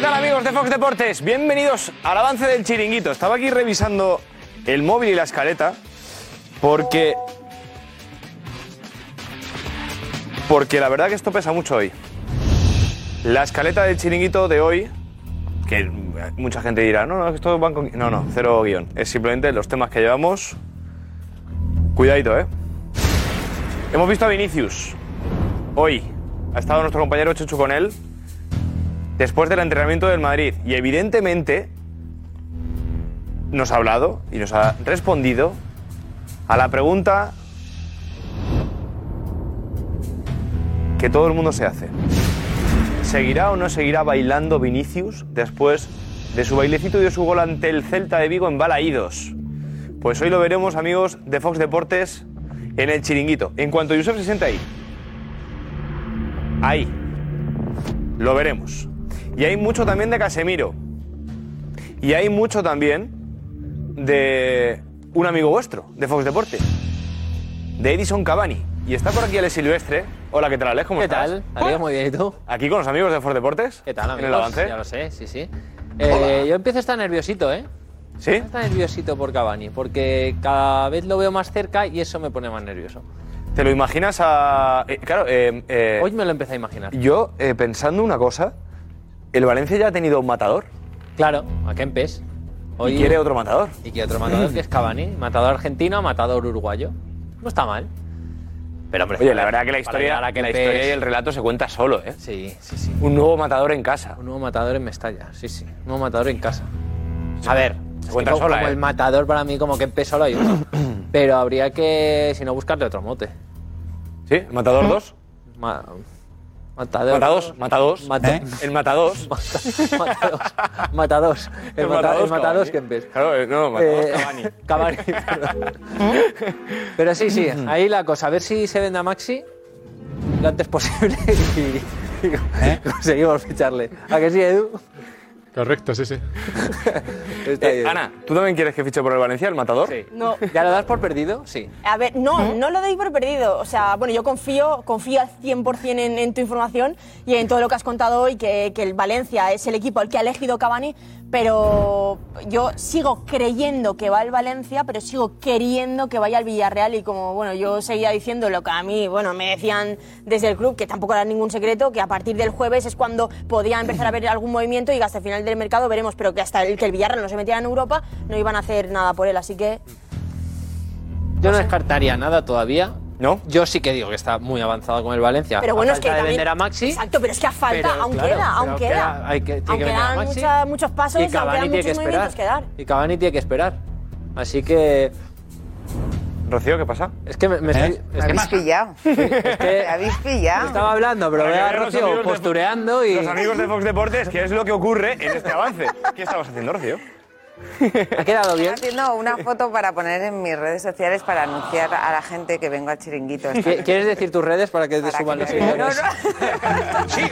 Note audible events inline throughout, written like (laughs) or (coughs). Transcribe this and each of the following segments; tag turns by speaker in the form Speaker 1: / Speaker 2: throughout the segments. Speaker 1: tal amigos de Fox Deportes? Bienvenidos al avance del chiringuito. Estaba aquí revisando el móvil y la escaleta porque... Porque la verdad que esto pesa mucho hoy. La escaleta del chiringuito de hoy, que mucha gente dirá, no, no, esto van con... No, no, cero guión. Es simplemente los temas que llevamos. Cuidadito, ¿eh? Hemos visto a Vinicius. Hoy ha estado nuestro compañero Chechu con él. Después del entrenamiento del Madrid. Y evidentemente nos ha hablado y nos ha respondido a la pregunta que todo el mundo se hace. ¿Seguirá o no seguirá bailando Vinicius después de su bailecito y de su gol ante el Celta de Vigo en Balaídos? Pues hoy lo veremos, amigos de Fox Deportes, en el chiringuito. En cuanto Yusef se siente ahí, ahí, lo veremos. Y hay mucho también de Casemiro. Y hay mucho también de un amigo vuestro, de Fox Deportes, de Edison Cavani. Y está por aquí Alex Silvestre. Hola, ¿qué tal, Alex? ¿Cómo
Speaker 2: ¿Qué
Speaker 1: estás?
Speaker 2: tal? Adiós, muy bien, ¿y tú?
Speaker 1: Aquí con los amigos de Fox Deportes.
Speaker 2: ¿Qué tal, amigos?
Speaker 1: En el avance.
Speaker 2: Ya lo sé, sí, sí. Eh, yo empiezo a estar nerviosito, ¿eh?
Speaker 1: ¿Sí?
Speaker 2: Está nerviosito por Cavani, porque cada vez lo veo más cerca y eso me pone más nervioso.
Speaker 1: ¿Te lo imaginas a...? eh, claro, eh, eh,
Speaker 2: Hoy me lo empecé a imaginar.
Speaker 1: yo eh, pensando una cosa, el Valencia ya ha tenido un matador
Speaker 2: Claro, a Kempes. Hoy
Speaker 1: y quiere otro matador.
Speaker 2: y quiere otro matador que es Cavani. Matador argentino, matador uruguayo. No está mal. Pero, hombre,
Speaker 1: Oye, la verdad que la
Speaker 2: para
Speaker 1: historia,
Speaker 2: llegar a
Speaker 1: la
Speaker 2: Kempes-
Speaker 1: historia y el relato se cuenta solo, ¿eh?
Speaker 2: Sí, sí, sí.
Speaker 1: Un nuevo matador en casa.
Speaker 2: Un nuevo matador en Mestalla, sí, sí. Un nuevo matador en casa. A ver, es que
Speaker 1: cuenta
Speaker 2: como,
Speaker 1: sola,
Speaker 2: como
Speaker 1: ¿eh?
Speaker 2: el matador para mí, como que en peso lo
Speaker 1: (clears throat)
Speaker 2: hay uno. Pero habría que, si no, buscarle otro
Speaker 1: (laughs)
Speaker 2: mote.
Speaker 1: ¿Sí? ¿El ¿Matador 2?
Speaker 2: Ma- matador.
Speaker 1: ¿Matados? ¿Matados?
Speaker 2: Mata-
Speaker 1: El matados.
Speaker 2: matados. Matados. El, mata- el matados que empezó.
Speaker 1: Claro, eh, no, matados
Speaker 2: (laughs)
Speaker 1: (laughs) Cavani. Mm.
Speaker 2: Cavani, perdón. (laughs) Pero sí, sí, ahí la cosa. A ver si se vende a Maxi lo antes posible (laughs) y, y
Speaker 1: ¿Eh?
Speaker 2: conseguimos ficharle. ¿A que sí, Edu?
Speaker 3: Correcto, sí, sí.
Speaker 2: (laughs) Está
Speaker 1: Eh,
Speaker 2: bien.
Speaker 1: Ana, ¿tú también quieres que fiche por el Valencia, el matador?
Speaker 2: Sí.
Speaker 4: No.
Speaker 2: ¿Ya lo das por perdido? Sí.
Speaker 4: A ver, no, no lo deis por perdido. O sea, bueno, yo confío, confío al 100% en, en tu información y en todo lo que has contado hoy, que, que el Valencia es el equipo al que ha elegido Cavani, pero yo sigo creyendo que va al Valencia, pero sigo queriendo que vaya al Villarreal y como, bueno, yo seguía diciendo lo que a mí, bueno, me decían desde el club, que tampoco era ningún secreto, que a partir del jueves es cuando podía empezar a haber algún movimiento y que hasta el final del mercado veremos, pero que hasta el que el Villarreal no se metiera en Europa no iban a hacer nada por él, así que...
Speaker 2: Yo no descartaría nada todavía.
Speaker 1: ¿No?
Speaker 2: Yo sí que digo que está muy avanzado con el Valencia.
Speaker 4: Pero bueno,
Speaker 2: a
Speaker 4: es que
Speaker 2: falta de
Speaker 4: también-
Speaker 2: vender a Maxi.
Speaker 4: Exacto, pero es que a falta,
Speaker 2: Pero,
Speaker 4: aún
Speaker 2: claro,
Speaker 4: queda,
Speaker 2: pero
Speaker 4: aún queda.
Speaker 2: hay que- tiene que
Speaker 4: aún
Speaker 2: venir a
Speaker 4: quedan
Speaker 2: Maxi.
Speaker 4: mucha- muchos pasos y,
Speaker 2: Y
Speaker 4: aún quedan
Speaker 2: Cavani tiene
Speaker 4: muchos
Speaker 2: que
Speaker 4: movimientos
Speaker 2: esperar.
Speaker 4: que dar.
Speaker 2: Y Cavani tiene que esperar. Así que
Speaker 1: Rocío, ¿qué pasa? ¿Eh?
Speaker 2: es que me, me estoy-
Speaker 5: Me
Speaker 2: es que
Speaker 5: habéis
Speaker 2: (laughs)
Speaker 5: pillado.
Speaker 2: es que
Speaker 5: Me (laughs) habéis
Speaker 2: estaba
Speaker 5: pillado.
Speaker 2: hablando, pero
Speaker 1: Para que
Speaker 2: veo a
Speaker 1: vean los amigos
Speaker 2: Rocío
Speaker 1: de-
Speaker 2: postureando y
Speaker 1: Los amigos de Fox Deportes, ¿qué es lo que ocurre en este avance? ¿Qué estabas haciendo, Rocío?
Speaker 2: ha quedado bien.
Speaker 5: Haciendo una foto para poner en mis redes sociales para anunciar a la gente que vengo al chiringuito. esta
Speaker 2: ¿Qui- ¿Quieres decir tus redes para que te
Speaker 5: Para
Speaker 2: suban
Speaker 5: que
Speaker 2: los
Speaker 5: me- no,
Speaker 2: seguidores?
Speaker 5: no.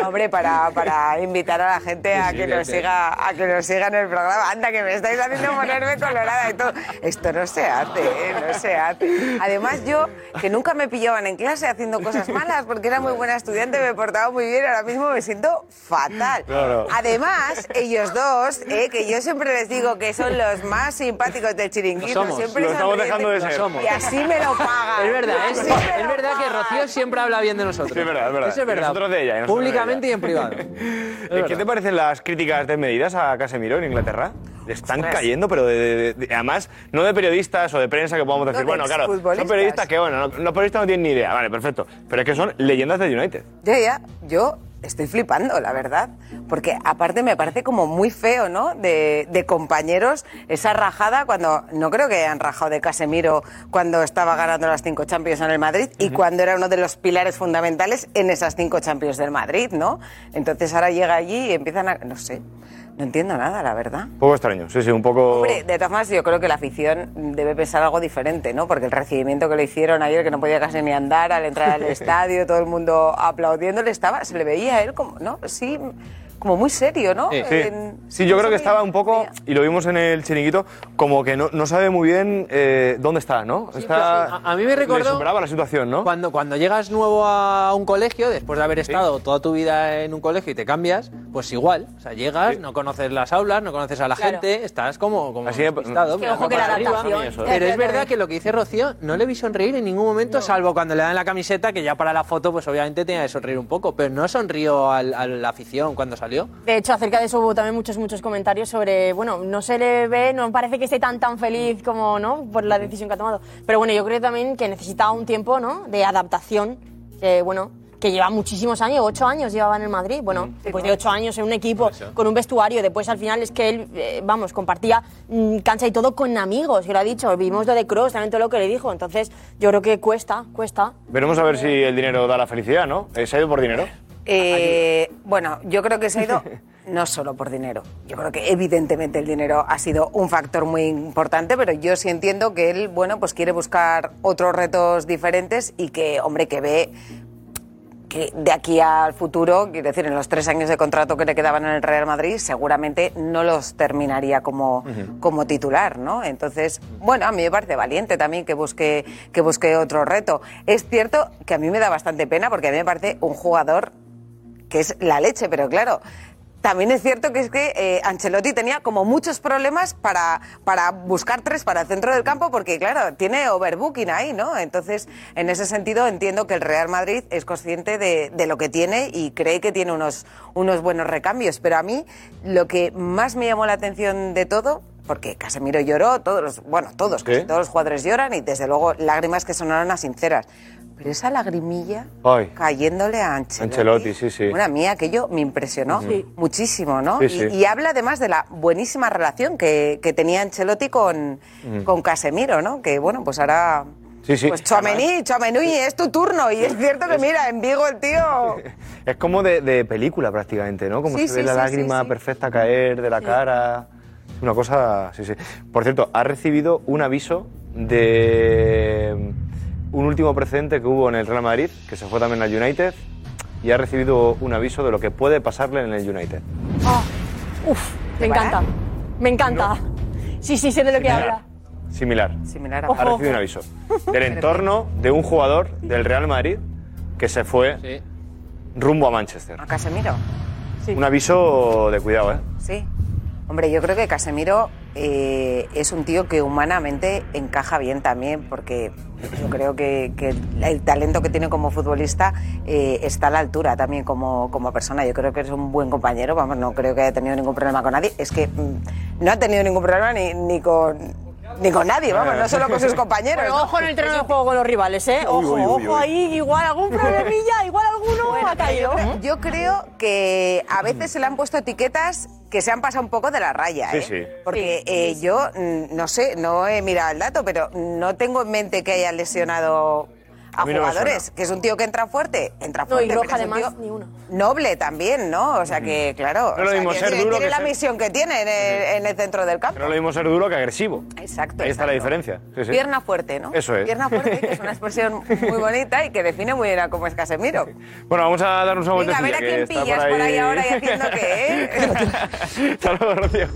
Speaker 5: No, hombre, para, para invitar a la gente a que, nos siga, a que nos siga en el programa. Anda, que me estáis haciendo ponerme colorada y todo. Esto no se hace, ¿eh? no se hace. Además, yo, que nunca me pillaban en clase haciendo cosas malas, porque era muy buena estudiante, me portaba muy bien, ahora mismo me siento fatal.
Speaker 1: Claro.
Speaker 5: Además, ellos dos, ¿eh? que yo siempre les digo que son los más simpáticos del chiringuito.
Speaker 2: Lo somos.
Speaker 5: siempre
Speaker 1: Lo estamos
Speaker 5: sonrientes.
Speaker 1: dejando de ser.
Speaker 2: Lo somos.
Speaker 5: Y así me lo pagan.
Speaker 2: Es verdad, es,
Speaker 5: Así me
Speaker 2: es
Speaker 5: lo
Speaker 2: verdad que
Speaker 5: pagan.
Speaker 2: Rocío siempre habla Ah, bien de nosotros.
Speaker 1: Sí, es verdad, es verdad.
Speaker 2: Eso es
Speaker 1: Y
Speaker 2: verdad.
Speaker 1: nosotros de ella, y nosotros de
Speaker 2: Públicamente
Speaker 1: ella.
Speaker 2: y
Speaker 1: (laughs)
Speaker 2: en privado.
Speaker 1: Eh, ¿Qué te parecen las críticas desmedidas a Casemiro en Inglaterra? Le están
Speaker 5: Ostras.
Speaker 1: cayendo, pero de- de- de- además no de periodistas o de prensa que podamos decir,
Speaker 5: de
Speaker 1: bueno, claro, son
Speaker 5: exfutbolistas.
Speaker 1: periodistas que, bueno, no- los periodistas no tienen ni idea, vale, perfecto, pero es que son leyendas del United.
Speaker 5: Ya, ya, yo estoy flipando, la verdad. Porque aparte me parece como muy feo, ¿no? De, de compañeros, esa rajada cuando. No creo que hayan rajado de Casemiro cuando estaba ganando las cinco Champions en el Madrid y cuando era uno de los pilares fundamentales en esas cinco Champions del Madrid, ¿no? Entonces ahora llega allí y empiezan a. No sé. No entiendo nada, la verdad.
Speaker 1: Un poco extraño, sí, sí, un poco...
Speaker 5: Hombre, de todas maneras, yo creo que la afición debe pensar algo diferente, ¿no? Porque el recibimiento que le hicieron ayer, que no podía casi ni
Speaker 1: (laughs)
Speaker 5: andar al entrar al estadio, todo el mundo aplaudiéndole, estaba, se le veía a él como, ¿no? Sí, como muy serio, ¿no?
Speaker 1: Sí,
Speaker 2: Eh,
Speaker 5: En-
Speaker 1: Sí, yo creo que estaba un poco, y lo vimos en el chiringuito, como que no, no sabe muy bien eh, dónde está, ¿no?
Speaker 2: pues
Speaker 1: Está,
Speaker 6: A, a mí me
Speaker 1: Le
Speaker 6: recordó
Speaker 1: superaba la situación, ¿no?
Speaker 6: cuando, cuando llegas nuevo a un colegio, después de haber estado toda tu vida en un colegio y te cambias, pues igual. O sea, llegas, no conoces las aulas, no conoces a la
Speaker 7: Claro.
Speaker 6: gente, estás como, como
Speaker 1: Así de-
Speaker 6: despistado,
Speaker 7: Es que
Speaker 6: mira,
Speaker 7: ojo que la
Speaker 6: para arriba.
Speaker 7: adaptación- Eso es.
Speaker 6: Pero es verdad que lo que dice Rocío, no le vi sonreír en ningún momento, salvo cuando le dan la camiseta, que ya para la foto, pues obviamente tenía que sonreír un poco. Pero no sonrió al- a la afición cuando salió.
Speaker 4: De hecho, acerca de eso hubo también muchos, muchos comentarios sobre, bueno, no se le ve, no parece que esté tan, tan feliz como, ¿no? Por la decisión que ha tomado. Pero bueno, yo creo también que necesitaba un tiempo, ¿no? De adaptación, que, bueno, que lleva muchísimos años, ocho años llevaba en el Madrid. Bueno, después de ocho años en un equipo, con un vestuario, después al final es que él, eh, vamos, compartía mm, cancha y todo con amigos, que lo ha dicho. Vimos lo de Cross, también todo lo que le dijo. Entonces, yo creo que cuesta, cuesta.
Speaker 1: Veremos a ver si el dinero da la felicidad, ¿no? Eh, ¿Se ha ido por dinero?
Speaker 5: Eh, bueno, yo creo que se ha ido no solo por dinero. Yo creo que evidentemente el dinero ha sido un factor muy importante, pero yo sí entiendo que él, bueno, pues quiere buscar otros retos diferentes y que, hombre, que ve que de aquí al futuro, quiero decir, en los tres años de contrato que le quedaban en el Real Madrid, seguramente no los terminaría como,
Speaker 8: Ujú.
Speaker 5: como titular, ¿no? Entonces, bueno, a mí me parece valiente también que busque, que busque otro reto. Es cierto que a mí me da bastante pena porque a mí me parece un jugador que es la leche, pero claro. También es cierto que es que eh, Ancelotti tenía como muchos problemas para, para buscar tres para el centro del campo, porque claro, tiene overbooking ahí, ¿no? Entonces, en ese sentido, entiendo que el Real Madrid es consciente de, de lo que tiene y cree que tiene unos, unos buenos recambios. Pero a mí lo que más me llamó la atención de todo, porque Casemiro lloró, todos los, bueno, todos,
Speaker 1: ¿Qué?
Speaker 5: casi todos los jugadores lloran y desde luego lágrimas que sonaron a sinceras. Pero esa lagrimilla
Speaker 1: Ay,
Speaker 5: cayéndole a Ancelotti.
Speaker 1: Ancelotti, sí, sí.
Speaker 5: Bueno, a mí aquello me impresionó
Speaker 1: Sí.
Speaker 5: muchísimo, ¿no?
Speaker 1: Sí,
Speaker 5: y,
Speaker 1: sí.
Speaker 5: y habla además de la buenísima relación que, que tenía Ancelotti con,
Speaker 1: Mm.
Speaker 5: con Casemiro, ¿no? Que bueno, pues ahora.
Speaker 1: Sí, sí.
Speaker 5: Pues Chouameni, Chouameni, es tu turno. Y es cierto que mira, en Vigo el
Speaker 1: (laughs)
Speaker 5: tío.
Speaker 1: Es como de, de película prácticamente, ¿no? Como
Speaker 5: Sí,
Speaker 1: se ve
Speaker 5: sí,
Speaker 1: la
Speaker 5: sí,
Speaker 1: lágrima
Speaker 5: sí, sí.
Speaker 1: perfecta caer de la cara. Es una cosa. Sí, sí. Por cierto, ha recibido un aviso de un último precedente que hubo en el Real Madrid, que se fue también al United, y ha recibido un aviso de lo que puede pasarle en el United.
Speaker 4: Uf, me encanta. Me encanta. Sí, sí, sé de lo que habla.
Speaker 1: Similar.
Speaker 5: Similar
Speaker 1: Ha recibido un
Speaker 5: (laughs)
Speaker 1: aviso del entorno de un jugador del Real Madrid que se fue rumbo a Manchester.
Speaker 5: A Casemiro.
Speaker 1: Un aviso de cuidado, ¿eh?
Speaker 5: Sí. Hombre, yo creo que Casemiro eh, es un tío que humanamente encaja bien también, porque yo creo que, que el talento que tiene como futbolista eh, está a la altura también como, como persona. Yo creo que es un buen compañero, vamos, no creo que haya tenido ningún problema con nadie. Es que mm, no ha tenido ningún problema ni, ni con... Ni con nadie, vamos, no solo con
Speaker 4: (laughs)
Speaker 5: sus compañeros.
Speaker 4: Bueno,
Speaker 5: ¿no?
Speaker 4: ojo en el terreno de juego con los rivales, ¿eh? Ojo,
Speaker 5: uy, uy,
Speaker 4: ojo
Speaker 5: uy.
Speaker 4: ahí, igual algún problemilla, igual alguno ha caído.
Speaker 5: Yo creo, yo creo que a
Speaker 1: Mm.
Speaker 5: veces se le han puesto etiquetas que se han pasado un poco de la raya,
Speaker 1: Sí,
Speaker 5: ¿eh?
Speaker 1: sí.
Speaker 5: Porque eh, yo, mm, no sé, no he mirado el dato, pero no tengo en mente que haya lesionado a,
Speaker 1: A mí no me
Speaker 5: jugadores.
Speaker 1: suena.
Speaker 5: Que es un tío que entra fuerte, entra
Speaker 4: No,
Speaker 5: fuerte.
Speaker 4: y roja
Speaker 5: pero es un
Speaker 4: además,
Speaker 5: tío
Speaker 4: ni uno.
Speaker 5: Noble también, ¿no? O sea que, claro.
Speaker 1: Mm. No
Speaker 5: o
Speaker 1: lo
Speaker 5: sea,
Speaker 1: mismo
Speaker 5: que
Speaker 1: ser
Speaker 5: tiene-
Speaker 1: duro
Speaker 5: Tiene
Speaker 1: que
Speaker 5: la
Speaker 1: ser-
Speaker 5: misión que tiene en el, en el centro del campo.
Speaker 1: No lo mismo ser duro que agresivo.
Speaker 5: Exacto.
Speaker 1: Ahí está la
Speaker 5: exacto.
Speaker 1: diferencia. Sí, sí.
Speaker 5: Pierna fuerte, ¿no?
Speaker 1: Eso es.
Speaker 5: Pierna fuerte, que es una expresión muy bonita y que define muy bien a cómo es Casemiro.
Speaker 1: Bueno, vamos a darnos una
Speaker 5: Venga,
Speaker 1: vueltecilla.
Speaker 5: a ver a
Speaker 1: que
Speaker 5: quién
Speaker 1: está
Speaker 5: pillas por ahí ahora y haciendo qué, ¿eh?
Speaker 1: (laughs) Hasta luego, Rocío.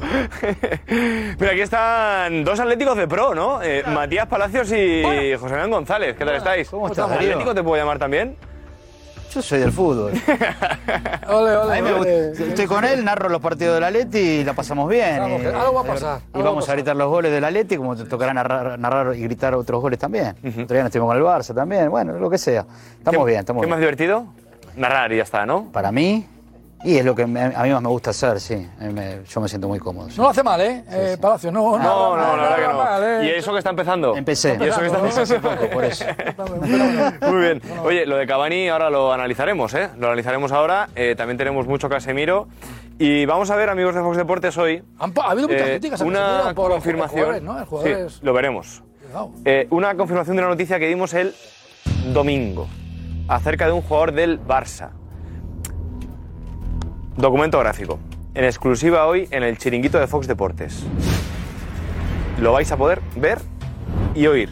Speaker 1: (laughs) Pero aquí están dos atléticos de pro, ¿no? Eh, Matías Palacios y José Manuel González. ¿Qué tal estáis? ¿Cómo
Speaker 9: estás, Darío?
Speaker 1: ¿Atlético te puedo llamar también?
Speaker 9: Yo soy del
Speaker 10: (laughs)
Speaker 9: fútbol. A mí me gusta. Estoy con él, narro los partidos del Atleti y la pasamos bien.
Speaker 10: Vamos,
Speaker 9: Y-
Speaker 10: que algo va a pasar,
Speaker 9: Y
Speaker 10: algo va a
Speaker 9: vamos a
Speaker 10: pasar.
Speaker 9: gritar los goles del Atleti, como te tocará narrar, narrar y gritar otros goles también. Otro día nos estuvimos con el Barça también, bueno, lo que sea. Estamos bien, estamos
Speaker 1: ¿Qué
Speaker 9: bien.
Speaker 1: más divertido? Narrar y ya está, ¿no?
Speaker 9: Para mí, y es lo que me- a mí más me gusta hacer, sí. A mí me- yo me siento muy cómodo. sí.
Speaker 10: No lo hace mal, ¿eh? Eh, Palacio, no,
Speaker 1: No, no, la verdad que no.
Speaker 10: mal,
Speaker 1: ¿Y
Speaker 10: ¿eh?
Speaker 1: eso que está empezando?
Speaker 9: Empecé.
Speaker 1: ¿Y eso que está empezando?
Speaker 9: Hace poco, (laughs) por eso.
Speaker 10: (laughs)
Speaker 1: (laughs) Muy bien. Oye, lo de Cavani ahora lo analizaremos, ¿eh? Lo analizaremos ahora. Eh, también tenemos mucho Casemiro. Y vamos a ver, amigos de Fox Deportes, hoy.
Speaker 10: Han pa- ha habido muchas
Speaker 1: eh,
Speaker 10: críticas a
Speaker 1: Una
Speaker 10: Casemiro por los
Speaker 1: confirmación.
Speaker 10: jugadores, ¿no? Los jugadores-
Speaker 1: Sí, lo veremos. Eh, una confirmación de una noticia que dimos el domingo acerca de un jugador del Barça. Documento gráfico. En exclusiva hoy en el chiringuito de Fox Deportes. Lo vais a poder ver y oír.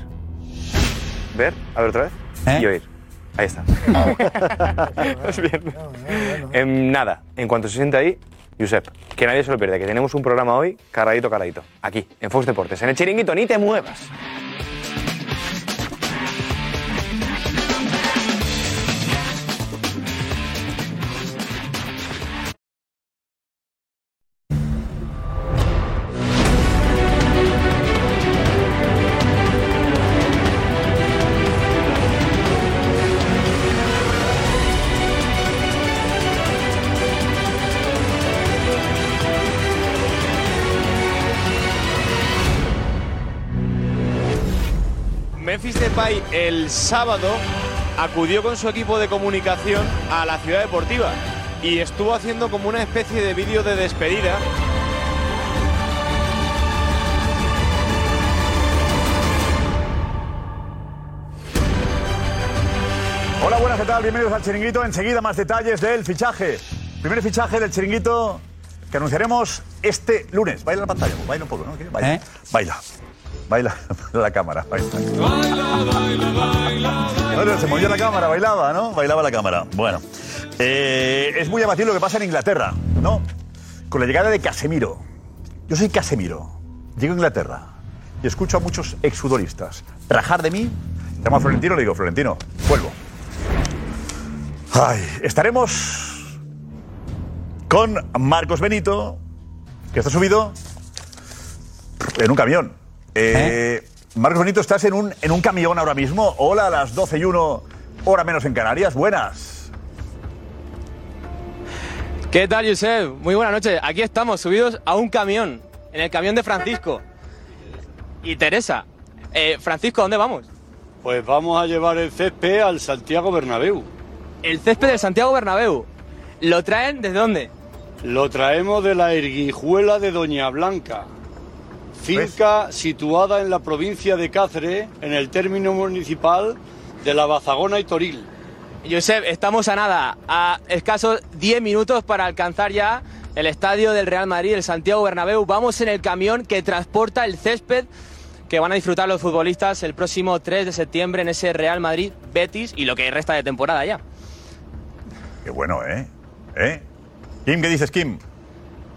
Speaker 1: Ver, a ver otra vez. Y oír. Ahí está. (laughs) Es bien. Em, nada, en cuanto se siente ahí, Josep, que nadie se lo pierda, que tenemos un programa hoy cargadito, cargadito. Aquí, en Fox Deportes, en el chiringuito, ni te muevas. Memphis Depay el sábado acudió con su equipo de comunicación a la ciudad deportiva y estuvo haciendo como una especie de vídeo de despedida.
Speaker 7: Hola, buenas, ¿qué tal? Bienvenidos al Chiringuito. Enseguida más detalles del fichaje. Primer fichaje del Chiringuito que anunciaremos este lunes. Baila la pantalla, pues baila un poco, ¿no? ¿Quieres? Baila. Baila. Baila la (laughs) cámara. Baila. No, no, se movió la cámara, bailaba, ¿no? Bailaba la cámara. Bueno, eh, es muy llamativo lo que pasa en Inglaterra, ¿no? Con la llegada de Casemiro. Yo soy Casemiro. Llego a Inglaterra y escucho a muchos exfutbolistas rajar de mí. Llamo a Florentino y le digo, Florentino, vuelvo. Ay, estaremos con Marcos Benito, que está subido en un camión. Eh, Marcos Benito, estás en un, en un camión ahora mismo. Hola, a las 12 y 1, hora menos en Canarias. Buenas.
Speaker 8: ¿Qué tal, Josep? Muy buenas noches. Aquí estamos, subidos a un camión, en el camión de Francisco. Y Teresa. Eh, Francisco, ¿a ¿dónde vamos?
Speaker 11: Pues vamos a llevar el césped al Santiago Bernabéu.
Speaker 8: El césped del Santiago Bernabéu. ¿Lo traen desde dónde?
Speaker 11: Lo traemos de la erguijuela de Doña Blanca, finca situada en la provincia de Cáceres, en el término municipal de La Bazagona y Toril.
Speaker 8: Josep, estamos a nada, a escasos 10 minutos para alcanzar ya el estadio del Real Madrid, el Santiago Bernabéu. Vamos en el camión que transporta el césped que van a disfrutar los futbolistas el próximo 3 de septiembre en ese Real Madrid Betis y lo que resta de temporada ya.
Speaker 7: Qué bueno, ¿eh? ¿Eh? Kim, ¿qué dices, Kim?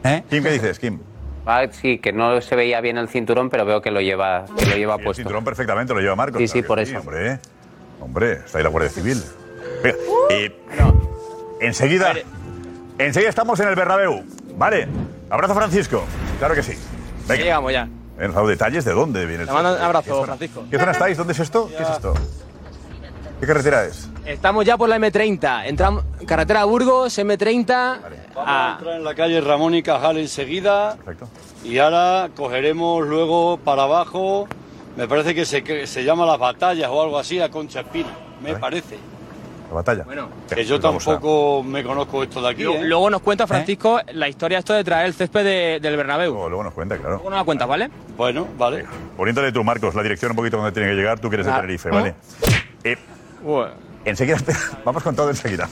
Speaker 7: ¿Eh? Kim, ¿qué dices, Kim?
Speaker 12: Ah, sí, que no se veía bien el cinturón, pero veo que lo lleva, que lo lleva puesto. El cinturón
Speaker 7: perfectamente lo lleva Marcos.
Speaker 12: Sí, sí,
Speaker 7: claro que
Speaker 12: por
Speaker 7: sí,
Speaker 12: eso.
Speaker 7: Hombre, ¿eh? hombre, está ahí la Guardia Civil. Venga, eh, enseguida, enseguida estamos en el Bernabéu, ¿vale? Abrazo, Francisco. Claro que sí. Venga.
Speaker 8: llegamos ya.
Speaker 7: Nos da detalles de dónde viene el
Speaker 8: Te mando un
Speaker 7: césped. ¿Qué
Speaker 8: abrazo,
Speaker 7: zona-
Speaker 8: Francisco.
Speaker 7: ¿Qué zona estáis? ¿Dónde es esto? ¿Qué es esto? ¿Qué carretera es?
Speaker 8: Estamos ya por la M30, entramos carretera Burgos, M30. Ah.
Speaker 11: Vamos a entrar en la calle Ramón y Cajal enseguida. Y ahora cogeremos luego para abajo, me parece que se, que se llama Las Batallas o algo así, a Concha Espina, me parece.
Speaker 7: La batalla.
Speaker 11: Que yo
Speaker 7: Pues Vamos a-
Speaker 11: tampoco me conozco esto de aquí.
Speaker 8: Lu-
Speaker 11: ¿eh?
Speaker 8: Luego nos cuenta Francisco la historia esto de traer el césped de- del Bernabéu.
Speaker 7: luego nos cuenta, claro.
Speaker 8: Luego nos la cuentas, ¿vale?
Speaker 11: Bueno, vale.
Speaker 7: Poniéndole tú, Marcos, la dirección un poquito donde tiene que llegar. Tú quieres eres de
Speaker 8: Ah,
Speaker 7: Tenerife,
Speaker 8: ¿no?
Speaker 7: ¿vale? Eh, enseguida, (laughs) espera, vamos con todo enseguida.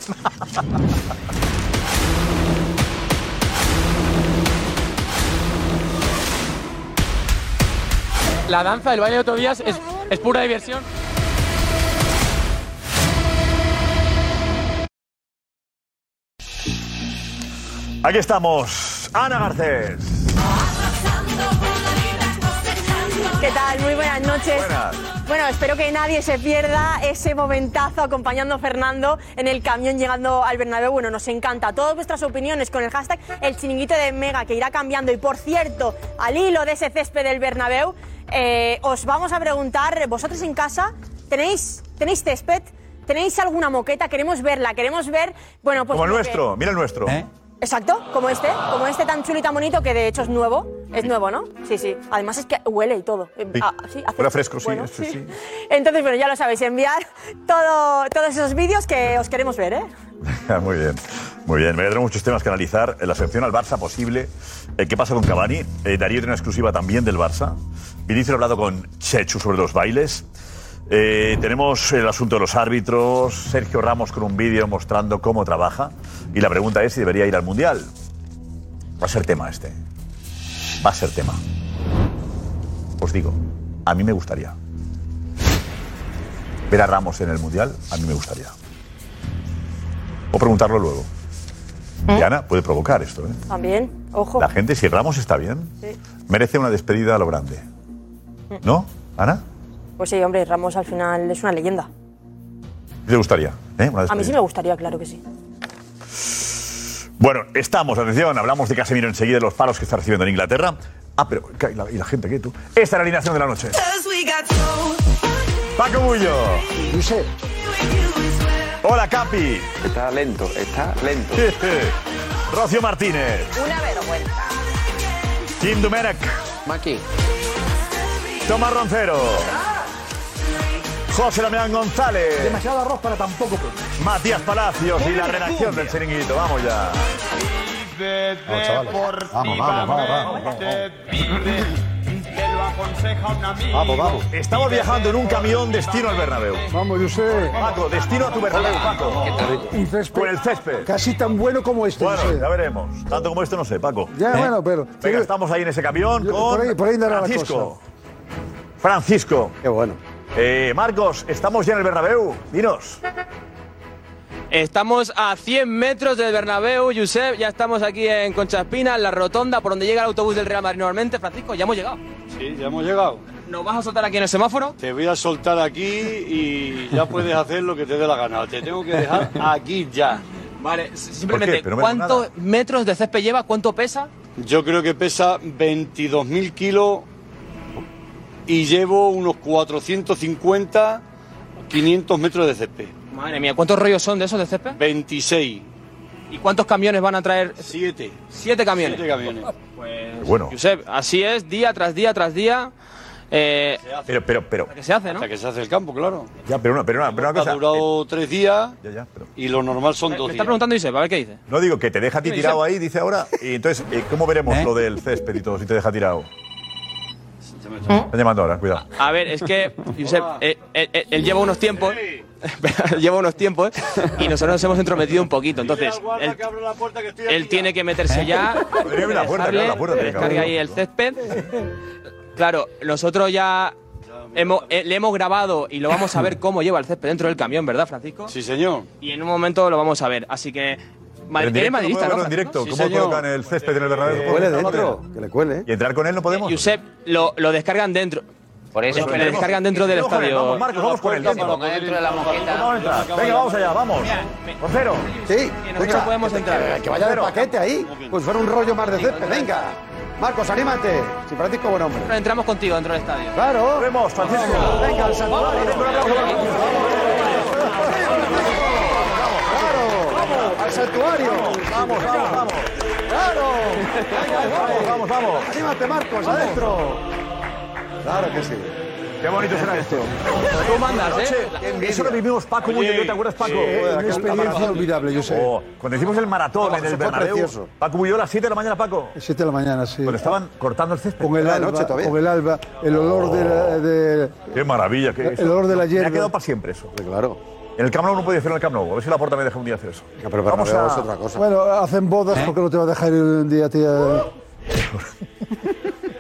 Speaker 13: La danza, el baile de Tobías es, es pura diversión.
Speaker 7: Aquí estamos, Ana Garcés.
Speaker 4: ¿Qué tal? Muy buenas noches. Bueno, espero que nadie se pierda ese momentazo acompañando a Fernando en el camión llegando al Bernabéu. Bueno, nos encanta. Todas vuestras opiniones con el hashtag El Chiringuito de Mega, que irá cambiando. Y por cierto, al hilo de ese césped del Bernabéu, eh, os vamos a preguntar, vosotros en casa, ¿tenéis, tenéis césped? ¿Tenéis alguna moqueta? Queremos verla, queremos ver... Bueno, pues
Speaker 7: Como el
Speaker 4: lo que-
Speaker 7: nuestro, mira el nuestro.
Speaker 4: Exacto, como este, como este tan chulo y tan bonito que de hecho es nuevo. Es nuevo, ¿no? Sí, sí. Además es que huele y todo. Eh, ah, sí, hace-
Speaker 7: Huele a fresco, sí,
Speaker 4: bueno,
Speaker 7: esto sí.
Speaker 4: Entonces, bueno, ya lo sabéis, enviar todo, todos esos vídeos que os queremos ver, ¿eh?
Speaker 7: (laughs) muy bien, muy bien. Me quedaron muchos temas que analizar. Eh, La sección al Barça posible. Eh, ¿Qué pasa con Cavani? Eh, Darío tiene una exclusiva también del Barça. Vinicius ha hablado con Chechu sobre los bailes. Eh, tenemos el asunto de los árbitros. Sergio Ramos con un vídeo mostrando cómo trabaja. Y la pregunta es si debería ir al Mundial. Va a ser tema este. Va a ser tema. Os digo, a mí me gustaría. ver a Ramos en el Mundial, a mí me gustaría. O preguntarlo luego.
Speaker 4: ¿Eh?
Speaker 7: Diana puede provocar esto. ¿eh?
Speaker 4: También, ojo.
Speaker 7: La gente, si Ramos está bien,
Speaker 4: Sí. Mm.
Speaker 7: merece una despedida a lo grande. ¿No, Ana?
Speaker 4: Pues sí, hombre, Ramos al final es una leyenda.
Speaker 7: ¿Te gustaría? eh, una
Speaker 4: A mí sí
Speaker 7: despedida?
Speaker 4: me gustaría, claro que sí.
Speaker 7: Bueno, estamos, atención, hablamos de Casemiro enseguida, de los palos que está recibiendo en Inglaterra. Ah, pero, ¿y la, y la gente qué tú? Esta es la alineación de la noche. Paco Bullo. Hola, Capi.
Speaker 14: Está lento, está
Speaker 7: (laughs)
Speaker 14: lento.
Speaker 7: Rocío Martínez.
Speaker 5: Una vergüenza.
Speaker 7: Tim Dumerec.
Speaker 12: Maki.
Speaker 7: Tomás Roncero.
Speaker 1: Oh.
Speaker 7: José Damián González.
Speaker 10: Demasiado arroz para tampoco.
Speaker 7: Matías Palacios y la redacción del Chiringuito. Vamos ya.
Speaker 15: Vamos, chavales. Vamos, vamos, vamos, vamos, vamos.
Speaker 7: Vamos, vamos. Estamos viajando en un camión destino al Bernabéu.
Speaker 10: Vamos, yo sé.
Speaker 7: Paco, destino a tu Bernabéu, Paco.
Speaker 10: Y césped.
Speaker 7: Por Pues el césped.
Speaker 10: Casi tan bueno como este.
Speaker 7: Bueno,
Speaker 10: José.
Speaker 7: ya veremos. Tanto como esto no sé, Paco. ¿Eh?
Speaker 10: Ya, bueno, pero-
Speaker 7: Venga, estamos ahí en ese camión
Speaker 10: Yo-
Speaker 7: con
Speaker 10: por ahí- por ahí andará la
Speaker 7: Francisco. Francisco. Qué bueno. Marcos, estamos ya en el Bernabéu. Dinos.
Speaker 8: Estamos a 100 metros del Bernabéu, Josep. Ya estamos aquí en Conchaspina, en la rotonda, por donde llega el autobús del Real Madrid normalmente. Francisco, ya hemos llegado.
Speaker 11: Sí, ya hemos llegado.
Speaker 8: ¿Nos vas a soltar aquí en el semáforo?
Speaker 11: Te voy a soltar aquí y ya puedes hacer lo que te dé la gana. Te tengo que dejar aquí ya.
Speaker 8: Vale, s- simplemente,
Speaker 11: Pero no vemos
Speaker 8: ¿cuántos metros de césped lleva? ¿Cuánto pesa?
Speaker 11: Yo creo que pesa 22.000 kilos y llevo unos 450, 500 metros de césped.
Speaker 8: Madre mía, ¿cuántos rollos son de esos de césped?
Speaker 11: 26.
Speaker 8: ¿Y cuántos camiones van a traer?
Speaker 11: Siete.
Speaker 8: ¿Siete camiones?
Speaker 11: Siete camiones.
Speaker 7: Bueno.
Speaker 8: Pues, Josep, así es, día tras día tras día. Eh,
Speaker 7: Pero, pero, pero.
Speaker 8: que se hace, ¿no?
Speaker 11: Hasta que se hace el campo, claro.
Speaker 7: Ya, pero una, pero una, pero una cosa. eh,
Speaker 11: Ha durado tres días y lo normal son
Speaker 8: Me-
Speaker 11: dos
Speaker 8: me está
Speaker 11: días.
Speaker 8: preguntando Josep, a ver qué dice.
Speaker 7: No digo que te deja a ti
Speaker 8: Sí,
Speaker 7: tirado
Speaker 8: sí.
Speaker 7: ahí, dice ahora. Y entonces, eh, ¿cómo veremos
Speaker 8: ¿Eh?
Speaker 7: lo del césped y todo si te deja tirado? Están llamando ahora, cuidado.
Speaker 8: A ver, es que Josep, eh, eh, eh, él lleva unos tiempos, (laughs) lleva unos tiempos y nosotros nos hemos entrometido un poquito. Entonces, él, él tiene que
Speaker 7: (laughs)
Speaker 8: meterse ya.
Speaker 7: Podría abrir la puerta,
Speaker 8: dejarle,
Speaker 7: claro, la puerta
Speaker 8: que
Speaker 7: tiene que
Speaker 8: descargue
Speaker 7: abrir.
Speaker 8: ahí el césped. Claro, nosotros ya hemos- eh, le hemos grabado y lo vamos a ver cómo lleva el césped dentro del camión, ¿verdad, Francisco?
Speaker 11: Sí, señor.
Speaker 8: Y en un momento lo vamos a ver. Así que. Madrid-
Speaker 7: Pero en
Speaker 8: eres
Speaker 7: directo,
Speaker 8: madridista,
Speaker 7: ¿no?
Speaker 8: ¿no?
Speaker 7: podemos verlo en directo.
Speaker 8: Sí,
Speaker 7: ¿Cómo
Speaker 8: señor.
Speaker 7: colocan el césped en el Bernabéu?
Speaker 8: cuele
Speaker 7: ¿Cómo colocan?
Speaker 8: dentro,
Speaker 7: que le cuele. ¿Y entrar con él no podemos?
Speaker 8: Josep, lo, lo descargan dentro. Por
Speaker 7: eso,
Speaker 8: lo descargan dentro del
Speaker 7: Vamos con él,
Speaker 8: estadio.
Speaker 7: Vamos, Marcos, vamos con él.
Speaker 8: Puerta
Speaker 7: dentro.
Speaker 8: para poder entrar.
Speaker 7: Vamos a entrar. Venga, vamos allá, vamos. Roncero.
Speaker 16: Sí,
Speaker 8: no podemos entrar.
Speaker 16: Que vaya de paquete ahí, pues fuera un rollo más de césped. Venga, Marcos, anímate. Si Francisco, buen hombre.
Speaker 8: Entramos contigo dentro del estadio.
Speaker 16: Claro.
Speaker 7: Vemos, Francisco.
Speaker 16: Venga, al santuario. Claro, al santuario.
Speaker 7: Vamos, vamos, vamos.
Speaker 16: Claro. Venga,
Speaker 7: Vamos, vamos, vamos.
Speaker 16: Anímate, Marcos, adentro. Claro que sí.
Speaker 7: Qué bonito será esto.
Speaker 8: Tú mandas, ¿eh?
Speaker 7: Eso lo vivimos Paco muy bien, ¿te acuerdas, Paco?
Speaker 16: una experiencia
Speaker 7: olvidable, yo sé. Oh, cuando hicimos el maratón en el
Speaker 16: eso fue
Speaker 7: Bernabéu,
Speaker 16: precioso.
Speaker 7: Paco Bulló a las 7 de la mañana, Paco.
Speaker 10: 7 de la mañana, sí.
Speaker 7: Cuando estaban cortando el césped. Oh.
Speaker 10: Con el, alba, con el alba, el olor de, la, de-
Speaker 7: Qué maravilla. Que
Speaker 10: El olor de la
Speaker 7: Me
Speaker 10: hierba.
Speaker 7: ha quedado para siempre eso. claro. En el Camp Nou no podía hacer en el Camp Nou. A ver si la puerta me deja un día hacer eso. Pero
Speaker 16: Bernabéu es otra cosa.
Speaker 10: Bueno, hacen bodas,
Speaker 8: ¿Eh?
Speaker 10: ¿por qué no te va a dejar ir un día, tía?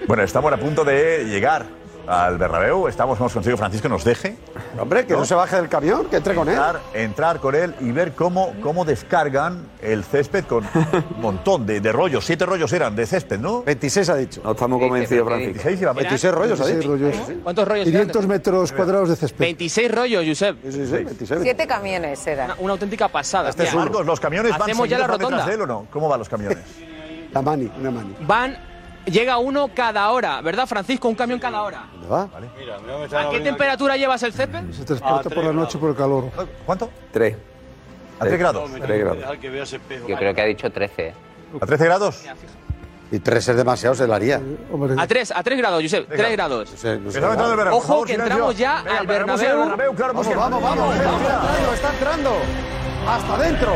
Speaker 7: Bueno, estamos a punto de llegar al Bernabéu. Estamos, hemos conseguido que Francisco nos deje. Hombre, que no, se baje del camión, que entre con él. Entrar, entrar con él y ver cómo, cómo descargan el césped con un montón de, de rollos. Siete rollos eran de césped, ¿no? 26 ha dicho. No estamos
Speaker 14: convencidos, Francisco.
Speaker 7: 26, iba- 26 rollos, ha
Speaker 10: 26
Speaker 7: dicho.
Speaker 10: rollos.
Speaker 8: ¿Cuántos rollos?
Speaker 10: 500 metros cuadrados de césped.
Speaker 8: 26 rollos, Josep. Sí, sí, 26.
Speaker 5: Siete camiones eran.
Speaker 8: Una auténtica pasada.
Speaker 7: Este es
Speaker 8: Mira,
Speaker 7: Marcos, ¿los camiones van
Speaker 8: Hacemos ya
Speaker 7: seguidos
Speaker 8: la
Speaker 7: por detrás
Speaker 8: rotonda.
Speaker 7: de él o no? ¿Cómo van los camiones?
Speaker 16: (laughs) La mani, una mani.
Speaker 8: Van, llega uno cada hora, ¿verdad, Francisco? Un camión cada hora.
Speaker 16: ¿Vale?
Speaker 8: ¿A qué temperatura llevas el césped?
Speaker 10: Se
Speaker 8: Ah,
Speaker 10: transporta por la noche por el calor. (laughs)
Speaker 7: ¿Cuánto?
Speaker 12: Tres.
Speaker 7: ¿A tres grados?
Speaker 12: Tres grados.
Speaker 11: que veas espejo.
Speaker 12: Yo creo que ha dicho 13.
Speaker 7: ¿A 13 grados?
Speaker 16: Y tres es demasiado, se la haría.
Speaker 8: A 3, a 3 grados, Josep. 3 grados.
Speaker 16: Sí, no sé.
Speaker 7: Estamos entrando al Bernabéu. por
Speaker 8: Ojo
Speaker 7: favor,
Speaker 8: que
Speaker 7: silencio.
Speaker 8: entramos ya
Speaker 7: Venga,
Speaker 8: al
Speaker 7: Bernabéu, sí, al
Speaker 8: Bernabéu.
Speaker 7: Bernabéu, claro,
Speaker 16: Vamos,
Speaker 7: porque-
Speaker 16: vamos, vamos. Está entrando, está entrando. Hasta adentro.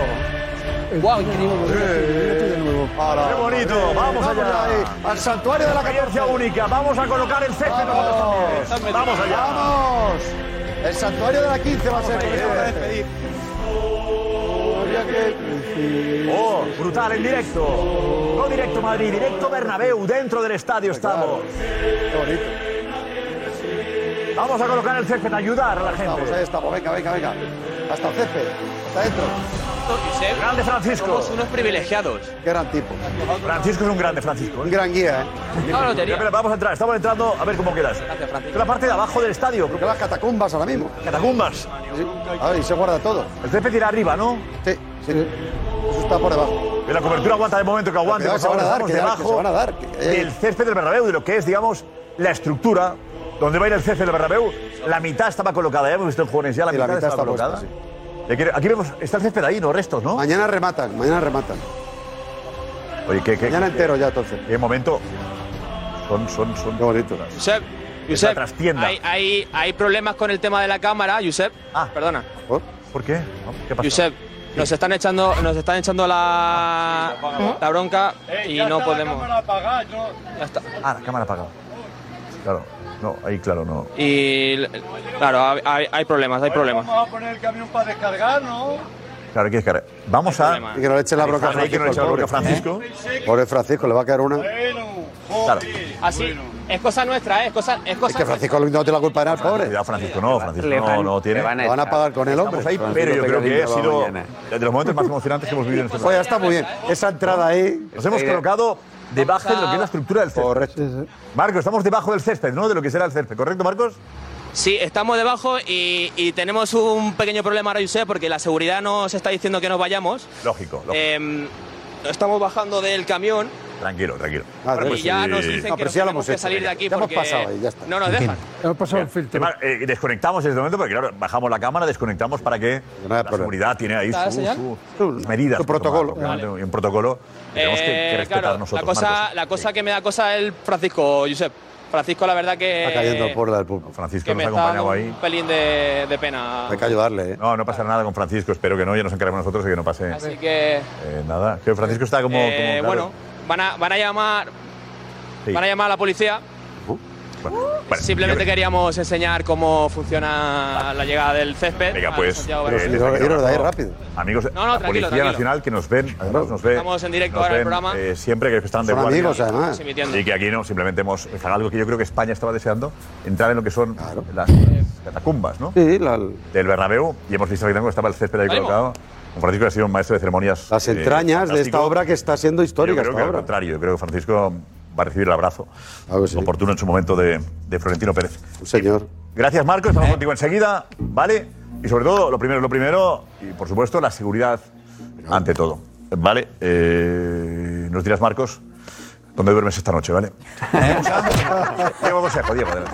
Speaker 8: Wow, increíble.
Speaker 7: ¡Qué bonito! ¡Vamos allá!
Speaker 16: Al santuario de la
Speaker 7: Experiencia única. Vamos a colocar el césped nosotros también. Vamos allá.
Speaker 16: ¡Vamos! El santuario de la 15 va a ser. ¿eh?
Speaker 7: Oh, brutal en directo. No directo Madrid, directo Bernabéu, dentro del estadio estamos. Qué bonito. Vamos a colocar el césped, a ayudar a la gente.
Speaker 16: Vamos, ahí estamos, venga, venga, venga. Hasta el césped, hasta adentro.
Speaker 8: Grande Francisco. Somos unos privilegiados.
Speaker 16: Qué gran tipo.
Speaker 7: Francisco es un grande, Francisco. Un
Speaker 16: gran guía, ¿eh?
Speaker 8: No, no tenía.
Speaker 7: Espera, Vamos a entrar, estamos entrando a ver cómo quedas. Es la parte de abajo del estadio. Creo que
Speaker 16: las catacumbas ahora mismo.
Speaker 7: Catacumbas.
Speaker 16: A ver, y se guarda todo.
Speaker 7: El césped irá arriba, ¿no?
Speaker 16: Sí, sí. Eso está por debajo.
Speaker 7: Que La cobertura aguanta de momento que aguante.
Speaker 16: Cuidado,
Speaker 7: por
Speaker 16: se van
Speaker 7: favor,
Speaker 16: a dar,
Speaker 7: estamos
Speaker 16: que se van a-
Speaker 7: debajo
Speaker 16: se van a dar, que-
Speaker 7: del césped del Bernabéu, de lo que es, digamos, la estructura donde va a ir el césped del Bernabéu. La mitad estaba colocada, ¿eh? ya hemos visto en jóvenes ya, la,
Speaker 16: Sí,
Speaker 7: mitad, estaba colocada.
Speaker 16: puesta,
Speaker 7: Y aquí- Aquí vemos, está el césped ahí, ¿no? Restos, ¿no?
Speaker 16: Mañana rematan, mañana rematan.
Speaker 7: Oye, qué, qué,
Speaker 16: Mañana
Speaker 7: qué-
Speaker 16: entero ya, entonces.
Speaker 7: Qué momento. Son, son, son. Qué
Speaker 16: bonito.
Speaker 8: Josep,
Speaker 7: Es la
Speaker 8: Josep,
Speaker 7: trastienda.
Speaker 8: Hay, hay, hay problemas con el tema de la cámara, Josep. Ah, perdona.
Speaker 16: ¿Por,
Speaker 7: qué? ¿Qué pasa?
Speaker 8: Josep, nos están echando, nos están echando la, la bronca y
Speaker 11: ya
Speaker 8: no
Speaker 11: está la
Speaker 8: podemos.
Speaker 11: cámara apagada, yo-
Speaker 7: Ah, la cámara apagada. Claro, no, ahí claro, no.
Speaker 8: Y claro, hay- hay, hay problemas, hay problemas.
Speaker 11: Vamos a poner el camión para descargar, ¿no?
Speaker 7: Claro, hay que descargar. Vamos a.
Speaker 16: Y que no le echen la bronca a
Speaker 7: Hay que no le echen la bronca a Francisco.
Speaker 16: Pobre Francisco, le va a caer una.
Speaker 7: Claro.
Speaker 8: Así, es cosa nuestra, ¿eh? es cosa, es
Speaker 16: Es
Speaker 8: cosa
Speaker 16: que Francisco no tiene la culpa de nada, pobre.
Speaker 7: Cuidado, Francisco, no, Francisco,
Speaker 16: Le
Speaker 7: Pues no,
Speaker 16: van-
Speaker 7: no tiene.
Speaker 16: le van a Lo van a echar. pagar con el hombre.
Speaker 7: Estamos ahí,
Speaker 16: Francisco
Speaker 7: pero yo creo que
Speaker 16: Pellegrini
Speaker 7: ha
Speaker 16: va
Speaker 7: sido
Speaker 16: mañana.
Speaker 7: de los momentos más emocionantes que hemos vivido en este
Speaker 16: Pues ya está muy bien. Esa entrada ahí. eh,
Speaker 7: Nos hemos colocado debajo de lo que es la estructura del césped. Correcto. Marcos, estamos debajo del césped, ¿no? De lo que será el césped, ¿correcto, Marcos?
Speaker 8: Sí, estamos debajo y, y tenemos un pequeño problema ahora, Josep, porque la seguridad nos está diciendo que nos vayamos.
Speaker 7: Lógico, lógico.
Speaker 8: Em, estamos bajando del camión
Speaker 7: Tranquilo, tranquilo.
Speaker 16: Ah,
Speaker 8: y ya nos dicen
Speaker 7: No,
Speaker 8: que
Speaker 7: pero
Speaker 8: nos
Speaker 7: sí ya lo
Speaker 8: tenemos
Speaker 7: hemos
Speaker 8: que
Speaker 7: hecho,
Speaker 8: salir de
Speaker 7: ya.
Speaker 8: aquí
Speaker 7: Ya hemos
Speaker 8: porque
Speaker 7: pasado ahí, ya está.
Speaker 8: no nos dejan.
Speaker 7: Hemos pasado el filtro. desconectamos en este momento, porque claro, bajamos la cámara, desconectamos para que la seguridad tiene ahí
Speaker 8: ¿Está la
Speaker 7: su,
Speaker 8: señal?
Speaker 7: su- sus medidas.
Speaker 16: su
Speaker 7: que tomar,
Speaker 16: protocolo.
Speaker 7: obviamente, Y un protocolo que tenemos que, que
Speaker 8: Eh,
Speaker 7: respetar
Speaker 8: claro,
Speaker 7: nosotros.
Speaker 8: la cosa,
Speaker 7: Marcos.
Speaker 8: la cosa que me da cosa es el Francisco, Josep. Francisco, la verdad que...
Speaker 7: Está cayendo por
Speaker 16: la del pulpo.
Speaker 7: Francisco
Speaker 8: Eh, que me
Speaker 7: nos ha
Speaker 8: está dando
Speaker 7: acompañado ahí.
Speaker 8: un pelín de, de pena.
Speaker 16: ayudarle. ¿eh?
Speaker 7: No, no pasa nada con Francisco, espero que no, ya nos encargamos nosotros de que no pase
Speaker 8: Así que...
Speaker 7: eh, nada. Que Francisco está como.
Speaker 8: Ah, eh,
Speaker 7: como- claro.
Speaker 8: bueno, van a, van a llamar...
Speaker 7: Sí. Uh,
Speaker 8: Van a llamar a la policía.
Speaker 7: Bueno,
Speaker 8: Simplemente
Speaker 7: yo-
Speaker 8: queríamos enseñar cómo funciona la llegada del césped.
Speaker 7: Venga,
Speaker 8: a
Speaker 7: pues.
Speaker 8: Santiago
Speaker 7: eh,
Speaker 8: Bernabéu.
Speaker 7: desde aquí
Speaker 16: iros de ahí
Speaker 7: abajo,
Speaker 16: rápido.
Speaker 7: Amigos, de
Speaker 8: No, no,
Speaker 7: la
Speaker 8: tranquilo,
Speaker 7: Policía
Speaker 8: tranquilo.
Speaker 7: Nacional que nos ven, además nos ve.
Speaker 8: Estamos en directo
Speaker 7: nos
Speaker 8: ahora en el
Speaker 7: ven,
Speaker 8: programa.
Speaker 7: eh, siempre que están de
Speaker 16: Son
Speaker 7: guardia.
Speaker 16: amigos, además.
Speaker 8: Emitiendo.
Speaker 7: Y que aquí no, simplemente hemos dejado algo que yo creo que España estaba deseando, entrar en lo que son las las catacumbas, ¿no?
Speaker 16: Sí, la,
Speaker 7: Del Bernabéu, y hemos visto que también estaba el césped ahí colocado. Don Francisco ha sido un maestro de ceremonias.
Speaker 16: las
Speaker 7: eh,
Speaker 16: entrañas de esta
Speaker 7: fantástico.
Speaker 16: obra que está siendo histórica.
Speaker 7: Yo creo
Speaker 16: Esta
Speaker 7: que al
Speaker 16: obra.
Speaker 7: contrario, yo creo que Francisco va a recibir el abrazo oportuno en su momento de, de Florentino Pérez.
Speaker 16: Señor.
Speaker 7: Gracias, Marco. Estamos contigo enseguida, ¿vale? Y sobre todo, lo primero es lo primero, y por supuesto, la seguridad ante todo, ¿vale? Eh, nos dirás, Marcos, dónde duermes esta noche, ¿vale? (laughs) Pues Diego Consejo, Diego, adelante.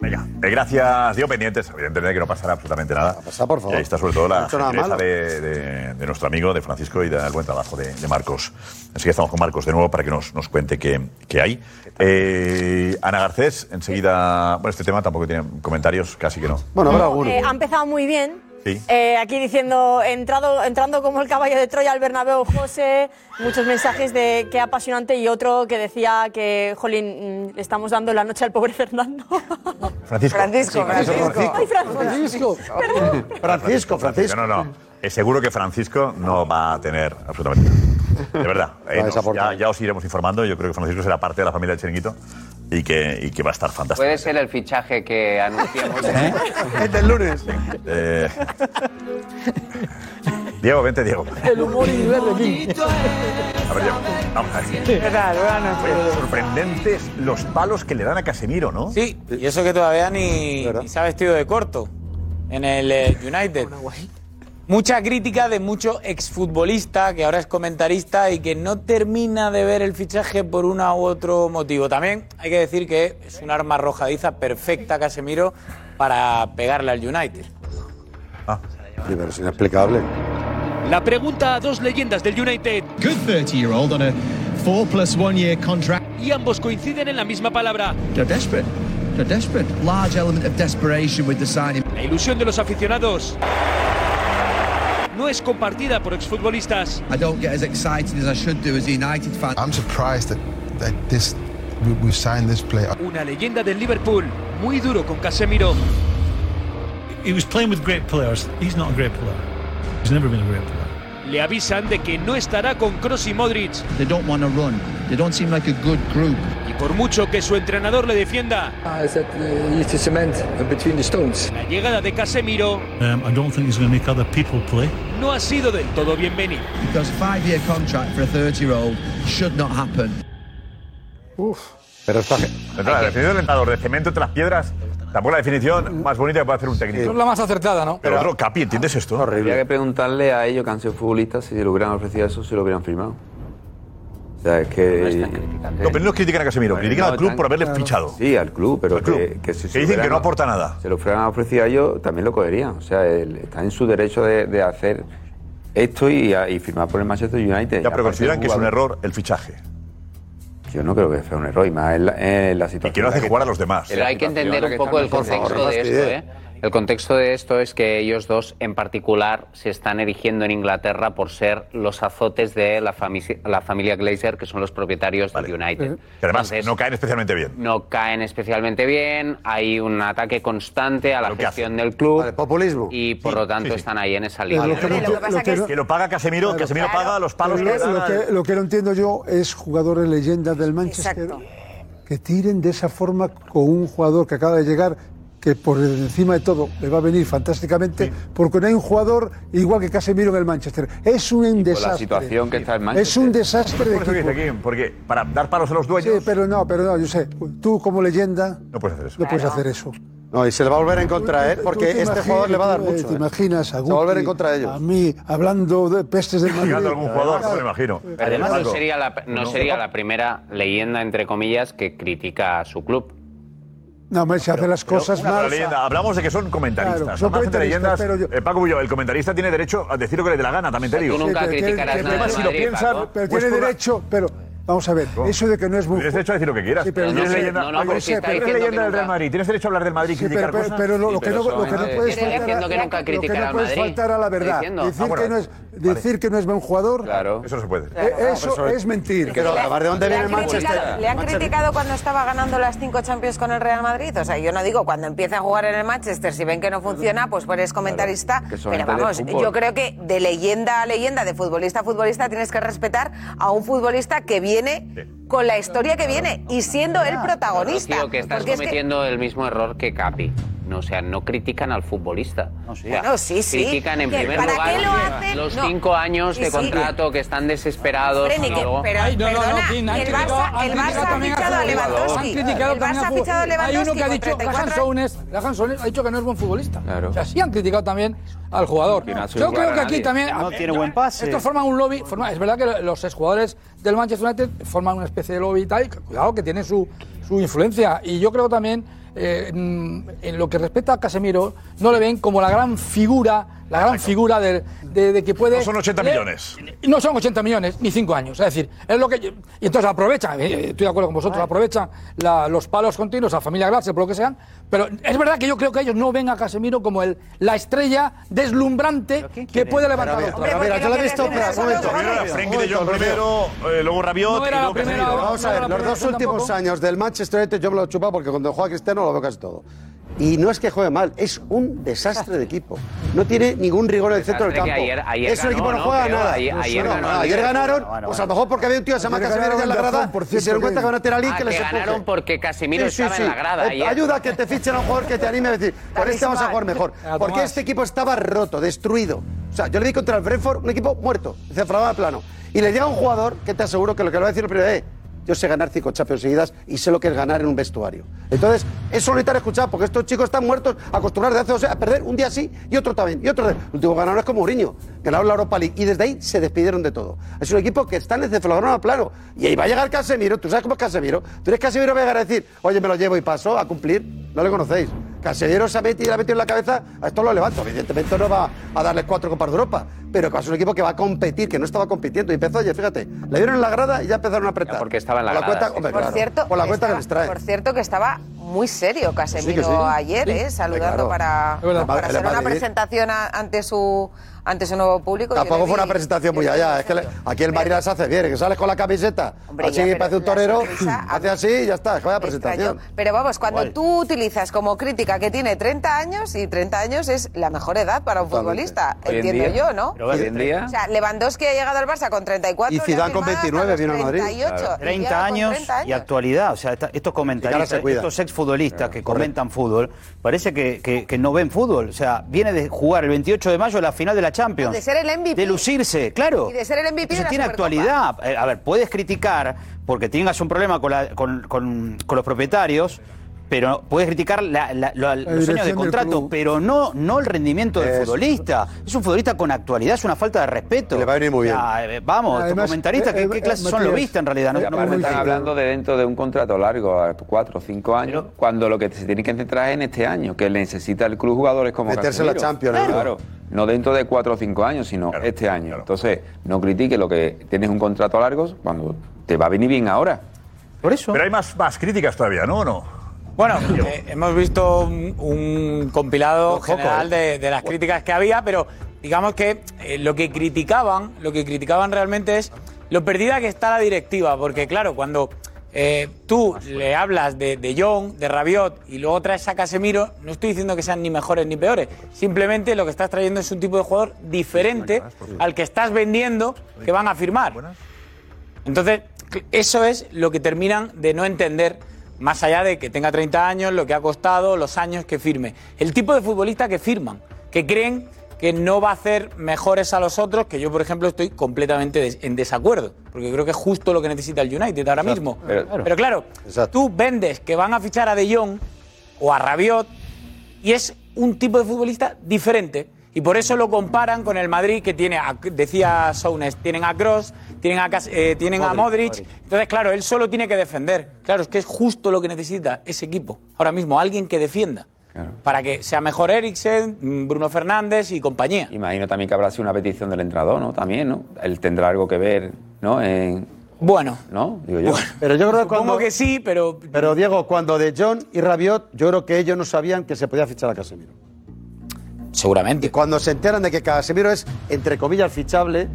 Speaker 7: Venga, eh, gracias, Diego Pendientes. Evidentemente que no pasará absolutamente nada.
Speaker 16: Pasa, por favor.
Speaker 7: Y ahí está sobre todo
Speaker 16: Oh. No he
Speaker 7: la
Speaker 16: hecho nada
Speaker 7: gentileza
Speaker 16: malo.
Speaker 7: de, de- de nuestro amigo, de Francisco, y del buen trabajo de, de Marcos. Así que estamos con Marcos de nuevo para que nos, nos cuente qué, qué hay. Eh, Ana Garcés, enseguida... Bueno, este tema tampoco tiene comentarios, casi que no.
Speaker 16: Bueno, habrá
Speaker 4: Eh, ha empezado muy bien.
Speaker 7: Sí.
Speaker 4: Eh, aquí diciendo, entrado, entrando como el caballo de Troya al Bernabéu, José, muchos mensajes de qué apasionante y otro que decía que, jolín, mm, le estamos dando la noche al pobre Fernando.
Speaker 7: Francisco.
Speaker 4: Francisco, Francisco. Ay, Francisco. Perdón.
Speaker 7: Francisco, Francisco. No, no. Eh, seguro que Francisco no va a tener absolutamente nada.
Speaker 16: (laughs)
Speaker 7: De verdad. eh, nos- ya, ya os iremos informando. Yo creo que Francisco será parte de la familia del Chiringuito y que, y que va a estar fantástico.
Speaker 4: Pues-
Speaker 12: Puede ser el fichaje
Speaker 7: (laughs)
Speaker 12: que anunciamos.
Speaker 7: ¿Eh? Es del lunes. Eh,
Speaker 2: (laughs)
Speaker 7: Diego, vente, Diego.
Speaker 17: El humor y de
Speaker 7: A ver, Diego. Vamos a ver.
Speaker 17: ¿Qué tal? Buenas
Speaker 7: Oye, sorprendentes los palos que le dan a Casemiro, ¿no?
Speaker 18: Sí, y eso que todavía ni, ni se ha vestido de corto en el eh, United. Mucha crítica de mucho exfutbolista que ahora es comentarista y que no termina de ver el fichaje por una u otro motivo. También hay que decir que es un arma arrojadiza perfecta Casemiro para pegarle al United.
Speaker 16: Sí, pero es inexplicable.
Speaker 2: La pregunta a dos leyendas del United. Good 30-year-old on a 4 plus 1 year contract. Y ambos coinciden en la misma palabra.
Speaker 19: They're desperate. They're desperate. Large element of desperation with the signing.
Speaker 2: La ilusión de los aficionados no es compartida por exfutbolistas.
Speaker 19: I don't get as excited as I should do as a United fan. I'm surprised that, that this we, we've signed this player.
Speaker 2: Una leyenda del Liverpool, muy duro con Casemiro.
Speaker 20: He was playing with great players. He's not a great player. He's never been a great player.
Speaker 2: le avisan de que no estará con Kroos y Modric.
Speaker 19: They don't want to run. They don't seem like a good group.
Speaker 2: Y por mucho que su entrenador le defienda,
Speaker 20: Uh, is that uh, it's the cement between the stones.
Speaker 2: la llegada de Casemiro
Speaker 21: Um, I don't think he's going to make other people play.
Speaker 2: no ha sido del todo bienvenida.
Speaker 19: Because five year contract for a 30 year old should not happen.
Speaker 7: Pero está. La definición del entrenador de cemento entre las piedras. Tampoco la definición más bonita que puede hacer un técnico.
Speaker 12: Es la más acertada, ¿no?
Speaker 7: Pero otro, Capi, ¿entiendes esto?
Speaker 14: Habría que preguntarle a ellos que han sido futbolistas si se lo hubieran ofrecido eso, si lo hubieran firmado. O sea, es que.
Speaker 7: No, pero no critican a Casemiro, critican al club por haberle fichado.
Speaker 14: Sí, al club, pero que, que si se
Speaker 7: Que dicen que no aporta nada.
Speaker 14: Se lo fueran ofrecido a ellos, también lo cogerían. O sea, él está en su derecho de, de hacer esto y, a- y firmar por el Manchester United.
Speaker 7: Ya, pero consideran que es un error el fichaje.
Speaker 14: Yo no creo que sea un error, y más en la, en la situación.
Speaker 7: que no hace jugar a los
Speaker 14: Ah,
Speaker 7: demás.
Speaker 12: Pero hay que entender un poco el contexto de esto, ¿eh? El contexto de esto es que ellos dos en particular se están erigiendo en Inglaterra por ser los azotes de la, fami- la familia Glazer, que son los propietarios del United.
Speaker 7: Que además no caen especialmente bien.
Speaker 12: No caen especialmente bien, hay un ataque constante a la gestión del club. populismo. Y por lo tanto están ahí en esa liga.
Speaker 10: Pero lo que no- Lo que pasa lo que que- no-
Speaker 7: Que lo paga Casemiro,
Speaker 10: Claro.
Speaker 7: Casemiro
Speaker 10: Claro.
Speaker 7: paga los palos que le
Speaker 10: Pero lo,
Speaker 7: da.
Speaker 10: que, lo que no entiendo yo es jugadores leyendas del Manchester que tiren de esa forma con un jugador que acaba de llegar que por encima de todo le va a venir fantásticamente porque no hay un jugador igual que Casemiro en el Manchester. Es un desastre.
Speaker 14: situación que está el Manchester.
Speaker 10: Es un desastre de
Speaker 7: Por eso que dice
Speaker 10: equipo.
Speaker 7: aquí, porque para dar palos a los dueños.
Speaker 10: Sí, pero no, pero no, yo sé. Tú como leyenda
Speaker 7: No puedes hacer eso.
Speaker 10: no puedes hacer eso.
Speaker 16: No, y se le va a volver en contra, ¿eh?
Speaker 10: Tú
Speaker 16: Porque
Speaker 10: te
Speaker 16: este
Speaker 10: imaginas-
Speaker 16: jugador le va a dar
Speaker 10: tú, eh,
Speaker 16: mucho.
Speaker 10: ¿Te
Speaker 16: ¿eh?
Speaker 10: imaginas a
Speaker 16: Se va a volver
Speaker 10: Guti,
Speaker 16: en contra de ellos.
Speaker 10: A mí, hablando de pestes del Madrid.
Speaker 7: Llegando algún jugador, no me imagino.
Speaker 12: Además,
Speaker 7: Paco,
Speaker 12: no sería, la, no sería la primera leyenda, entre comillas, que critica a su club.
Speaker 10: No, hombre, se hacen las
Speaker 7: pero
Speaker 10: cosas
Speaker 7: una
Speaker 10: mal.
Speaker 7: leyenda, hablamos de que son comentaristas.
Speaker 10: Claro, son
Speaker 7: Además, entre
Speaker 10: comentaristas,
Speaker 7: leyendas, eh, Paco Bullo, el comentarista tiene derecho a decir lo que le dé la gana, Ah, también te
Speaker 12: O sea,
Speaker 7: digo. Pues
Speaker 12: tú nunca
Speaker 10: Sí, pero criticarás tiene- nada
Speaker 7: Además,
Speaker 10: del
Speaker 7: si lo
Speaker 10: Madrid,
Speaker 7: piensas,
Speaker 12: Paco.
Speaker 10: Pero tiene derecho, pero vamos a ver, eso de que no es muy.
Speaker 7: Oh. Tienes derecho a decir lo que quieras.
Speaker 10: Sí, pero
Speaker 7: Si
Speaker 10: no
Speaker 7: eres
Speaker 10: sé,
Speaker 7: leyenda,
Speaker 10: no, no,
Speaker 7: oye,
Speaker 10: pero sí
Speaker 7: pero
Speaker 10: está
Speaker 7: eres
Speaker 10: diciendo
Speaker 7: leyenda
Speaker 10: que
Speaker 7: del Real
Speaker 10: nunca.
Speaker 7: Madrid. Tienes derecho a hablar del Madrid y
Speaker 10: Sí,
Speaker 7: criticar
Speaker 10: pero, pero-
Speaker 7: cosas.
Speaker 10: pero lo, lo que no, lo que no
Speaker 12: gente,
Speaker 10: puedes faltar
Speaker 12: estoy
Speaker 10: a,
Speaker 12: diciendo que nunca
Speaker 10: lo que no
Speaker 12: criticar al
Speaker 10: puedes
Speaker 12: Madrid.
Speaker 10: faltar a la
Speaker 12: Estoy
Speaker 10: verdad.
Speaker 12: diciendo.
Speaker 10: Decir,
Speaker 12: Ah, bueno,
Speaker 10: que no es, decir que no es buen jugador.
Speaker 12: Claro.
Speaker 7: Eso no se puede.
Speaker 10: Eh, eso
Speaker 7: Claro.
Speaker 10: es mentir.
Speaker 7: Pero, además, ¿de dónde
Speaker 5: Le
Speaker 7: viene
Speaker 5: han,
Speaker 7: el Manchester?
Speaker 16: este
Speaker 5: criticado, le han criticado cuando estaba ganando las cinco Champions con el Real Madrid. O sea, yo no digo cuando empieza a jugar en el Manchester, si ven que no funciona, pues eres comentarista.
Speaker 14: que son
Speaker 5: Pero
Speaker 14: gente de
Speaker 5: vamos,
Speaker 14: fútbol.
Speaker 5: yo creo que de leyenda a leyenda, de futbolista a futbolista, tienes que respetar a un futbolista que viene con la historia que viene y siendo el protagonista.
Speaker 12: Rocío, que estás
Speaker 5: Porque es que-
Speaker 12: cometiendo el mismo error que Capi. No, o sea, no critican al futbolista. No, sí.
Speaker 5: Bueno, sí, sí.
Speaker 12: Critican en
Speaker 5: Que
Speaker 12: primer
Speaker 5: ¿para
Speaker 12: lugar
Speaker 5: qué lo hacen?
Speaker 12: los
Speaker 5: No.
Speaker 12: cinco años
Speaker 5: Sí,
Speaker 12: de
Speaker 5: sí.
Speaker 12: contrato que están desesperados.
Speaker 5: Freni, que-
Speaker 12: luego-
Speaker 5: pero
Speaker 12: Ay, no, no, no,
Speaker 5: perdona,
Speaker 12: Tim, han
Speaker 5: el
Speaker 12: criticado-
Speaker 5: Barça,
Speaker 12: han
Speaker 5: el Barça
Speaker 12: criticado
Speaker 5: ha
Speaker 12: también a
Speaker 5: fichado a
Speaker 12: jugadores.
Speaker 5: Lewandowski.
Speaker 12: Han
Speaker 5: El
Speaker 12: criticado
Speaker 5: Barça ha fichado a Lewandowski.
Speaker 22: Hay uno que ha
Speaker 5: con
Speaker 22: dicho, que
Speaker 5: 34
Speaker 22: Hans Sounes, la Hans Sounes ha dicho que no es buen futbolista. O sea, sí han criticado también al jugador.
Speaker 14: no hace
Speaker 22: Yo
Speaker 14: jugar
Speaker 22: creo
Speaker 14: a
Speaker 22: que aquí
Speaker 14: nadie.
Speaker 22: también...
Speaker 14: No
Speaker 22: eh,
Speaker 14: tiene buen pase.
Speaker 22: Esto forma un lobby... forma- es verdad que los exjugadores del Manchester United forman una especie de lobby y tal, y cuidado que tiene su, su influencia. Y yo creo también, eh, mm, en lo que respecta a Casemiro, no le ven como la gran figura, la gran figura de, de- de que puede...
Speaker 7: No son 80
Speaker 22: le-
Speaker 7: millones.
Speaker 22: y No son 80 millones ni 5 años. Es decir, es lo que. yo- Y entonces aprovechan, eh, estoy de acuerdo con vosotros, aprovechan la- los palos continuos a familia Glatzer, por lo que sean. Pero es verdad que yo creo que ellos no ven a Casemiro como el, la estrella deslumbrante que puede levantar los palos.
Speaker 16: Pero mira, yo lo he visto. espera, un momento.
Speaker 7: Primero era Frenkie de Jong
Speaker 16: Un momento,
Speaker 7: primero, eh, luego Rabiot
Speaker 16: No
Speaker 7: y
Speaker 16: era
Speaker 7: luego
Speaker 16: la primera-
Speaker 7: Casemiro.
Speaker 16: Vamos a ver, los dos últimos años del Manchester United yo me lo he chupado porque cuando juega Cristiano lo veo casi todo. Y no es que juegue mal, es un desastre de equipo. No tiene ningún rigor en el centro del
Speaker 12: Desastre
Speaker 16: campo.
Speaker 12: que ayer- ayer
Speaker 16: es un
Speaker 12: ganó,
Speaker 16: equipo que no
Speaker 12: ¿no?
Speaker 16: juega
Speaker 12: Creo,
Speaker 16: nada.
Speaker 12: ayer-
Speaker 16: No,
Speaker 12: ayer
Speaker 16: no,
Speaker 12: ganó
Speaker 16: no,
Speaker 12: el
Speaker 16: ayer
Speaker 12: Manchester.
Speaker 16: ganaron,
Speaker 12: Bueno, bueno,
Speaker 16: pues a lo
Speaker 12: bueno.
Speaker 16: mejor porque había un tío que se llama Casemiro que en la grada y se dio cuenta que van a tener a alguien
Speaker 12: Ah,
Speaker 16: que les empuje.
Speaker 12: ganaron porque Casemiro
Speaker 16: Sí, sí,
Speaker 12: estaba
Speaker 16: sí.
Speaker 12: en la grada.
Speaker 16: Eh,
Speaker 12: ayer.
Speaker 16: Ayuda a que te fichen a un jugador que te anime a decir, con este vamos a jugar mejor. Porque este equipo estaba roto, destruido. O sea, yo le di contra el Brentford un equipo muerto, cefraba de plano. Y le llega un jugador que te aseguro que lo que le va a decir el primero es, yo sé ganar cinco champions seguidas y sé lo que es ganar en un vestuario. Entonces, es solitario escuchar, porque estos chicos están muertos, acostumbrados de hace dos años a perder un día sí y otro también. Y otro, el último ganador es como Uriño, ganaron la Europa League. Y desde ahí se despidieron de todo. Es un equipo que está en el cefalograma plano. Y ahí va a llegar Casemiro, tú sabes cómo es Casemiro. Tú eres Casemiro, va a llegar a decir, oye, me lo llevo y paso a cumplir. No le conocéis. Casemiro se ha metido, le ha metido en la cabeza, a esto lo levanto. Evidentemente no va a darles cuatro copas de Europa, pero que va a ser un equipo que va a competir, que no estaba compitiendo. Y empezó, oye, fíjate, le dieron en la grada y ya empezaron a apretar. porque estaba
Speaker 12: en la grada, sí.
Speaker 5: Por cierto,
Speaker 16: por la cuenta
Speaker 5: estaba-
Speaker 16: que les trae.
Speaker 5: Por cierto que estaba muy serio Casemiro
Speaker 16: sí.
Speaker 5: ayer,
Speaker 16: Sí.
Speaker 5: ¿eh? saludando
Speaker 16: Claro.
Speaker 5: para,
Speaker 16: Es verdad.
Speaker 5: para
Speaker 16: El
Speaker 5: hacer una
Speaker 16: Madrid.
Speaker 5: presentación a- ante su ante su nuevo público. yo le
Speaker 16: Tampoco
Speaker 5: vi-
Speaker 16: fue una presentación muy allá. Es que le- aquí el Madrid las hace bien, que sales con la camiseta.
Speaker 5: Hombre,
Speaker 16: así
Speaker 5: ya, pero
Speaker 16: parece un
Speaker 5: la
Speaker 16: torero,
Speaker 5: sorpresa
Speaker 16: (laughs) hace así y ya está. Es que vaya presentación.
Speaker 5: extrañó. Pero vamos, cuando
Speaker 16: Guay.
Speaker 5: tú utilizas como crítica que tiene 30 años, y 30 años es la mejor edad para un futbolista,
Speaker 16: Hoy en
Speaker 5: entiendo
Speaker 16: día,
Speaker 5: yo, ¿no?
Speaker 16: pero hoy en día-
Speaker 5: O sea, Lewandowski ha llegado al Barça con 34
Speaker 6: Y
Speaker 5: le ha
Speaker 6: Zidane con
Speaker 5: firmado hasta
Speaker 6: 29
Speaker 5: los
Speaker 6: vino a Madrid.
Speaker 5: 38, y llega
Speaker 6: Claro. 30
Speaker 5: con
Speaker 6: años
Speaker 5: 30
Speaker 6: y actualidad. O sea, esta- estos comentaristas,
Speaker 16: cuida.
Speaker 6: estos exfutbolistas que comentan fútbol, parece que, que- que no ven fútbol. O sea, viene de jugar el 28 de mayo la final de la Champions.
Speaker 5: De ser el MVP.
Speaker 6: De lucirse, claro.
Speaker 5: Y de ser el MVP de
Speaker 6: Entonces
Speaker 5: la
Speaker 6: tiene
Speaker 5: Supercopa.
Speaker 6: actualidad. Eh, A ver, puedes criticar porque tengas un problema con, la- con- con- con los propietarios. Pero puedes criticar la- la- la- los
Speaker 16: dirección
Speaker 6: años de
Speaker 16: del
Speaker 6: contrato,
Speaker 16: club.
Speaker 6: pero no, no el rendimiento del
Speaker 16: Eso.
Speaker 6: futbolista. Es un futbolista con actualidad, es una falta de respeto. Le va a venir muy
Speaker 16: bien.
Speaker 6: eh, vamos, estos
Speaker 16: Además,
Speaker 6: comentaristas,
Speaker 16: eh,
Speaker 6: ¿qué, qué
Speaker 16: eh,
Speaker 6: clases son
Speaker 16: Matías, eh,
Speaker 6: lobistas en realidad? No,
Speaker 14: Y
Speaker 6: no
Speaker 14: aparte
Speaker 6: me
Speaker 14: están
Speaker 6: gusta.
Speaker 14: hablando de dentro de un contrato largo, a cuatro o cinco años, cuando lo que se tiene que centrar es en este año, que necesita el club jugadores como
Speaker 16: Meterse en la
Speaker 14: Casemiro.
Speaker 16: Champions, ¿no?
Speaker 14: Claro, no dentro de cuatro o cinco años, sino este año. Entonces, no critique lo que tienes un contrato largo cuando te va a venir bien ahora.
Speaker 6: Por eso.
Speaker 7: Pero hay más, más críticas todavía, ¿no? ¿O no?
Speaker 18: Bueno, eh, hemos visto un, un compilado general de, de las críticas que había, pero digamos que eh, lo que criticaban, lo que criticaban realmente es lo perdida que está la directiva, porque claro, cuando eh, tú le hablas de, de Young, de Rabiot y luego traes a Casemiro, no estoy diciendo que sean ni mejores ni peores, simplemente lo que estás trayendo es un tipo de jugador diferente al que estás vendiendo que van a firmar. Entonces, cl- eso es lo que terminan de no entender, más allá de que tenga 30 años, lo que ha costado, los años que firme. El tipo de futbolista que firman, que creen que no va a hacer mejores a los otros, que yo, por ejemplo, estoy completamente des- en desacuerdo, porque creo que es justo lo que necesita el United ahora
Speaker 16: Exacto.
Speaker 18: mismo.
Speaker 16: Pero-
Speaker 18: Pero, claro, tú vendes que van a fichar a De Jong o a Rabiot, y es un tipo de futbolista diferente. Y por eso lo comparan con el Madrid que tiene, a- decía Sounes, tienen a Cross, tienen a, Cas- eh, tienen a
Speaker 6: Modric,
Speaker 18: Modric. Entonces, claro, él solo tiene que defender. Claro, es que es justo lo que necesita ese equipo. Ahora mismo, alguien que defienda. Para que sea mejor Eriksen, mm, Bruno Fernández y compañía.
Speaker 14: Imagino también que habrá sido una petición del entrenador, ¿no? También, ¿no? Él tendrá algo que ver, ¿no? En-
Speaker 18: Bueno.
Speaker 14: ¿No? Digo yo.
Speaker 16: Pero yo creo que cuando,
Speaker 18: que sí, pero...
Speaker 16: Pero Diego, cuando de John y Rabiot, yo creo que ellos no sabían que se podía fichar a Casemiro.
Speaker 18: Seguramente.
Speaker 16: Y cuando se enteran de que Casemiro es, entre comillas, fichable,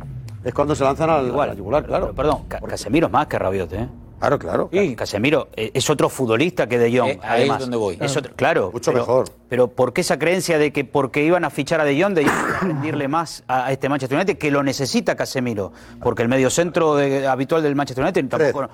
Speaker 16: es cuando se lanzan al, a la yugular, claro.
Speaker 6: perdón, Ca- Casemiro es más que Rabiot, ¿eh?
Speaker 16: Claro, claro.
Speaker 6: Casemiro eh, es otro futbolista que De Jong,
Speaker 18: Eh, ahí es
Speaker 6: además.
Speaker 18: donde voy.
Speaker 6: Es otro- claro.
Speaker 16: Mucho
Speaker 6: pero-
Speaker 16: mejor.
Speaker 6: Pero ¿por qué esa creencia de que porque iban a fichar a De Jong, De Jong iba a rendirle más a a este Manchester United que lo necesita Casemiro? Porque el mediocentro de- habitual del Manchester United tampoco...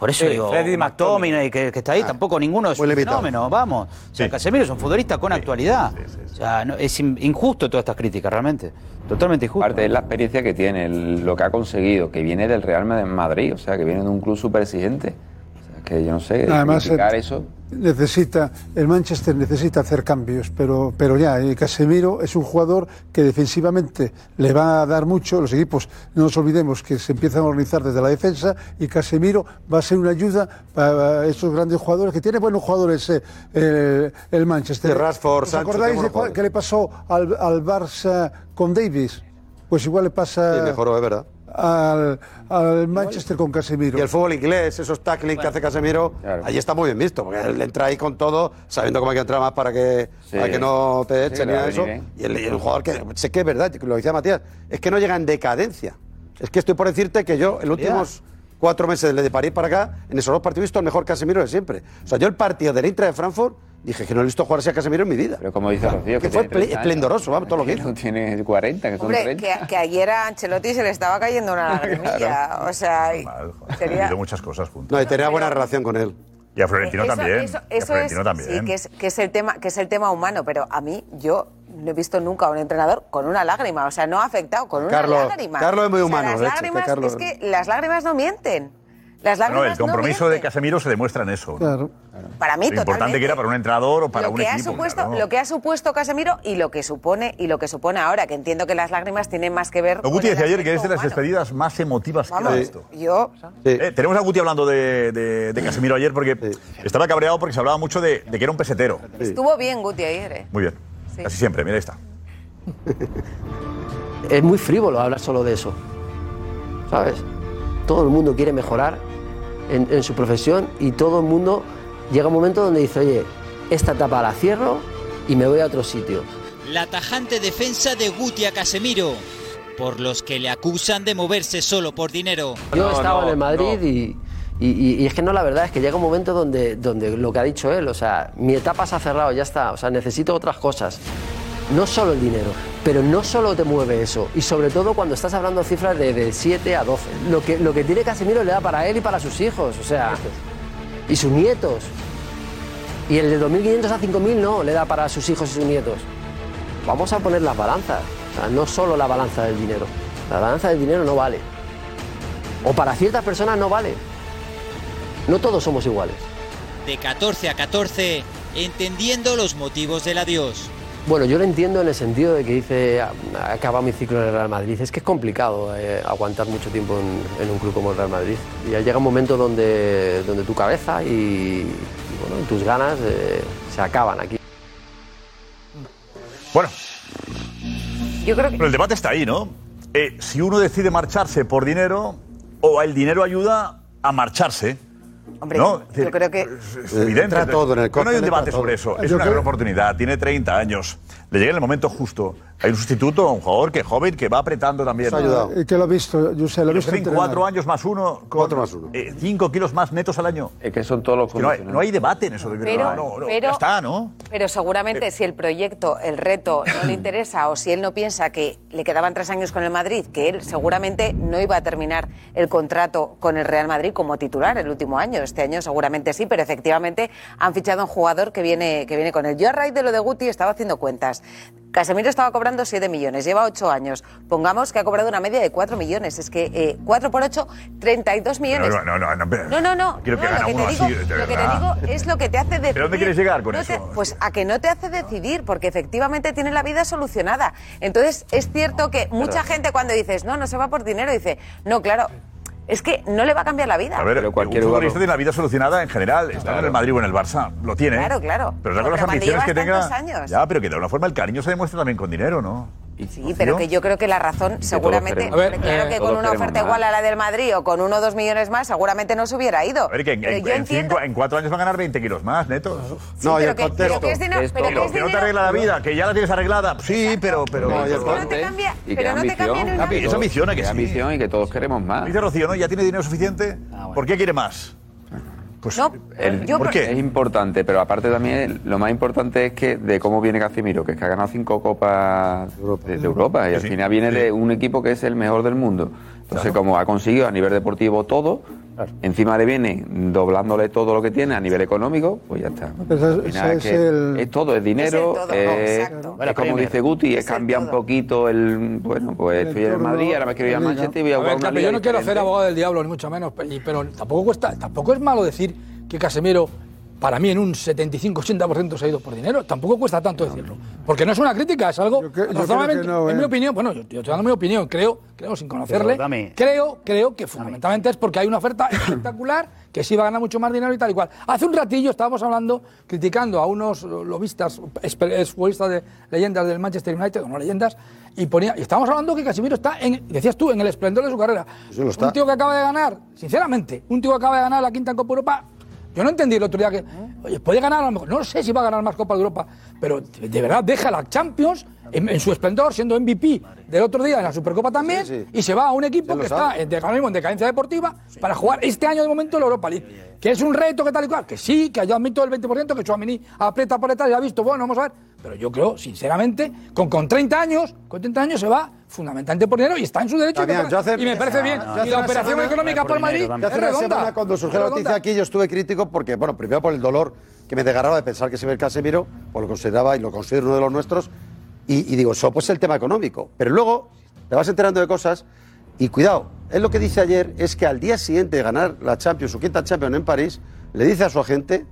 Speaker 6: Por eso
Speaker 18: Sí,
Speaker 6: digo,
Speaker 18: Fred y
Speaker 6: McTominay que, que está
Speaker 16: Ah,
Speaker 6: ahí, tampoco ninguno es un fenómeno, vamos. O sea, Casemiro es un futbolista con actualidad. O sea, no- es in- injusto todas estas críticas, realmente. Totalmente injusto.
Speaker 14: Aparte, es la experiencia que tiene, el- lo que ha conseguido, que viene del Real Madrid, o sea, que viene de un club súper exigente. O sea, que yo no sé,
Speaker 10: Además,
Speaker 14: criticar
Speaker 10: eh,
Speaker 14: eso.
Speaker 10: Necesita, el Manchester necesita hacer cambios, pero, pero ya, eh, Casemiro es un jugador que defensivamente le va a dar mucho. Los equipos, no nos olvidemos que se empiezan a organizar desde la defensa y Casemiro va a ser una ayuda para esos grandes jugadores que tiene buenos jugadores eh, eh, el Manchester.
Speaker 16: De Rashford,
Speaker 10: ¿Os
Speaker 16: Sancho,
Speaker 10: acordáis
Speaker 16: tiene buenos
Speaker 10: de cuál- qué le pasó al, al Barça con Davis? Pues igual le pasa
Speaker 16: Sí, mejoró, es verdad.
Speaker 10: al, al Manchester con Casemiro.
Speaker 16: Y el fútbol inglés, esos tackling que hace Casemiro, ahí está muy bien visto, porque él entra ahí con todo, sabiendo cómo hay que entrar más para que,
Speaker 14: Sí.
Speaker 16: para que no te
Speaker 14: Sí,
Speaker 16: echen ni
Speaker 14: le va
Speaker 16: nada
Speaker 14: a
Speaker 16: de eso.
Speaker 14: venir
Speaker 16: Y el, y el jugador que, sé que es verdad, lo decía Matías, es que no llega en decadencia. Es que estoy por decirte que yo, en los últimos cuatro meses desde París para acá, en esos dos partidos he visto el mejor Casemiro de siempre. O sea, yo el partido del Intra de Frankfurt dije que no he visto jugar así a Casemiro en mi vida. Pero
Speaker 14: como dice Rocío,
Speaker 16: que
Speaker 14: que
Speaker 16: fue
Speaker 14: tiene 30
Speaker 16: esplen-
Speaker 14: años.
Speaker 16: esplendoroso, vamos, todo lo que hizo.
Speaker 14: Tiene 40, que son
Speaker 5: Hombre,
Speaker 14: 30.
Speaker 5: que, que ayer a Ancelotti se le estaba cayendo
Speaker 16: (laughs)
Speaker 5: una lagrimilla. O sea, y-
Speaker 7: Ha
Speaker 5: sería...
Speaker 7: habido muchas cosas juntas.
Speaker 16: No, y tenía buena relación con él.
Speaker 7: Y a Florentino
Speaker 5: Eh, Eso-
Speaker 7: también.
Speaker 5: Eso,
Speaker 7: y a
Speaker 5: eso
Speaker 7: Florentino
Speaker 5: es,
Speaker 7: también.
Speaker 5: sí, que es, que es el tema, que es el tema humano, pero a mí yo no he visto nunca a un entrenador con una lágrima, o sea, no ha afectado con una
Speaker 16: Carlos-
Speaker 5: lágrima.
Speaker 16: Carlos es muy
Speaker 5: O sea,
Speaker 16: humano,
Speaker 5: las
Speaker 16: de hecho, que
Speaker 5: lágrimas,
Speaker 16: Carlos-
Speaker 5: es que las lágrimas no mienten. Las
Speaker 7: No, no, el
Speaker 5: lágrimas no,
Speaker 7: compromiso de Casemiro se demuestra en eso. ¿no?
Speaker 5: mienten. Para mí,
Speaker 7: Lo importante que
Speaker 5: totalmente.
Speaker 7: era para un entrenador o para
Speaker 5: lo
Speaker 7: un
Speaker 5: que
Speaker 7: equipo.
Speaker 5: ha supuesto,
Speaker 7: claro.
Speaker 5: lo que ha supuesto Casemiro y lo que supone y lo que supone ahora, que entiendo que las lágrimas tienen más que ver.
Speaker 7: No, Guti
Speaker 5: con el
Speaker 7: decía ayer que es
Speaker 5: aspecto
Speaker 7: de las
Speaker 5: humano.
Speaker 7: despedidas más emotivas que
Speaker 5: Vamos,
Speaker 7: ha visto.
Speaker 5: yo
Speaker 7: Eh, tenemos a Guti hablando de, de- de Casemiro ayer porque estaba cabreado porque se hablaba mucho de, de que era un pesetero.
Speaker 5: estuvo bien Guti ayer. ¿eh?
Speaker 7: Muy bien.
Speaker 5: Sí.
Speaker 7: Casi siempre, mira, ahí está.
Speaker 23: es muy frívolo hablar solo de eso. ¿Sabes? Todo el mundo quiere mejorar en, en su profesión y todo el mundo llega un momento donde dice, oye, esta etapa la cierro y me voy a otro sitio.
Speaker 1: la tajante defensa de Guti a Casemiro, por los que le acusan de moverse solo por dinero.
Speaker 23: Yo estaba en el Madrid y, y- y- y es que no, la verdad es que llega un momento donde, donde lo que ha dicho él, o sea, mi etapa se ha cerrado, ya está, o sea, necesito otras cosas. No solo el dinero, pero no solo te mueve eso, y sobre todo cuando estás hablando de cifras de, de 7 a 12. Lo que, lo que tiene Casemiro le da para él y para sus hijos, o sea, y sus nietos. Y el de 2.500 a 5.000 no, le da para sus hijos y sus nietos. Vamos a poner las balanzas, o sea, no solo la balanza del dinero. La balanza del dinero no vale. O para ciertas personas no vale. No todos somos iguales.
Speaker 1: De 14 a 14, entendiendo los motivos del adiós.
Speaker 23: Bueno, yo lo entiendo en el sentido de que dice, "Ah, acaba mi ciclo en el Real Madrid. Es que es complicado eh, aguantar mucho tiempo en, en un club como el Real Madrid. Y ya llega un momento donde, donde tu cabeza y, y, bueno, tus ganas eh, se acaban aquí.
Speaker 7: Bueno,
Speaker 5: Yo creo
Speaker 7: Pero el debate está ahí, ¿no? Eh, si uno decide marcharse por dinero, o el dinero ayuda a marcharse.
Speaker 5: Hombre,
Speaker 7: ¿no? Es
Speaker 5: yo
Speaker 7: decir,
Speaker 5: creo que.
Speaker 7: es evidente.
Speaker 16: Entra todo en el
Speaker 7: no hay
Speaker 16: cóctel,
Speaker 7: un debate
Speaker 16: entra
Speaker 7: sobre
Speaker 16: todo. Ah,
Speaker 7: eso. Es
Speaker 16: Yo
Speaker 7: una
Speaker 16: creo-
Speaker 7: gran oportunidad. Tiene 30 años. Le llega en el momento justo. Hay un sustituto, un jugador que es joven, que va apretando también.
Speaker 10: Eh, Que lo ha visto, yo sé, lo he visto.
Speaker 7: Tienen
Speaker 10: entrenar.
Speaker 7: cuatro años más uno. Cuatro más uno. cinco kilos más netos al año.
Speaker 14: Es que son todos los
Speaker 7: no, hay, no hay debate en eso. de-
Speaker 5: Pero-
Speaker 7: no, no, no,
Speaker 5: pero-
Speaker 7: ya está, ¿no? Eh.
Speaker 5: Pero seguramente si el proyecto, el reto no le interesa o si él no piensa que le quedaban tres años con el Madrid, que él seguramente no iba a terminar el contrato con el Real Madrid como titular el último año. Este año seguramente sí, pero efectivamente han fichado a un jugador que viene, que viene con él. Yo a raíz de lo de Guti estaba haciendo cuentas. Casemiro estaba cobrando 7 millones, lleva 8 años. Pongamos que ha cobrado una media de 4 millones. Es que eh, 4 por 8, 32 millones.
Speaker 7: No, no, no. No, pero-
Speaker 5: No, no, no.
Speaker 7: Quiero que
Speaker 5: No,
Speaker 7: gana
Speaker 5: lo que
Speaker 7: uno
Speaker 5: te
Speaker 7: así,
Speaker 5: digo-
Speaker 7: de
Speaker 5: lo que te
Speaker 7: verdad.
Speaker 5: digo es lo que te hace decidir.
Speaker 7: dónde quieres llegar con
Speaker 5: No te-
Speaker 7: eso?
Speaker 5: pues a que no te hace decidir, porque efectivamente tiene la vida solucionada. Entonces, es cierto que mucha gente cuando dices, no, no se va por dinero, dice, no, claro, es que no le va a cambiar la vida.
Speaker 7: A ver, cualquier un futbolista tiene la vida solucionada en general. Está en el Madrid o en el Barça. Lo tiene.
Speaker 5: Claro, claro.
Speaker 7: Pero otra cosa, las
Speaker 5: cuando
Speaker 7: ambiciones que
Speaker 5: llevas
Speaker 7: tenga.
Speaker 5: tantos años.
Speaker 7: Ya, pero que de alguna forma el cariño se demuestra también con dinero, ¿no?
Speaker 5: Sí, pero que yo creo que la razón, seguramente,
Speaker 7: queremos. A ver,
Speaker 5: hombre, claro
Speaker 7: eh,
Speaker 5: que
Speaker 7: todos
Speaker 5: con una
Speaker 7: queremos
Speaker 5: oferta
Speaker 7: más.
Speaker 5: igual a la del Madrid o con uno o dos millones más, seguramente no se hubiera ido.
Speaker 7: A ver, que en,
Speaker 5: Pero
Speaker 7: en-
Speaker 5: yo
Speaker 7: en
Speaker 5: entiendo-
Speaker 7: cinco- en cuatro años va a ganar 20 kilos más, neto.
Speaker 5: No, pero y el que- contexto. pero que es dinero- pero
Speaker 7: Y
Speaker 5: que
Speaker 7: lo
Speaker 5: es
Speaker 7: que no te
Speaker 5: dinero-
Speaker 7: arregla la vida, que ya la tienes arreglada. Sí, pero. pero
Speaker 14: No, y el
Speaker 7: pero-
Speaker 14: contexto.
Speaker 5: Cambia-
Speaker 14: Y que
Speaker 5: pero no te
Speaker 14: ambición.
Speaker 5: cambian un
Speaker 7: Esa ambición hay que
Speaker 14: Que
Speaker 7: sí.
Speaker 14: ambición y que todos queremos más.
Speaker 7: Dice Rocío, ¿no? ¿Ya tiene dinero suficiente?
Speaker 9: Ah,
Speaker 7: ¿Por qué quiere más? Pues,
Speaker 14: El-
Speaker 7: yo- ¿por qué?
Speaker 14: Es importante, pero aparte también lo más importante es que de cómo viene Casimiro, que es que ha ganado cinco copas de, de Europa y al final viene de un equipo que es el mejor del mundo. Entonces, como ha conseguido a nivel deportivo todo, encima le viene doblándole todo lo que tiene a nivel económico, pues ya está.
Speaker 10: Ese-
Speaker 14: Al final
Speaker 10: ese
Speaker 14: es,
Speaker 10: es
Speaker 14: que
Speaker 10: el-
Speaker 14: es todo, es dinero,
Speaker 10: Es el todo,
Speaker 14: es,
Speaker 10: exacto.
Speaker 14: es
Speaker 10: Bueno,
Speaker 14: como
Speaker 10: Premier.
Speaker 14: dice Guti, es cambiar un poquito el, bueno, pues estoy en el
Speaker 22: entorno,
Speaker 14: Madrid, ahora me quiero ir
Speaker 22: la
Speaker 14: a
Speaker 22: liga.
Speaker 14: Manchester y voy a
Speaker 22: A ver,
Speaker 14: jugar una
Speaker 22: Capi,
Speaker 14: liga
Speaker 22: yo no quiero
Speaker 14: diferente.
Speaker 22: ser abogado del diablo, ni mucho menos, pe- y- pero tampoco cuesta, tampoco es malo decir que Casemiro, para mí en un 75-80% se ha ido por dinero, tampoco cuesta tanto decirlo. Porque no es una crítica, es algo
Speaker 10: creo
Speaker 22: razonablemente-
Speaker 10: que no,
Speaker 22: en
Speaker 10: ¿eh?
Speaker 22: mi opinión, bueno, yo, yo estoy dando mi opinión, creo, creo sin conocerle,
Speaker 6: Pero dame-
Speaker 22: creo, creo que fundamentalmente es porque hay una
Speaker 16: (coughs)
Speaker 22: oferta espectacular que sí va a ganar mucho más dinero y tal y cual. Hace un ratillo estábamos hablando, criticando a unos lobistas, exper- exfutbolistas de leyendas del Manchester United, o no leyendas, y, ponía, y estábamos hablando que Casimiro está, en, decías tú, en el esplendor de su carrera.
Speaker 16: Sí, lo está.
Speaker 22: Un tío que acaba de ganar, sinceramente, un tío que acaba de ganar la quinta Copa Europa. Yo no entendí el otro día que. Oye, puede ganar a lo mejor. No sé si va a ganar más Copa de Europa, pero de de verdad deja la Champions en, en su esplendor, siendo MVP del otro día en la Supercopa también, y se va a un equipo
Speaker 16: lo
Speaker 22: que
Speaker 16: sabe.
Speaker 22: está en, de- ahora mismo en decadencia deportiva para jugar este año de momento la Europa League. Que es un reto que tal y cual, que sí, que yo admito el 20%, que Chouamini aprieta por detrás y ha visto, bueno, vamos a ver. Pero yo creo, sinceramente, con, con 30 años, con 30 años se va fundamentalmente por dinero y está en su derecho.
Speaker 16: Fabián,
Speaker 22: y, me
Speaker 16: yo
Speaker 22: parece-
Speaker 16: hace-
Speaker 22: y me parece
Speaker 16: No,
Speaker 22: bien.
Speaker 16: no, yo
Speaker 22: y
Speaker 16: hace
Speaker 22: la
Speaker 16: una
Speaker 22: operación
Speaker 16: semana-
Speaker 22: económica por Madrid
Speaker 16: Yo
Speaker 22: es
Speaker 16: hace una
Speaker 22: redonda.
Speaker 16: semana, cuando surgió
Speaker 22: es
Speaker 16: la
Speaker 22: redonda.
Speaker 16: noticia aquí, yo estuve crítico porque, bueno, primero por el dolor que me desgarraba de pensar que se ve el Casemiro, pues lo consideraba y lo considero uno de los nuestros, y, y digo, eso pues el tema económico. Pero luego te vas enterando de cosas y cuidado, él lo que dice ayer es que al día siguiente de ganar la Champions, su quinta Champions en París, le dice a su agente,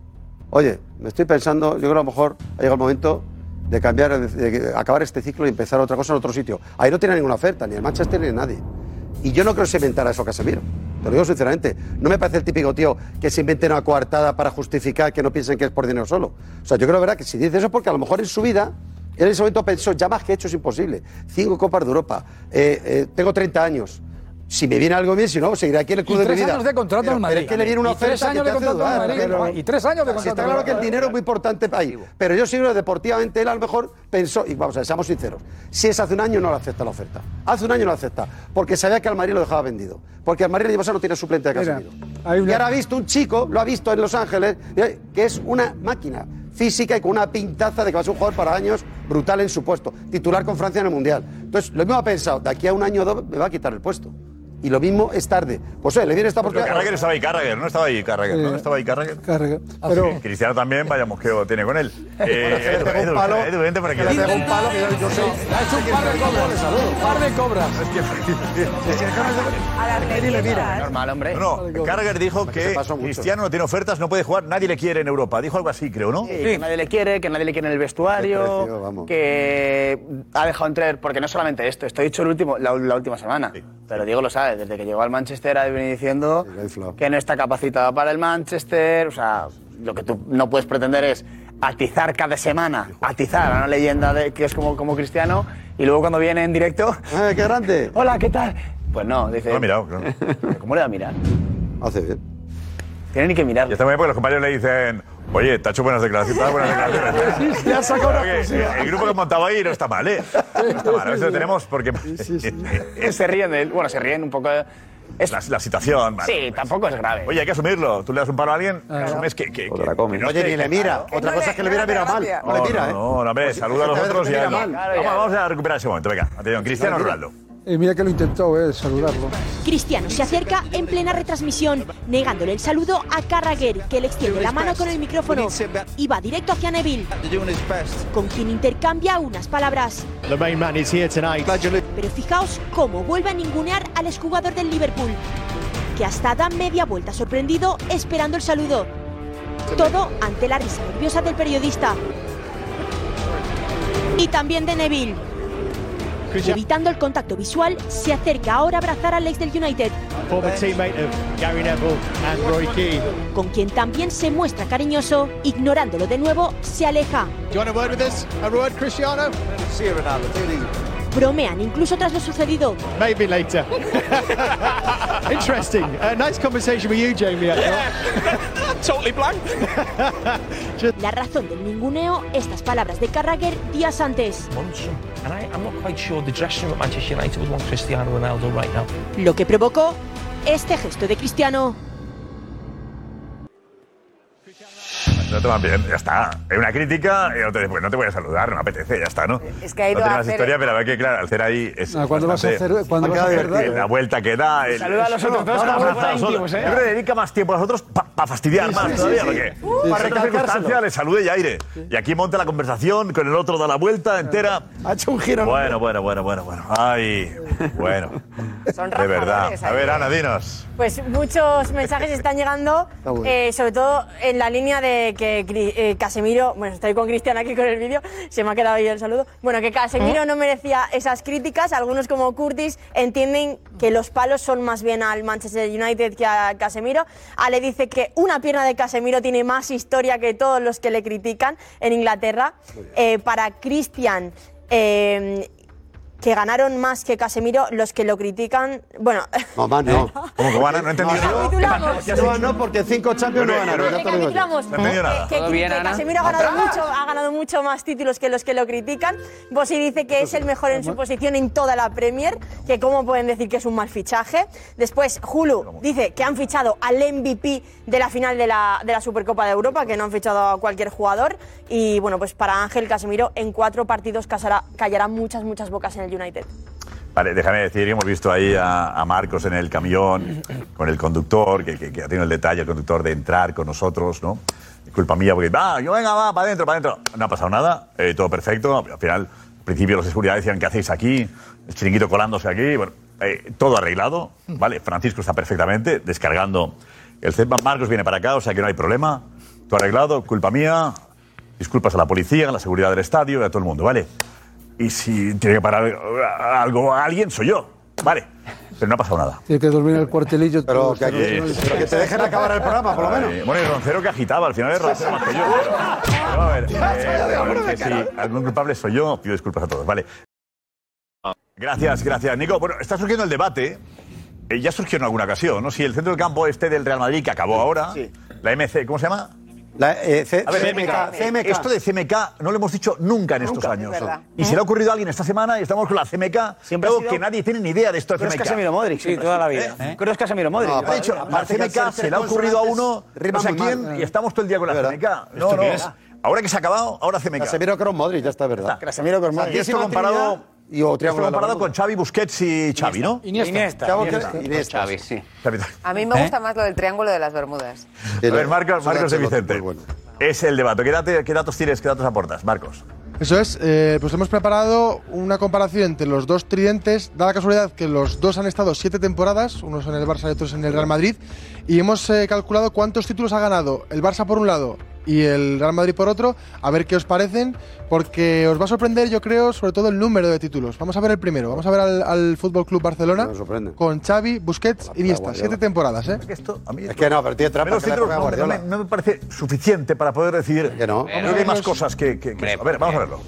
Speaker 16: oye, me estoy pensando, yo creo que a lo mejor ha llegado el momento de cambiar, de- de acabar este ciclo y empezar otra cosa en otro sitio. Ahí no tiene ninguna oferta, ni el Manchester ni nadie. Y yo no creo que se inventara eso Casemiro. Te lo digo sinceramente. No me parece el típico tío que se invente una coartada para justificar que no piensen que es por dinero solo. O sea, yo creo, verdad, que si dice eso es porque a lo mejor en su vida, él en ese momento pensó, ya más que he hecho es imposible. Cinco Copas de Europa, eh, eh, tengo 30 años. Si me viene algo bien, si no, seguiré aquí en el club
Speaker 22: Y
Speaker 16: de mi
Speaker 22: tres
Speaker 16: vida.
Speaker 22: años de contrato
Speaker 16: Pero-
Speaker 22: al Madrid.
Speaker 16: pero es que le viene una
Speaker 22: Y tres
Speaker 16: oferta que
Speaker 22: años
Speaker 16: te
Speaker 22: de
Speaker 16: hace
Speaker 22: contrato al
Speaker 16: dudar,
Speaker 22: Madrid.
Speaker 16: pero-
Speaker 22: Y tres años de
Speaker 16: Si
Speaker 22: contrato
Speaker 16: Está
Speaker 22: al
Speaker 16: claro que
Speaker 22: Madrid.
Speaker 16: el dinero es muy importante para ahí. Pero yo seguro que deportivamente él a lo mejor pensó, y vamos a ver, seamos sinceros, si es hace un año no le acepta la oferta. Hace un año no la acepta, porque sabía que al Madrid lo dejaba vendido. Porque al Madrid le llevaba no tiene suplente de
Speaker 10: Mira,
Speaker 16: Casemiro. Y ahora ha visto un chico, lo ha visto en Los Ángeles, eh, que es una máquina física y con una pintaza de que va a ser un jugador para años brutal en su puesto, titular con Francia en el Mundial. Entonces, lo mismo ha pensado, de aquí a un año o dos me va a quitar el puesto. Y lo mismo es tarde. Pues oye, le viene esta
Speaker 7: Pero
Speaker 16: oportunidad.
Speaker 7: Carragher estaba ahí, Carragher, no estaba ahí, Carragher, ¿no? Estaba ahí, Carragher. Ah,
Speaker 10: Pero-
Speaker 7: Sí, Cristiano también, vaya mosqueo tiene con él. Eh, Edu, Edu, Edu, vente por aquí.
Speaker 16: Le pegó un palo que yo, yo sé. Ha hecho un par de cobras. Un par de cobras.
Speaker 7: Normal, hombre. No, no, Carragher dijo que Cristiano no tiene ofertas, no puede jugar, nadie le quiere en Europa. Dijo algo así, creo, ¿no?
Speaker 9: Sí, Que nadie le quiere, que nadie le quiere en el
Speaker 7: Qué
Speaker 9: vestuario,
Speaker 7: precio, vamos.
Speaker 9: que ha dejado entrar, porque no solamente esto, esto he dicho el último, la, la última semana, pero Diego lo sabe, desde que llegó al Manchester ha venido diciendo que no está capacitado para el Manchester, o sea, lo que tú no puedes pretender es atizar cada semana, atizar a una leyenda de, que es como, como Cristiano, y luego cuando viene en directo...
Speaker 7: Eh,
Speaker 16: qué grande!
Speaker 9: Hola, ¿qué tal? Pues no, dice...
Speaker 7: No ha mirado, Ah,
Speaker 9: (laughs)
Speaker 7: claro.
Speaker 9: ¿Cómo le va a mirar?
Speaker 16: Hace bien.
Speaker 9: Tienen que mirar.
Speaker 7: Y está muy bien porque los compañeros le dicen, oye, te ha hecho buenas declaraciones, te ha dado
Speaker 9: (laughs)
Speaker 7: buenas declaraciones.
Speaker 16: Ya sacado una
Speaker 7: Claro que
Speaker 16: exclusiva.
Speaker 7: El grupo que montaba ahí no está mal, ¿eh? No está mal, a veces lo tenemos porque... (laughs)
Speaker 9: se ríen de él, bueno, se ríen un poco...
Speaker 7: La, la situación, vale.
Speaker 9: Sí, tampoco es grave.
Speaker 7: Oye, hay que asumirlo. Tú le das un palo a alguien, asumes que... que, que- que no
Speaker 16: Oye,
Speaker 7: te-
Speaker 16: ni le mira. Otra cosa es que le mira, mira mal. No le
Speaker 7: No,
Speaker 16: mira, ¿eh?
Speaker 7: No, no, hombre,
Speaker 16: Pues,
Speaker 7: saluda a los
Speaker 16: esta vez
Speaker 7: otros
Speaker 16: le
Speaker 7: y ya.
Speaker 16: mira mal.
Speaker 7: Vamos, vamos a recuperar ese momento, venga. Atención, Cristiano Ronaldo.
Speaker 10: Y mira que lo intentó, eh, saludarlo.
Speaker 13: Cristiano se acerca en plena retransmisión, negándole el saludo a Carragher, que le extiende la mano con el micrófono y va directo hacia Neville, con quien intercambia unas palabras.
Speaker 24: The main man is here tonight.
Speaker 13: Pero fijaos cómo vuelve a ningunear al exjugador del Liverpool, que hasta da media vuelta sorprendido esperando el saludo. Todo ante la risa nerviosa del periodista. Y también de Neville. Y evitando el contacto visual, se acerca ahora a abrazar al ex del United,
Speaker 24: Former teammate of Gary Neville and Roy Keane.
Speaker 13: con quien también se muestra cariñoso, ignorándolo de nuevo, se aleja.
Speaker 24: Do you want a word with us? A word, Cristiano? See you, Ronaldo.
Speaker 13: Bromean incluso tras lo sucedido.
Speaker 24: Maybe later. (laughs) Interesting. Uh, nice conversation with you, Jamie. (laughs) totally blank.
Speaker 13: La razón del ninguneo, estas palabras de Carragher días antes.
Speaker 25: And I, I'm not quite sure the dressing room at Manchester United would want Cristiano Ronaldo right now.
Speaker 13: Lo que provocó este gesto de Cristiano.
Speaker 7: No te van bien, ya está. Hay una crítica y no te, pues no te voy a saludar, no me apetece, ya está, ¿no?
Speaker 5: Es que ha ido
Speaker 7: no
Speaker 5: a
Speaker 7: tiene más
Speaker 5: hacer-
Speaker 7: historia, pero a ver que, claro, al hacer ahí es.
Speaker 10: No, cuando vas a
Speaker 7: bastante-
Speaker 10: hacer- cuando vas a hacer
Speaker 7: divertido,
Speaker 10: daño.
Speaker 7: La vuelta que da. el-
Speaker 10: Saluda a los otros dos,
Speaker 7: No, no,
Speaker 10: que
Speaker 7: no,
Speaker 10: fueran
Speaker 7: no,
Speaker 10: íntimos, ¿eh?
Speaker 7: Yo creo que dedica más tiempo a los otros para fastidiar
Speaker 10: Sí,
Speaker 7: más
Speaker 10: sí,
Speaker 7: todavía,
Speaker 10: sí,
Speaker 7: porque.
Speaker 10: sí. Sí,
Speaker 7: para otra
Speaker 10: recalcárselo.
Speaker 7: circunstancia le salude y aire. Y aquí monta la conversación, con el otro da la vuelta entera.
Speaker 16: Ha hecho un giro.
Speaker 7: Bueno, bueno, bueno, bueno, bueno. Ay, bueno.
Speaker 4: Son
Speaker 7: De verdad.
Speaker 4: rajadores
Speaker 7: A ver,
Speaker 4: ahí.
Speaker 7: Ana, dinos.
Speaker 4: Pues muchos mensajes están llegando,
Speaker 7: Está bueno.
Speaker 4: eh, sobre todo en la línea de que Cri- eh, Casemiro, bueno, estoy con Cristian aquí con el vídeo, se me ha quedado ahí el saludo, bueno, que Casemiro no merecía esas críticas, algunos como Curtis entienden que los palos son más bien al Manchester United que a Casemiro, Ale dice que una pierna de Casemiro tiene más historia que todos los que le critican en Inglaterra, Eh, para Cristian... eh, que ganaron más que Casemiro los que lo critican. Bueno, (laughs)
Speaker 16: Mamá, no.
Speaker 7: ¿Eh? ¿Cómo que van? No he entendido.
Speaker 4: Capitulamos.
Speaker 16: No, no, porque cinco champions no ganaron. ya te lo digo yo.
Speaker 4: Recapitulamos.
Speaker 7: ¿Eh?
Speaker 4: Que, que- que Casemiro ha ganado mucho, ha ganado mucho más títulos que los que lo critican. Bossi dice que es el mejor en su posición en toda la Premier, que cómo pueden decir que es un mal fichaje. Después, Hulu dice que han fichado al MVP de la final de la, de la Supercopa de Europa, que no han fichado a cualquier jugador. Y bueno, pues para Ángel Casemiro, en cuatro partidos casará- callará muchas, muchas bocas en el United.
Speaker 7: Vale, déjame decir que hemos visto ahí a, a Marcos en el camión, con el conductor, que, que- que ha tenido el detalle, el conductor, de entrar con nosotros, ¿no? Es culpa mía, porque, va, yo venga, va, para adentro, para adentro. No ha pasado nada, eh, todo perfecto. Al final, al principio los de seguridad decían, ¿qué hacéis aquí? El chiringuito colándose aquí, bueno, eh, todo arreglado, ¿vale? Francisco está perfectamente descargando el CEPA. Marcos viene para acá, o sea que no hay problema. Todo arreglado, culpa mía. Disculpas a la policía, a la seguridad del estadio y a todo el mundo, ¿vale? Y si tiene que parar algo a alguien, soy yo. Vale. Pero no ha pasado nada.
Speaker 10: Tiene que dormir en el cuartelillo. Pero
Speaker 7: que aquí- pero que te dejen
Speaker 22: Eh,
Speaker 7: acabar el
Speaker 16: programa,
Speaker 10: por lo menos.
Speaker 7: Eh, bueno, y Roncero que agitaba, al final es Roncero más que yo. Pero, pero (laughs) a ver, eh, a ver, que si algún culpable soy yo, pido disculpas a todos, vale. Gracias, gracias, Nico. Bueno, está surgiendo el debate eh, ya surgió en alguna ocasión, ¿no? Si el centro de campo este del Real Madrid, que acabó ahora, la MC, ¿cómo se llama?
Speaker 9: La,
Speaker 24: Eh,
Speaker 7: A ver, Esto de CMK no lo hemos dicho nunca en estos
Speaker 9: Nunca,
Speaker 7: años.
Speaker 9: es verdad.
Speaker 7: Y se le ha ocurrido a alguien esta semana y estamos con la CMK,
Speaker 9: Siempre ha
Speaker 7: algo
Speaker 9: sido-
Speaker 7: que nadie tiene ni idea de esto de
Speaker 9: Pero
Speaker 7: CMK.
Speaker 9: es Casemiro Modric, Sí, siempre toda ha la sido. vida.
Speaker 7: ¿Eh?
Speaker 9: Pero es Casemiro Modric.
Speaker 7: No,
Speaker 9: Aparte-
Speaker 7: ha dicho, la
Speaker 9: aparte que al
Speaker 7: CMK
Speaker 9: ser
Speaker 7: se le ha
Speaker 9: tres
Speaker 7: ocurrido a uno,
Speaker 9: consonantes,
Speaker 7: no sé a
Speaker 9: rima muy
Speaker 7: quién,
Speaker 9: mal.
Speaker 7: y estamos todo el día con la
Speaker 9: ¿Verdad?
Speaker 7: CMK. No,
Speaker 9: ¿Esto
Speaker 7: no.
Speaker 9: qué es?
Speaker 7: Ahora que se ha acabado, ahora CMK.
Speaker 9: Casemiro con Modric, ya está, es ¿verdad? Casemiro con Modric.
Speaker 7: Y esto comparado,
Speaker 9: Y o
Speaker 7: esto
Speaker 9: triángulo de la
Speaker 7: comparado
Speaker 9: Bermuda.
Speaker 7: con Xavi, Busquets y Xavi, ¿no?
Speaker 9: Iniesta. Iniesta.
Speaker 7: Xavi,
Speaker 9: Iniesta. Iniesta.
Speaker 7: Xavi, sí.
Speaker 5: A mí me gusta más lo del triángulo de las Bermudas.
Speaker 7: A ver, Marcos, Marcos de
Speaker 5: Ancelotti,
Speaker 7: Vicente. Es el debate. ¿Qué, date- qué datos tienes? ¿Qué datos aportas, Marcos?
Speaker 26: Eso es, eh, pues hemos preparado una comparación entre los dos tridentes, da la casualidad que los dos han estado siete temporadas, unos en el Barça y otros en el Real Madrid, y hemos eh, calculado cuántos títulos ha ganado el Barça por un lado y el Real Madrid por otro, a ver qué os parecen, porque os va a sorprender yo creo sobre todo el número de títulos. Vamos a ver el primero, vamos a ver al, al Fútbol Club Barcelona con Xavi, Busquets, Iniesta,
Speaker 7: Guardiola.
Speaker 26: siete temporadas, ¿eh?
Speaker 7: Es
Speaker 26: que no, pero tiene trampa,
Speaker 7: Pero
Speaker 26: que la
Speaker 7: títulos
Speaker 26: época
Speaker 7: no,
Speaker 26: Guardiola.
Speaker 7: me- no me parece suficiente para poder decir que no. Creo que hay más cosas que, que- que eso. A ver, vamos a verlo.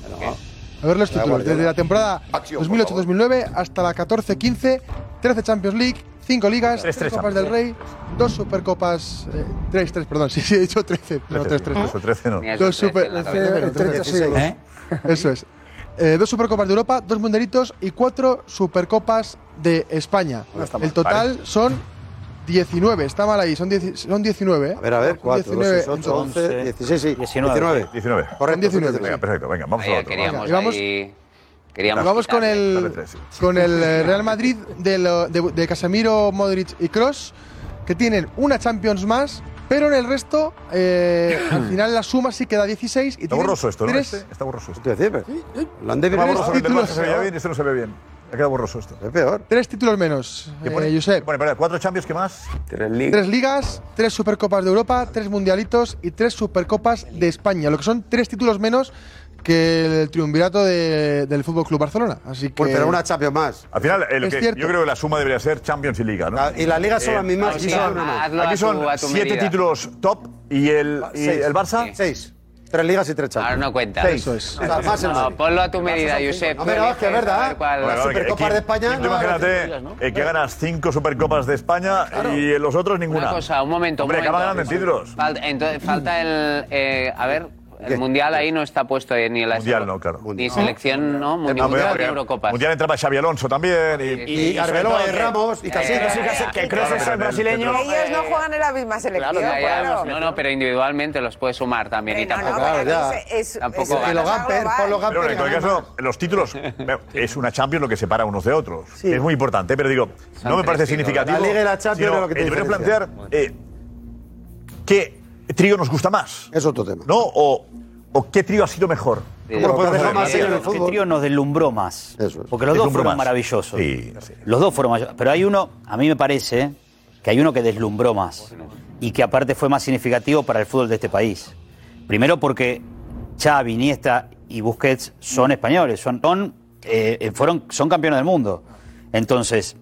Speaker 26: A ver los
Speaker 7: La
Speaker 26: títulos.
Speaker 7: Guardiola.
Speaker 26: Desde la temporada
Speaker 7: Acción,
Speaker 26: 2008-2009 hasta la 14-15, 13 Champions League, 5 ligas,
Speaker 7: Tres,
Speaker 26: 3
Speaker 7: tres
Speaker 26: Copas del
Speaker 7: Champions.
Speaker 26: Rey, 2 Supercopas. 3-3, perdón, sí, sí, he dicho 13. No, 3-3.
Speaker 7: Eso, 13 no.
Speaker 26: Dos super.
Speaker 7: Eh, 13 siglos.
Speaker 26: ¿Eh? (laughs) Eso es. Eh, dos Supercopas de Europa, dos Munderitos y cuatro Supercopas de España.
Speaker 9: No está mal.
Speaker 26: El total son 19. Está mal ahí, son, 10 son 19. ¿eh?
Speaker 9: A ver, a ver, 4, 2, 6, 8, 11, 16, sí, 19.
Speaker 7: 19.
Speaker 26: Correcto, 19.
Speaker 7: Venga, perfecto. Venga, vamos
Speaker 26: Ahí
Speaker 7: a otro.
Speaker 26: queríamos
Speaker 7: venga.
Speaker 26: Vamos-
Speaker 7: queríamos
Speaker 26: Vamos con
Speaker 7: quitarle.
Speaker 26: el,
Speaker 7: Dale tres, sí.
Speaker 26: (laughs) con el eh, Real Madrid de, lo- de- de Casemiro, Modric y Cross, que tienen una Champions más, pero en el resto, eh,
Speaker 7: (clears throat)
Speaker 26: al final la suma sí queda 16. Y
Speaker 7: Está
Speaker 26: tienen
Speaker 7: borroso esto, ¿no?
Speaker 26: tres-
Speaker 7: Este Está borroso esto.
Speaker 26: Lo han de
Speaker 7: Está
Speaker 26: ver-
Speaker 7: borroso, el del Barça
Speaker 26: títulos.
Speaker 7: se veía bien, este no se ve bien. Ha quedado borroso esto.
Speaker 26: Es peor. Tres títulos menos.
Speaker 7: ¿Qué pone?
Speaker 26: eh, Josep.
Speaker 7: Bueno, espera, cuatro champions, ¿qué más?
Speaker 27: Tres
Speaker 26: Tres ligas, tres supercopas de Europa, tres mundialitos y tres supercopas de España. Lo que son tres títulos menos que el triunvirato de- del Fútbol Club Barcelona. Así que
Speaker 7: Bueno, pero una
Speaker 26: Champions más.
Speaker 7: Al final, eh, lo
Speaker 26: Es
Speaker 7: que-
Speaker 26: cierto.
Speaker 7: yo creo que la suma debería ser Champions y Liga, ¿no?
Speaker 26: y las ligas son las mismas,
Speaker 7: Aquí
Speaker 26: sí,
Speaker 7: son,
Speaker 26: hazlo a
Speaker 7: aquí
Speaker 26: tu-
Speaker 7: son
Speaker 26: a tu
Speaker 7: siete
Speaker 26: medida.
Speaker 7: títulos top y el, y
Speaker 26: Seis.
Speaker 7: el Barça. Seis. Tres ligas y tres Champions.
Speaker 26: Ahora no
Speaker 12: cuenta.
Speaker 26: Seis. Eso es.
Speaker 9: O sea, más el Madrid.
Speaker 12: No, ponlo a tu
Speaker 9: El Barça
Speaker 12: medida,
Speaker 9: son cinco.
Speaker 12: Josep.
Speaker 9: No, pero es que es verdad.
Speaker 12: cuál-
Speaker 7: Bueno,
Speaker 12: la
Speaker 7: claro, que-
Speaker 12: Supercopa
Speaker 7: que-
Speaker 12: de España,
Speaker 7: tú
Speaker 12: no,
Speaker 7: imagínate
Speaker 12: las ligas, ¿no?
Speaker 7: eh, que ganas cinco Supercopas de España y los otros ninguna.
Speaker 12: Una cosa, un momento.
Speaker 7: Hombre,
Speaker 12: un
Speaker 7: acaban
Speaker 12: momento.
Speaker 7: ganando en títulos.
Speaker 12: Falta, entonces, falta el. eh, a ver,
Speaker 7: ¿Qué?
Speaker 12: el mundial ahí no está puesto eh, ni la.
Speaker 7: Mundial no, claro.
Speaker 12: Ni selección, no. Mundial,
Speaker 7: Ah,
Speaker 12: mundial
Speaker 7: porque
Speaker 12: ni Eurocopas.
Speaker 7: Mundial entraba Xavi Alonso también. Y,
Speaker 12: Y- y
Speaker 7: sobre
Speaker 12: Arbeloa,
Speaker 7: todo
Speaker 12: y
Speaker 7: que-
Speaker 12: Ramos, y Casillas.
Speaker 7: Eh,
Speaker 12: Sí, Casillas, que
Speaker 7: eh,
Speaker 12: Kroos
Speaker 7: claro, pero eh,
Speaker 12: es el
Speaker 7: del-
Speaker 12: brasileño.
Speaker 7: del-
Speaker 5: Ellos no juegan en la misma selección.
Speaker 12: Ya, ya,
Speaker 5: claro.
Speaker 12: No, no, pero individualmente los puede sumar también. y tampoco.
Speaker 5: pero Claro, ya. es- es-
Speaker 12: tampoco
Speaker 5: es- que
Speaker 12: ganas.
Speaker 5: lo gane. Gamper, Pablo Gamper
Speaker 7: Pero en cualquier
Speaker 5: ganó
Speaker 7: caso, los títulos
Speaker 9: (laughs)
Speaker 7: bueno, es una Champions lo que separa unos de otros. Es muy importante, pero digo,
Speaker 9: Son
Speaker 7: no me
Speaker 9: tres
Speaker 7: parece
Speaker 9: títulos.
Speaker 7: significativo.
Speaker 9: La Liga y la Champions
Speaker 7: sino,
Speaker 9: es lo que te
Speaker 7: eh, deberíamos
Speaker 9: diferencia.
Speaker 7: plantear eh, qué trío nos gusta más. Es otro tema. ¿No? O, o qué trío ha sido mejor. ¿Cómo
Speaker 9: pues
Speaker 7: lo podemos hacer?
Speaker 6: ¿Qué trío nos deslumbró más? Porque los dos
Speaker 7: Deslumbró
Speaker 6: fueron
Speaker 7: más.
Speaker 6: maravillosos.
Speaker 7: Sí,
Speaker 6: Los dos fueron maravillosos. Pero hay uno, a mí me parece, que hay uno que deslumbró más. Y que aparte fue más significativo para el fútbol de este país. Primero porque Xavi, Iniesta y Busquets son españoles. Son, son, eh, fueron, son campeones del mundo. Entonces,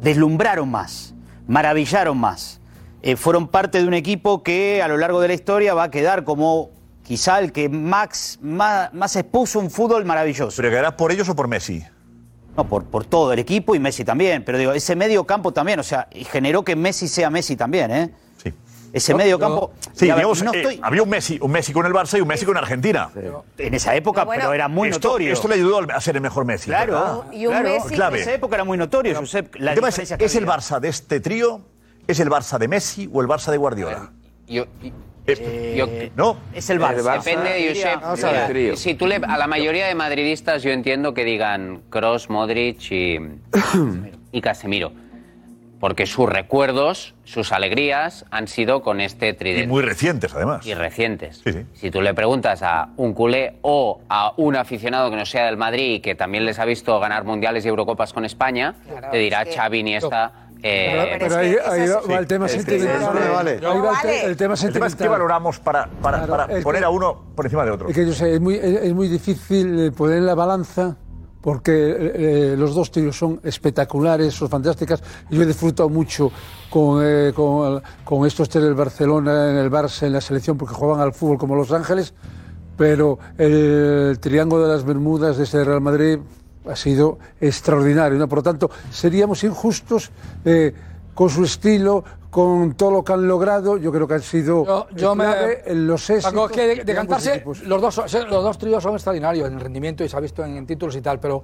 Speaker 6: deslumbraron más, maravillaron más. Eh, fueron parte de un equipo que a lo largo de la historia va a quedar como quizá el que Max más, más expuso un fútbol maravilloso.
Speaker 7: ¿Pero quedarás por ellos o por Messi?
Speaker 6: No, por, por todo el equipo y Messi también. Pero digo, ese medio campo también, o sea, y generó que Messi sea Messi también, ¿eh?
Speaker 7: Sí.
Speaker 6: Ese medio campo.
Speaker 7: Sí,
Speaker 6: Y a ver,
Speaker 7: digamos,
Speaker 6: no
Speaker 7: eh,
Speaker 6: estoy-
Speaker 7: había un Messi, un Messi con el Barça y un Messi con Argentina.
Speaker 6: En esa época, Pero bueno, pero era muy
Speaker 7: Esto-
Speaker 6: notorio.
Speaker 7: Esto le ayudó al- a ser el mejor Messi.
Speaker 6: Claro,
Speaker 7: ¿verdad?
Speaker 6: y un Claro. Messi-
Speaker 7: Clave.
Speaker 6: En esa época era muy notorio, Josep, la
Speaker 7: el tema es,
Speaker 6: diferencia que
Speaker 7: ¿es el
Speaker 6: había.
Speaker 7: Barça de este trío? ¿Es el Barça de Messi o el Barça de Guardiola? Eh, no,
Speaker 6: es el
Speaker 7: Eh,
Speaker 6: Barça.
Speaker 12: Depende de Josep.
Speaker 7: Vamos a ver.
Speaker 12: Mira, Si tú le, a la mayoría de madridistas yo entiendo que digan Cross, Modric y, y Casemiro. Porque sus recuerdos, sus alegrías han sido con este tridente.
Speaker 7: Y muy recientes, además.
Speaker 12: Y recientes. Si tú le preguntas a un culé o a un aficionado que no sea del Madrid y que también les ha visto ganar mundiales y Eurocopas con España, te dirá Xavi, Iniesta... eh,
Speaker 10: Pero, pero ahí, ahí va el tema sentimental. Ahí va el te- el tema
Speaker 7: El tema es
Speaker 10: sentimental.
Speaker 7: qué valoramos para, para,
Speaker 10: Claro,
Speaker 7: para
Speaker 10: es que-
Speaker 7: poner a uno por encima de otro.
Speaker 10: Es que yo sé, es muy, es, es muy difícil eh, poner en la balanza porque eh, eh, los dos tíos son espectaculares, son fantásticas. Yo he disfrutado mucho con, eh, con, con estos tres del Barcelona, en el Barça, en la selección, porque juegan al fútbol como Los Ángeles. Pero el triángulo de las Bermudas de ese este Real Madrid ha sido extraordinario. ¿no? Por lo tanto, seríamos injustos eh, con su estilo, con todo lo que han logrado. Yo creo que han sido
Speaker 22: Yo- yo
Speaker 10: eh,
Speaker 22: me-
Speaker 10: clave en los éxitos.
Speaker 22: Paco, es que de, de
Speaker 10: ambos
Speaker 22: cantarse,
Speaker 10: equipos.
Speaker 22: los dos, son- los dos tríos son extraordinarios en el rendimiento y se ha visto en, en títulos y tal, pero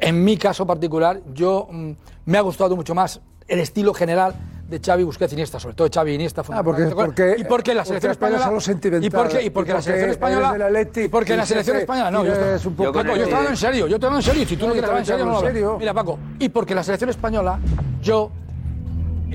Speaker 22: en mi caso particular, yo mm, me ha gustado mucho más el estilo general de Xavi Busquets Iniesta, sobre todo Xavi Iniesta.
Speaker 10: Ah, porque-
Speaker 22: fundamentalmente.
Speaker 10: porque-
Speaker 22: y porque la
Speaker 10: porque
Speaker 22: selección
Speaker 10: apelas
Speaker 22: española
Speaker 10: a lo sentimental.
Speaker 22: y porque y
Speaker 10: Y
Speaker 22: porque la
Speaker 10: porque
Speaker 22: selección
Speaker 10: eres del
Speaker 22: española
Speaker 10: Atleti,
Speaker 22: y porque la
Speaker 10: y
Speaker 22: selección
Speaker 10: te-
Speaker 22: española no,
Speaker 10: y
Speaker 22: yo,
Speaker 10: eres
Speaker 22: estaba-
Speaker 10: un poco-
Speaker 22: Paco, yo estaba en serio, yo te hablo en serio, si tú
Speaker 10: No,
Speaker 22: no
Speaker 10: yo
Speaker 22: quieres hablar en
Speaker 10: también
Speaker 22: serio,
Speaker 10: te
Speaker 22: no lo
Speaker 10: hablo en
Speaker 22: hablas.
Speaker 10: serio.
Speaker 22: Mira Paco, y porque la selección española yo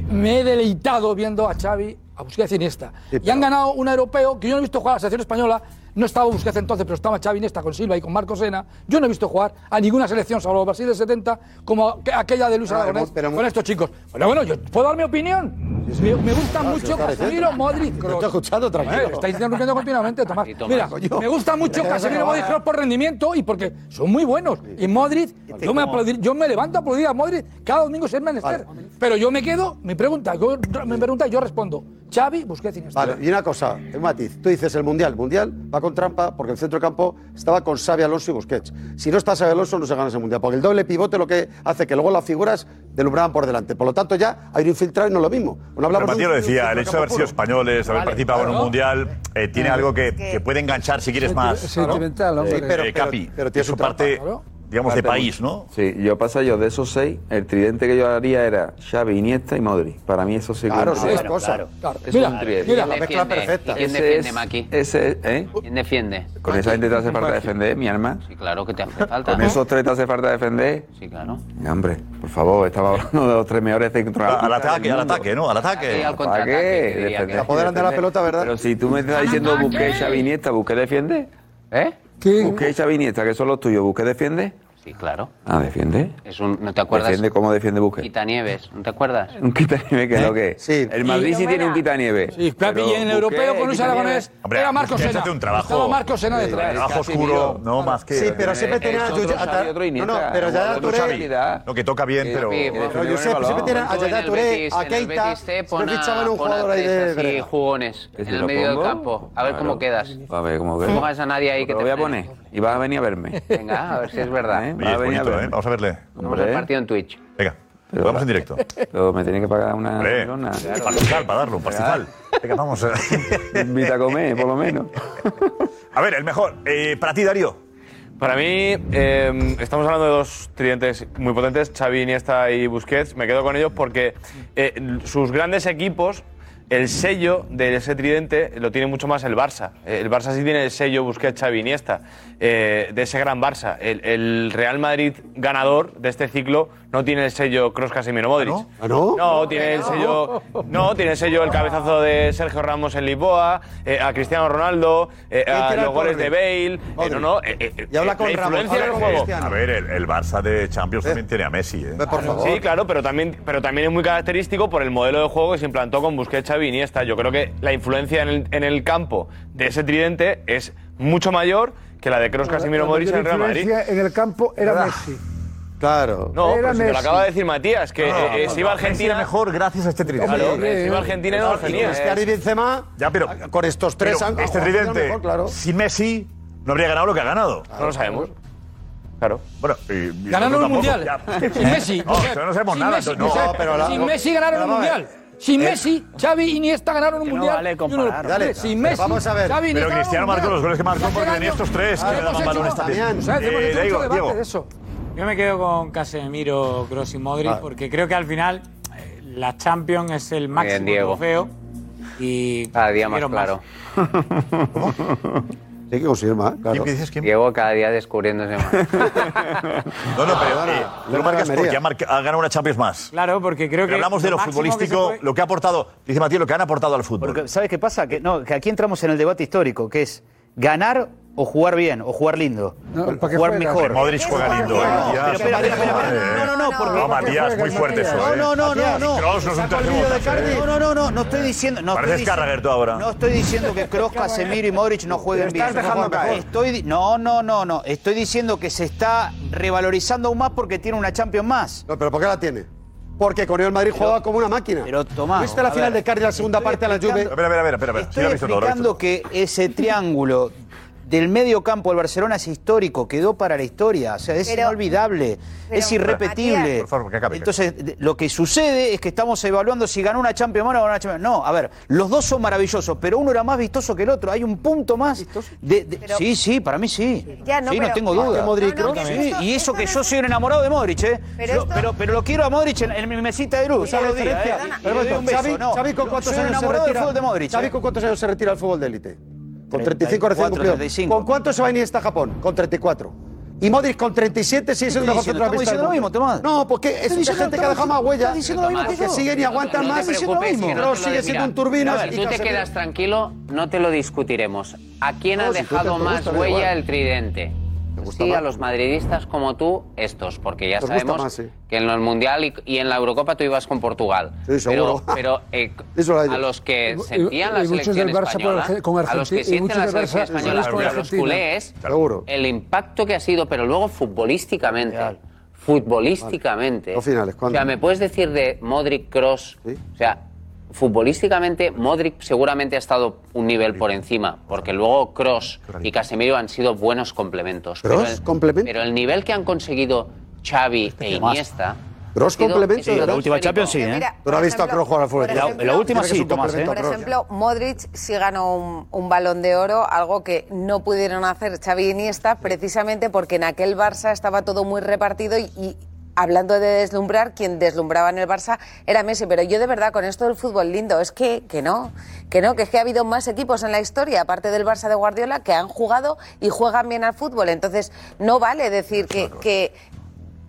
Speaker 22: me he deleitado viendo a Xavi, a Busquets y Iniesta. y han ganado un europeo que yo no he visto jugar a la selección española. No estaba Busquets entonces, pero estaba Xavi Iniesta con Silva y con Marcos Sena. Yo no he visto jugar a ninguna selección, salvo Brasil del 70, como aqu- aquella de Luis
Speaker 19: Ah,
Speaker 22: Aragonés con estos chicos. Bueno, bueno, yo puedo dar mi opinión. Me, me gustan
Speaker 19: Ah,
Speaker 22: mucho
Speaker 19: se lo está
Speaker 22: Casemiro,
Speaker 19: diciendo.
Speaker 22: Modric, Kroos.
Speaker 19: Te he escuchado, tranquilo.
Speaker 22: Eh, estáis interrumpiendo continuamente, Tomás.
Speaker 19: Tomás,
Speaker 22: Mira,
Speaker 19: coño.
Speaker 22: me gusta mucho
Speaker 19: Te vas a
Speaker 22: Casemiro,
Speaker 19: acabar,
Speaker 22: Modric,
Speaker 19: ¿eh?
Speaker 22: Kroos por rendimiento y porque son muy buenos. Y Modric, yo me, aplaudir- yo me levanto a aplaudir a Modric cada domingo si es menester. Pero yo me quedo, mi pregunta, yo, me pregunta y yo respondo. Xavi, Busquets y Iniesta.
Speaker 16: Vale, y una cosa, un matiz. Tú dices el Mundial. Mundial va con trampa porque el centro del campo estaba con Xavi Alonso y Busquets. Si no está Xavi Alonso, no se gana ese Mundial. Porque el doble pivote lo que hace que luego las figuras delumbraban por delante. Por lo tanto, ya hay un infiltrado y no es lo mismo. Bueno,
Speaker 7: Pero
Speaker 16: hablamos de un-
Speaker 7: Matías lo
Speaker 16: de un
Speaker 7: decía, el
Speaker 16: centro
Speaker 7: hecho de haber
Speaker 16: campo puro.
Speaker 7: sido españoles, haber
Speaker 16: Vale,
Speaker 7: participado en un
Speaker 16: claro.
Speaker 7: mundial, eh, tiene algo que,
Speaker 16: que-
Speaker 7: que puede enganchar si quieres más.
Speaker 10: sentimental,
Speaker 7: ¿no?
Speaker 10: hombre.
Speaker 7: Eh,
Speaker 10: Sí, pero-
Speaker 7: eh, Capi,
Speaker 14: pero-
Speaker 7: pero
Speaker 14: pero
Speaker 7: tiene
Speaker 14: tiene
Speaker 7: su
Speaker 14: su
Speaker 7: parte, digamos, de país, ¿no?
Speaker 14: Sí, yo pasa yo de esos seis, el tridente que yo haría era Xavi, Iniesta y Modric. Para mí eso sí que
Speaker 16: Claro,
Speaker 14: es
Speaker 16: sí,
Speaker 14: un
Speaker 16: es
Speaker 14: tridente.
Speaker 16: cosa.
Speaker 14: Eso es
Speaker 16: Mira,
Speaker 14: un tridente.
Speaker 16: mira, la mezcla perfecta.
Speaker 12: ¿Quién
Speaker 14: Ese
Speaker 12: defiende,
Speaker 14: es-
Speaker 12: Maki?
Speaker 14: Ese, ¿eh?
Speaker 12: ¿Quién defiende?
Speaker 14: Con esa gente te hace falta defender, mi arma.
Speaker 12: Sí, claro que te hace falta.
Speaker 14: Con esos tres te hace falta defender.
Speaker 12: Sí, claro.
Speaker 14: Hombre, por favor, estaba hablando de los tres mejores centrocampistas.
Speaker 7: Al ataque,
Speaker 14: del
Speaker 7: al
Speaker 14: mundo.
Speaker 7: ataque, ¿no? Al ataque.
Speaker 14: Al
Speaker 7: Al contraataque, diría
Speaker 14: defender,
Speaker 7: que- Se apoderan de la
Speaker 14: defender.
Speaker 7: pelota, ¿verdad?
Speaker 14: Pero si tú me estás diciendo busqué Xavi Iniesta, busqué defiende. ¿Eh? ¿Qué? Busqué Xavi Iniesta, que son los tuyos, busqué defiende.
Speaker 12: Sí, claro.
Speaker 14: Ah, defiende.
Speaker 12: Es un, ¿No te acuerdas?
Speaker 14: Defiende cómo defiende Busquets.
Speaker 12: Quitanieves, ¿no te acuerdas?
Speaker 14: Un quitanieve que es lo que es. El Madrid sí
Speaker 12: ¿Eh? Sí,
Speaker 14: tiene un quitanieve.
Speaker 12: Sí, claro,
Speaker 14: Pero
Speaker 12: y en el
Speaker 14: Busquets,
Speaker 12: europeo con
Speaker 14: el
Speaker 12: Luis
Speaker 14: quitanieve-
Speaker 12: Aragonés Hombre, era Marcos Busquets Sena. hace un trabajo- Estaba Marcos Sena detrás.
Speaker 14: Sí,
Speaker 12: Trabajo
Speaker 14: Casemiro.
Speaker 12: oscuro,
Speaker 7: No, más que.
Speaker 14: Sí, pero siempre tenía a Yuya- a- no, no, pero Yaya
Speaker 7: Otro
Speaker 14: Touré-
Speaker 7: Xavi. No, que toca bien, pero.
Speaker 14: pero
Speaker 7: Josep, siempre tiene a
Speaker 12: Tú en
Speaker 7: Yaya
Speaker 12: el
Speaker 7: Touré,
Speaker 12: Betis-
Speaker 7: a
Speaker 12: en el
Speaker 7: Keita,
Speaker 12: Betis te
Speaker 7: siempre
Speaker 12: pon a-
Speaker 7: fichaban un
Speaker 12: pon a
Speaker 7: jugador ahí
Speaker 12: tres
Speaker 7: de
Speaker 12: así,
Speaker 7: Brega.
Speaker 12: jugones en
Speaker 14: si
Speaker 12: el
Speaker 14: lo
Speaker 12: medio del
Speaker 14: pongo?
Speaker 12: campo. A ver
Speaker 14: Claro.
Speaker 12: cómo quedas.
Speaker 14: A ver cómo quedas.
Speaker 12: No pongas a nadie ahí que
Speaker 14: Lo
Speaker 12: te
Speaker 14: voy a
Speaker 12: frene.
Speaker 14: poner y vas a venir a verme.
Speaker 12: Venga, a ver si
Speaker 14: (laughs)
Speaker 12: es verdad.
Speaker 14: ¿Eh?
Speaker 7: Oye, es bonito, ¿eh? Vamos a verle.
Speaker 12: Vamos al partido en Twitch.
Speaker 7: Venga, vamos en directo.
Speaker 14: Pero me tiene que pagar una
Speaker 7: Hombre,
Speaker 14: lona.
Speaker 7: un pastizal para darlo, un pastizal. Venga, vamos.
Speaker 14: (laughs) Invita a comer, por lo menos.
Speaker 7: A ver, el mejor. Eh, para ti, Darío.
Speaker 1: Para mí, eh, estamos hablando de dos tridentes muy potentes, Xavi, Iniesta y Busquets. Me quedo con ellos porque eh, sus grandes equipos, el sello de ese tridente lo tiene mucho más el Barça. Eh, El Barça sí tiene el sello Busquets, Xavi, Iniesta, eh, de ese gran Barça. El, el Real Madrid ganador de este ciclo no tiene el sello Kroos, Casemiro, Modric.
Speaker 16: Ah, no?
Speaker 1: tiene el sello, no, tiene el sello el cabezazo de Sergio Ramos en Lisboa, eh, a Cristiano Ronaldo, eh, a
Speaker 7: tira el
Speaker 1: los goles
Speaker 7: córner?
Speaker 1: de Bale. eh, no, no, eh, eh,
Speaker 7: Y habla
Speaker 1: la
Speaker 7: con Ramos.
Speaker 1: influencia del juego. Ah,
Speaker 7: A ver, el, el Barça de Champions también tiene a Messi, ¿eh?
Speaker 1: Sí, claro, pero también, pero también es muy característico por el modelo de juego que se implantó con Busquets, Xavi y Iniesta. Yo creo que la influencia en el, en el campo de ese tridente es mucho mayor que la de Kroos, Casemiro,
Speaker 10: La
Speaker 1: Modric en el
Speaker 10: mayor
Speaker 1: Real Madrid.
Speaker 10: influencia En el campo era Messi.
Speaker 16: Claro.
Speaker 1: No, pero
Speaker 10: Era
Speaker 1: si te lo
Speaker 10: Messi.
Speaker 1: acaba de decir Matías, que
Speaker 10: No,
Speaker 1: eh, eh,
Speaker 10: no,
Speaker 1: si iba
Speaker 10: no,
Speaker 7: Messi era
Speaker 1: a Argentina...
Speaker 7: mejor gracias a este tridente.
Speaker 1: Claro,
Speaker 7: Hombre,
Speaker 1: si iba a Argentina no lo
Speaker 16: Y
Speaker 1: tenía. eh.
Speaker 16: Cristiano y Benzema,
Speaker 7: Ya, pero.
Speaker 16: con estos tres
Speaker 7: Pero
Speaker 16: han-
Speaker 7: Este
Speaker 16: han jugado
Speaker 7: tridente,
Speaker 16: mejor,
Speaker 7: (laughs)
Speaker 16: claro.
Speaker 7: sin Messi, no habría ganado lo que ha ganado.
Speaker 1: No lo sabemos. Claro.
Speaker 7: Bueno, y- y
Speaker 1: Ganaron
Speaker 7: nosotros
Speaker 1: un mundial.
Speaker 7: tampoco, ya. ¿Eh?
Speaker 1: Sin Messi,
Speaker 7: No,
Speaker 1: Josep.
Speaker 7: no, sabemos
Speaker 1: Sin
Speaker 7: nada.
Speaker 1: Messi,
Speaker 7: entonces, no,
Speaker 1: Josep.
Speaker 7: pero la-
Speaker 22: Sin Messi ganaron un
Speaker 7: Pero vamos a
Speaker 22: mundial.
Speaker 7: ver.
Speaker 22: Sin
Speaker 7: Eh,
Speaker 22: Xavi, Xavi y Iniesta ganaron un mundial.
Speaker 7: vale
Speaker 22: y uno
Speaker 7: comparar,
Speaker 22: los tres.
Speaker 7: dale.
Speaker 22: Sin
Speaker 7: Pero
Speaker 22: Messi,
Speaker 7: vamos a ver.
Speaker 22: Xavi y
Speaker 7: Pero
Speaker 22: Iniesta ganaron
Speaker 7: Cristiano marcó
Speaker 22: un
Speaker 7: los goles que
Speaker 22: mundial.
Speaker 7: marcó
Speaker 22: Hace
Speaker 7: porque tenían
Speaker 22: años.
Speaker 7: estos tres, que
Speaker 22: Hemos
Speaker 7: le daban
Speaker 22: hecho
Speaker 7: balones también.
Speaker 22: Damián, ¿sabes? Hemos
Speaker 7: Eh,
Speaker 22: hecho
Speaker 7: Diego,
Speaker 22: mucho debate
Speaker 7: Diego.
Speaker 22: de eso.
Speaker 18: Yo me quedo con Casemiro, Kroos y Modric
Speaker 7: Vale.
Speaker 18: porque creo que al final eh, la Champions es el
Speaker 12: Ah. Muy bien,
Speaker 18: máximo
Speaker 12: Diego.
Speaker 18: trofeo y
Speaker 12: Cada día más
Speaker 18: Casemiro
Speaker 12: claro.
Speaker 16: Hay que conseguir más, claro.
Speaker 12: Diego cada día descubriéndose más.
Speaker 14: (laughs)
Speaker 7: No, no, pero eh, tú lo marcas porque ha, marca- ha ganado una Champions más.
Speaker 18: Claro, porque
Speaker 7: Pero
Speaker 18: creo que
Speaker 7: hablamos de lo
Speaker 18: máximo que se
Speaker 7: futbolístico,
Speaker 18: puede-
Speaker 7: lo que ha aportado, dice Matías, lo que han aportado al fútbol.
Speaker 6: Porque, ¿Sabes qué pasa? Que, no, que aquí entramos en el debate histórico, que es ganar o jugar bien, o jugar lindo, o
Speaker 10: ¿para qué
Speaker 6: jugar
Speaker 10: juegas?
Speaker 6: mejor.
Speaker 7: Modric juega lindo, eh, Matías.
Speaker 6: Pero espera, espera, espera, espera. No, no, no, porque...
Speaker 7: No, Matías, muy fuerte eso.
Speaker 6: No,
Speaker 7: eh.
Speaker 6: no, no, no, no.
Speaker 7: Kroos no es un
Speaker 6: No,
Speaker 7: tercero.
Speaker 6: no, no, no, no estoy diciendo. No
Speaker 7: Pareces
Speaker 6: estoy diciendo-
Speaker 7: Carragher tú ahora.
Speaker 6: No estoy diciendo que
Speaker 7: (laughs)
Speaker 6: Kroos, Casemiro y Modric no jueguen
Speaker 7: Te
Speaker 6: bien.
Speaker 7: estás dejando caer.
Speaker 6: Estoy di- no, no, no, no. Estoy diciendo que se está revalorizando aún más porque tiene una Champions más.
Speaker 16: No, pero ¿por qué la tiene? Porque con el Madrid jugaba como una máquina. Pero
Speaker 6: Tomás,
Speaker 16: ¿Viste la
Speaker 6: a
Speaker 16: final
Speaker 6: ver,
Speaker 16: de Cardi la segunda parte a la Juve?
Speaker 7: Espera, espera, espera, espera. espera. Sí
Speaker 6: Estoy
Speaker 7: lo ha visto todo, lo ha visto
Speaker 6: explicando que ese triángulo del medio campo del Barcelona es histórico, quedó para la historia, o sea, es
Speaker 5: Pero-
Speaker 6: inolvidable,
Speaker 5: pero,
Speaker 6: es irrepetible.
Speaker 5: Matías- Por favor, que acabe, que
Speaker 6: Entonces, de- lo que sucede es que estamos evaluando si ganó una Champions o no ganó una Champions. No, a ver, los dos son maravillosos, pero uno era más vistoso que el otro, hay un punto más. de- de- sí, sí, para mí sí.
Speaker 5: Ya, no,
Speaker 6: sí, no
Speaker 5: pero-
Speaker 6: tengo
Speaker 5: no,
Speaker 6: duda.
Speaker 5: que Modric, No, no, ¿no? que
Speaker 6: Sí,
Speaker 5: esto-
Speaker 6: y eso que yo soy un enamorado de Modric, ¿eh?
Speaker 5: Pero
Speaker 6: Yo-
Speaker 5: esto-
Speaker 6: pero, pero lo quiero a Modric en, en mi mesita de luz,
Speaker 16: ¿Sabes
Speaker 6: todos
Speaker 16: la
Speaker 6: los días,
Speaker 16: diferencia?
Speaker 6: ¿eh? Y
Speaker 16: Pero
Speaker 6: le doy
Speaker 16: bueno,
Speaker 6: un beso,
Speaker 16: Xavi-
Speaker 6: no.
Speaker 16: Xavi con cuántos
Speaker 6: Soy un
Speaker 16: años se
Speaker 6: enamorado del
Speaker 16: retira?
Speaker 6: fútbol de Modric.
Speaker 16: Xavi
Speaker 6: ¿eh?
Speaker 16: con cuántos años se retira el fútbol de élite? Con 35 recién
Speaker 6: 34,
Speaker 16: cumplido.
Speaker 6: 35.
Speaker 16: ¿Con cuántos se va Iniesta a Japón? Con 34. Y Modric con 37 sigue siendo el mejor
Speaker 6: Estamos
Speaker 16: centrocampista
Speaker 6: diciendo lo
Speaker 16: del
Speaker 6: mismo,
Speaker 16: mundo.
Speaker 6: Tomás.
Speaker 16: No, porque es
Speaker 6: Estoy
Speaker 16: mucha
Speaker 6: diciendo-
Speaker 16: gente que ha dejado más huella.
Speaker 6: estás diciendo lo mismo que yo.
Speaker 16: siguen y aguantan
Speaker 6: No te
Speaker 16: más.
Speaker 6: preocupes,
Speaker 12: Si
Speaker 16: No,
Speaker 12: te lo
Speaker 16: sigue
Speaker 12: des-
Speaker 16: siendo
Speaker 12: mira,
Speaker 16: un turbinas.
Speaker 12: a ver,
Speaker 16: y
Speaker 12: tú te
Speaker 16: Casemiro.
Speaker 12: quedas tranquilo, no te lo discutiremos. ¿A quién ha
Speaker 16: No, si tú te-
Speaker 12: dejado
Speaker 16: te
Speaker 12: más
Speaker 16: gusta, da
Speaker 12: huella
Speaker 16: igual.
Speaker 12: el tridente?
Speaker 16: gusta
Speaker 12: Sí,
Speaker 16: más.
Speaker 12: a los madridistas como tú, estos, porque ya
Speaker 16: Nos gusta
Speaker 12: sabemos
Speaker 16: más, sí.
Speaker 12: que en el Mundial y, y en la Eurocopa tú ibas con Portugal.
Speaker 16: Sí, seguro.
Speaker 12: Pero, pero, eh,
Speaker 16: Eso lo hay.
Speaker 12: a los que
Speaker 16: Y-
Speaker 12: sentían
Speaker 16: y
Speaker 12: la
Speaker 16: muchos
Speaker 12: selección
Speaker 16: del Barça por
Speaker 12: española,
Speaker 16: Arge- con
Speaker 12: a los
Speaker 16: Argenti- y
Speaker 12: que
Speaker 16: muchos
Speaker 12: sienten la
Speaker 16: del
Speaker 12: selección
Speaker 16: Barça-
Speaker 12: española,
Speaker 16: con
Speaker 12: a los
Speaker 16: Argentina.
Speaker 12: culés,
Speaker 16: Seguro.
Speaker 12: el impacto que ha sido, pero luego futbolísticamente, futbolísticamente.
Speaker 16: Los finales, ¿cuándo?
Speaker 12: O sea, ¿me puedes decir de Modric Cross? O sea, futbolísticamente Modric seguramente ha estado un nivel por encima, porque luego Cross y Casemiro han sido buenos complementos. Pero
Speaker 16: Kroos, Este
Speaker 12: el, pero el nivel que han conseguido Xavi e Iniesta.
Speaker 16: Cross
Speaker 12: ha sido
Speaker 16: complemento.
Speaker 12: estratosférico.
Speaker 16: Tú no has visto a Cross jugar al fútbol.
Speaker 5: por La- ejemplo- la última
Speaker 16: Mira que es
Speaker 5: sí,
Speaker 16: un
Speaker 5: Tomás,
Speaker 16: complemento
Speaker 5: Por
Speaker 16: a Kroos.
Speaker 5: ejemplo, Modric sí ganó un, un balón de oro, algo que no pudieron hacer Xavi y Iniesta, precisamente porque en aquel Barça estaba todo muy repartido y, y hablando de deslumbrar, quien deslumbraba en el Barça era Messi. Pero yo de verdad, con esto del fútbol lindo, es que, que no, que no, que es que ha habido más equipos en la historia, aparte del Barça de Guardiola, que han jugado y juegan bien al fútbol. Entonces, no vale decir que- que,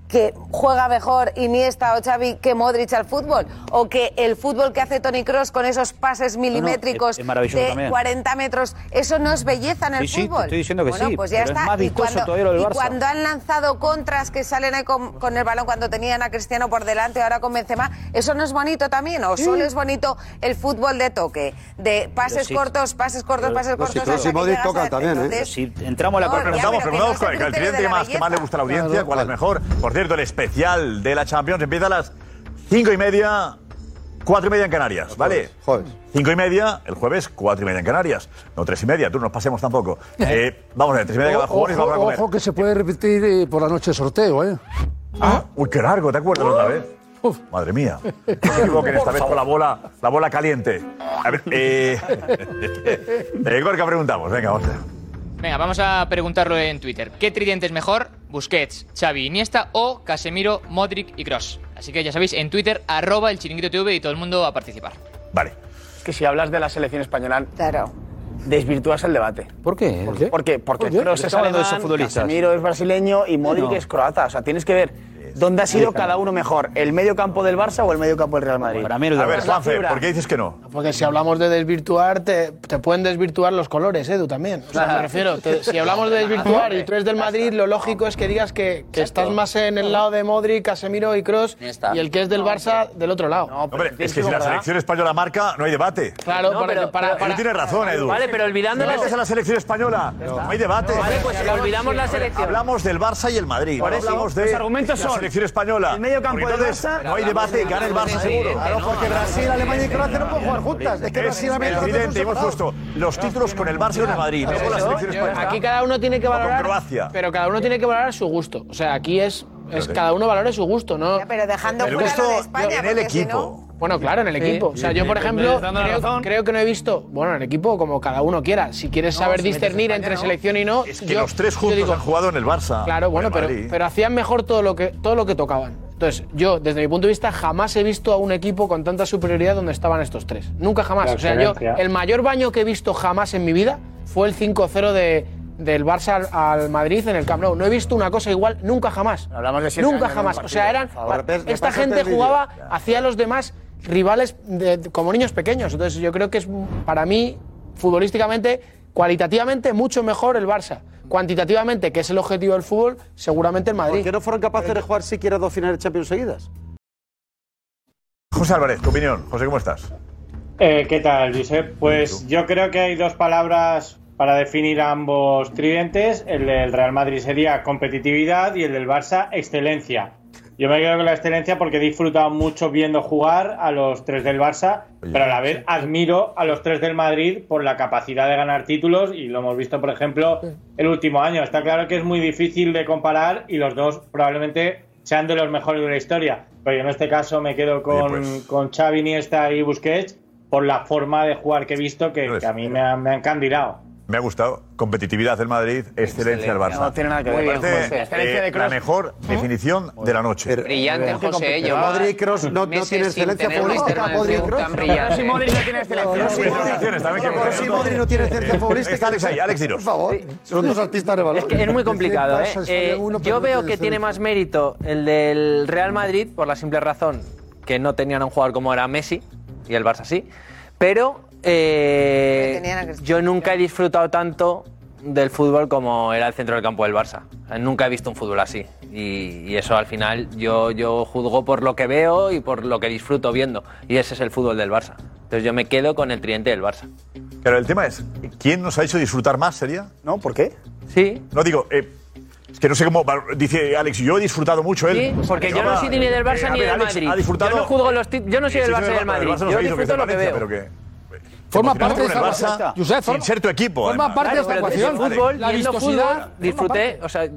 Speaker 5: que juega mejor Iniesta o Xavi que Modric al fútbol o que el fútbol que hace Tony Cross con esos pases milimétricos
Speaker 6: es- es maravilloso
Speaker 5: de
Speaker 6: también.
Speaker 5: 40 metros eso no es belleza en el
Speaker 6: Sí, sí, te
Speaker 5: fútbol
Speaker 6: estoy diciendo que
Speaker 5: bueno,
Speaker 6: sí,
Speaker 5: pues ya
Speaker 6: pero es
Speaker 5: está
Speaker 6: más
Speaker 5: y,
Speaker 6: vistoso
Speaker 5: cuando,
Speaker 6: todavía lo del
Speaker 5: y
Speaker 6: Barça.
Speaker 5: cuando han lanzado contras que salen ahí con, con el balón cuando tenían a Cristiano por delante ahora con Benzema eso no es bonito también o
Speaker 16: Sí.
Speaker 5: solo es bonito el fútbol de toque de pases
Speaker 6: sí.
Speaker 5: cortos pases cortos pases cortos hasta que llegas a-
Speaker 6: ¿eh?
Speaker 7: ¿eh?
Speaker 5: entonces,
Speaker 6: Si entramos a la
Speaker 5: No,
Speaker 6: corte,
Speaker 5: ya,
Speaker 7: Preguntamos,
Speaker 5: pero que
Speaker 7: preguntamos
Speaker 5: no es el
Speaker 7: cuál es el
Speaker 5: criterio
Speaker 7: cliente
Speaker 5: de la
Speaker 7: más, que más le
Speaker 5: belleza.
Speaker 7: gusta a la audiencia,
Speaker 5: Claro,
Speaker 7: cuál es mejor. Por cierto, el especial de la Champions empieza a las cinco y media, cuatro y media en Canarias, ¿vale? Jueves. Cinco y media, el jueves, cuatro y media en Canarias. No, tres y media, tú no nos
Speaker 6: (laughs)
Speaker 7: pasemos tampoco. Eh, vamos a ver, tres y media cada jugador y vamos a
Speaker 10: Ojo,
Speaker 7: comer.
Speaker 10: ojo que se puede repetir eh, por la noche sorteo, ¿eh? Ah.
Speaker 7: Ah, uy, qué largo, ¿te acuerdas la otra vez? Madre mía. No se equivoquen esta vez con la bola, la bola caliente. A ver, eh, eh, Gorka, preguntamos, venga, vamos.
Speaker 11: Venga, vamos a preguntarlo en Twitter. ¿Qué tridente es mejor? Busquets, Xavi, Iniesta o Casemiro, Modric y Cross. Así que ya sabéis, en Twitter, arroba el chiringuito TV y todo el mundo a participar.
Speaker 7: Vale.
Speaker 9: Es que si hablas de la selección española, desvirtúas el debate.
Speaker 6: ¿Por qué?
Speaker 9: ¿Por qué? Porque, porque
Speaker 6: ¿Por qué?
Speaker 9: Kroos es
Speaker 6: Estamos hablando de esos
Speaker 9: alemán,
Speaker 6: futbolistas.
Speaker 9: Casemiro es brasileño y Modric
Speaker 6: No.
Speaker 9: es croata. O sea, tienes que ver dónde ha sido
Speaker 7: Sí,
Speaker 9: cada uno mejor, el medio campo del Barça o el medio campo del Real Madrid. Para
Speaker 6: mí el
Speaker 7: A ver, Juanfe, ¿por qué dices que no?
Speaker 17: Porque si hablamos de desvirtuar, te, te pueden desvirtuar los colores, Edu, también. O sea, me refiero, te-
Speaker 9: (laughs)
Speaker 17: si hablamos de desvirtuar y tú eres del Madrid, lo lógico es que digas que, que estás más en el lado de Modric, Casemiro y Cross y el que es del Barça del otro lado.
Speaker 7: Hombre, es que si la selección española marca, no hay debate.
Speaker 17: Claro,
Speaker 7: no,
Speaker 17: para- para- para-
Speaker 7: tienes razón, Edu.
Speaker 17: Vale, pero olvidando
Speaker 7: Si
Speaker 17: la-
Speaker 7: metes a la selección española, no hay debate.
Speaker 17: Vale, pues si olvidamos la selección.
Speaker 7: Hablamos del Barça y el Madrid.
Speaker 17: Por
Speaker 7: no
Speaker 17: eso,
Speaker 7: hablamos de
Speaker 17: los argumentos
Speaker 7: la
Speaker 17: son
Speaker 7: selección española.
Speaker 17: el medio campo
Speaker 7: Porque
Speaker 17: del
Speaker 7: entonces
Speaker 17: Barça-
Speaker 7: No hay debate, gana el Barça seguro.
Speaker 16: Claro, porque Brasil, Alemania y Croacia no pueden jugar juntas. Es que
Speaker 7: Es
Speaker 16: Brasil, Alemania y Croacia son
Speaker 7: evidente, hemos
Speaker 16: separados.
Speaker 7: puesto los títulos con el Barça y con el Madrid, no con la selección española.
Speaker 17: Aquí cada uno tiene que
Speaker 7: No con
Speaker 17: valorar.
Speaker 7: Croacia.
Speaker 17: Pero cada uno tiene que valorar su gusto. O sea, aquí es. es
Speaker 7: Fíjate.
Speaker 17: cada uno valore su gusto, ¿no?
Speaker 5: pero dejando
Speaker 7: El fuera gusto lo de España, en el porque si equipo.
Speaker 17: Bueno, claro, en el
Speaker 7: Sí.
Speaker 17: equipo. O sea,
Speaker 7: Sí,
Speaker 17: yo,
Speaker 7: sí,
Speaker 17: por
Speaker 7: sí,
Speaker 17: ejemplo,
Speaker 7: estás dando la
Speaker 17: creo,
Speaker 7: razón.
Speaker 17: creo que no he visto. Bueno, en el equipo, como cada uno quiera. Si quieres
Speaker 7: No,
Speaker 17: saber
Speaker 7: si metes
Speaker 17: discernir
Speaker 7: España,
Speaker 17: entre
Speaker 7: no.
Speaker 17: selección y no.
Speaker 7: Es que los tres juntos
Speaker 17: digo-
Speaker 7: han jugado en el Barça.
Speaker 17: Claro, bueno,
Speaker 7: en el
Speaker 17: pero,
Speaker 7: Madrid.
Speaker 17: pero hacían mejor todo lo, que, todo lo que tocaban. Entonces, yo, desde mi punto de vista, jamás he visto a un equipo con tanta superioridad donde estaban estos tres. Nunca jamás.
Speaker 20: La
Speaker 17: O sea, yo,
Speaker 20: excelencia.
Speaker 17: el mayor baño que he visto jamás en mi vida fue el 5-0 de, del Barça al, al Madrid en el Camp Nou. No he visto una cosa igual nunca jamás.
Speaker 9: Hablamos de siete
Speaker 17: Nunca
Speaker 9: años en un
Speaker 17: jamás. O sea,
Speaker 9: partido,
Speaker 17: eran.
Speaker 9: por favor.
Speaker 17: pa-
Speaker 9: Repás-
Speaker 17: esta
Speaker 9: repásate
Speaker 17: gente
Speaker 9: el
Speaker 16: este
Speaker 9: vídeo.
Speaker 17: jugaba, hacía a los demás rivales de- de- como niños pequeños. Entonces, yo creo que es, para mí, futbolísticamente, cualitativamente, mucho mejor el Barça. Cuantitativamente, que es el objetivo del fútbol, seguramente el Madrid.
Speaker 16: ¿Por qué no fueron capaces de jugar siquiera dos finales de Champions seguidas?
Speaker 7: José Álvarez, tu opinión. José, ¿cómo estás?
Speaker 20: Eh, ¿Qué tal, Josep? Pues yo creo que hay dos palabras para definir a ambos tridentes. El del Real Madrid sería competitividad y el del Barça excelencia. Yo me quedo con la excelencia porque he disfrutado mucho viendo jugar a los tres del Barça,
Speaker 7: Oye,
Speaker 20: pero a la vez admiro a los tres del Madrid por la capacidad de ganar títulos y lo hemos visto, por ejemplo, el último año. Está claro que es muy difícil de comparar y los dos probablemente sean de los mejores de la historia, pero yo en este caso me quedo con,
Speaker 7: pues-
Speaker 20: con Xavi, Iniesta y Busquets por la forma de jugar que he visto que,
Speaker 7: Pues,
Speaker 20: que a mí me ha, me ha encandilado.
Speaker 7: Me ha gustado. Competitividad del Madrid, excelencia del Barça.
Speaker 20: No tiene nada que
Speaker 7: Me
Speaker 20: ver.
Speaker 7: parece,
Speaker 20: Muy bien, José. Excelencia de
Speaker 7: eh, la
Speaker 20: Kroos.
Speaker 7: mejor definición de la noche.
Speaker 12: Brillante, José.
Speaker 16: Pero
Speaker 12: Llevaba
Speaker 16: Modric, Kroos, no- no
Speaker 12: meses
Speaker 16: tiene
Speaker 12: sin
Speaker 16: excelencia
Speaker 12: tener un
Speaker 16: futbolística,
Speaker 12: extremo del
Speaker 16: Modric,
Speaker 12: triunfo
Speaker 16: Kroos.
Speaker 12: tan brillante.
Speaker 16: Si Modric no tiene excelencia.
Speaker 7: Sí, felicitaciones, también que-
Speaker 16: Pero si Modric no tiene excelencia
Speaker 7: Eh,
Speaker 16: futbolística,
Speaker 7: está Alex ahí, Alex Dinos.
Speaker 16: Por favor, son dos artistas de valor.
Speaker 1: Es, que es muy complicado, ¿eh? Eh, yo veo que tiene más mérito el del Real Madrid por la simple razón que no tenían a un jugador como era Messi y el Barça sí, pero eh, yo nunca he disfrutado tanto del fútbol como era el centro del campo del Barça. Eh, Nunca he visto un fútbol así y, y eso al final yo, yo juzgo por lo que veo y por lo que disfruto viendo y ese es el fútbol del Barça. Entonces yo me quedo con el tridente del Barça.
Speaker 7: Pero el tema es, ¿quién nos ha hecho disfrutar más, sería?
Speaker 16: No, ¿por qué?
Speaker 1: Sí.
Speaker 7: No digo, eh, es que no sé cómo va- dice Alex, yo he disfrutado mucho él.
Speaker 1: Sí, porque yo no soy ni del Barça
Speaker 7: Eh, a
Speaker 1: ni
Speaker 7: ver,
Speaker 1: del
Speaker 7: Alex
Speaker 1: Madrid.
Speaker 7: Ha disfrutado,
Speaker 1: Yo no juzgo los tit- yo no soy del Barça ni del Madrid.
Speaker 7: Barça nos
Speaker 1: Yo
Speaker 7: ha dicho que
Speaker 1: disfruto lo que
Speaker 7: Valencia,
Speaker 1: veo.
Speaker 7: Pero que,
Speaker 1: Forma
Speaker 7: te emocionas
Speaker 1: parte de
Speaker 7: con el
Speaker 1: esta
Speaker 7: Barça,
Speaker 1: ecuación. Josep,
Speaker 7: sin
Speaker 1: forma-
Speaker 7: ser tu equipo.
Speaker 1: forma
Speaker 7: además.
Speaker 1: Claro, pero desde el fútbol,
Speaker 7: Vale.
Speaker 1: viendo fútbol, disfruté, o sea,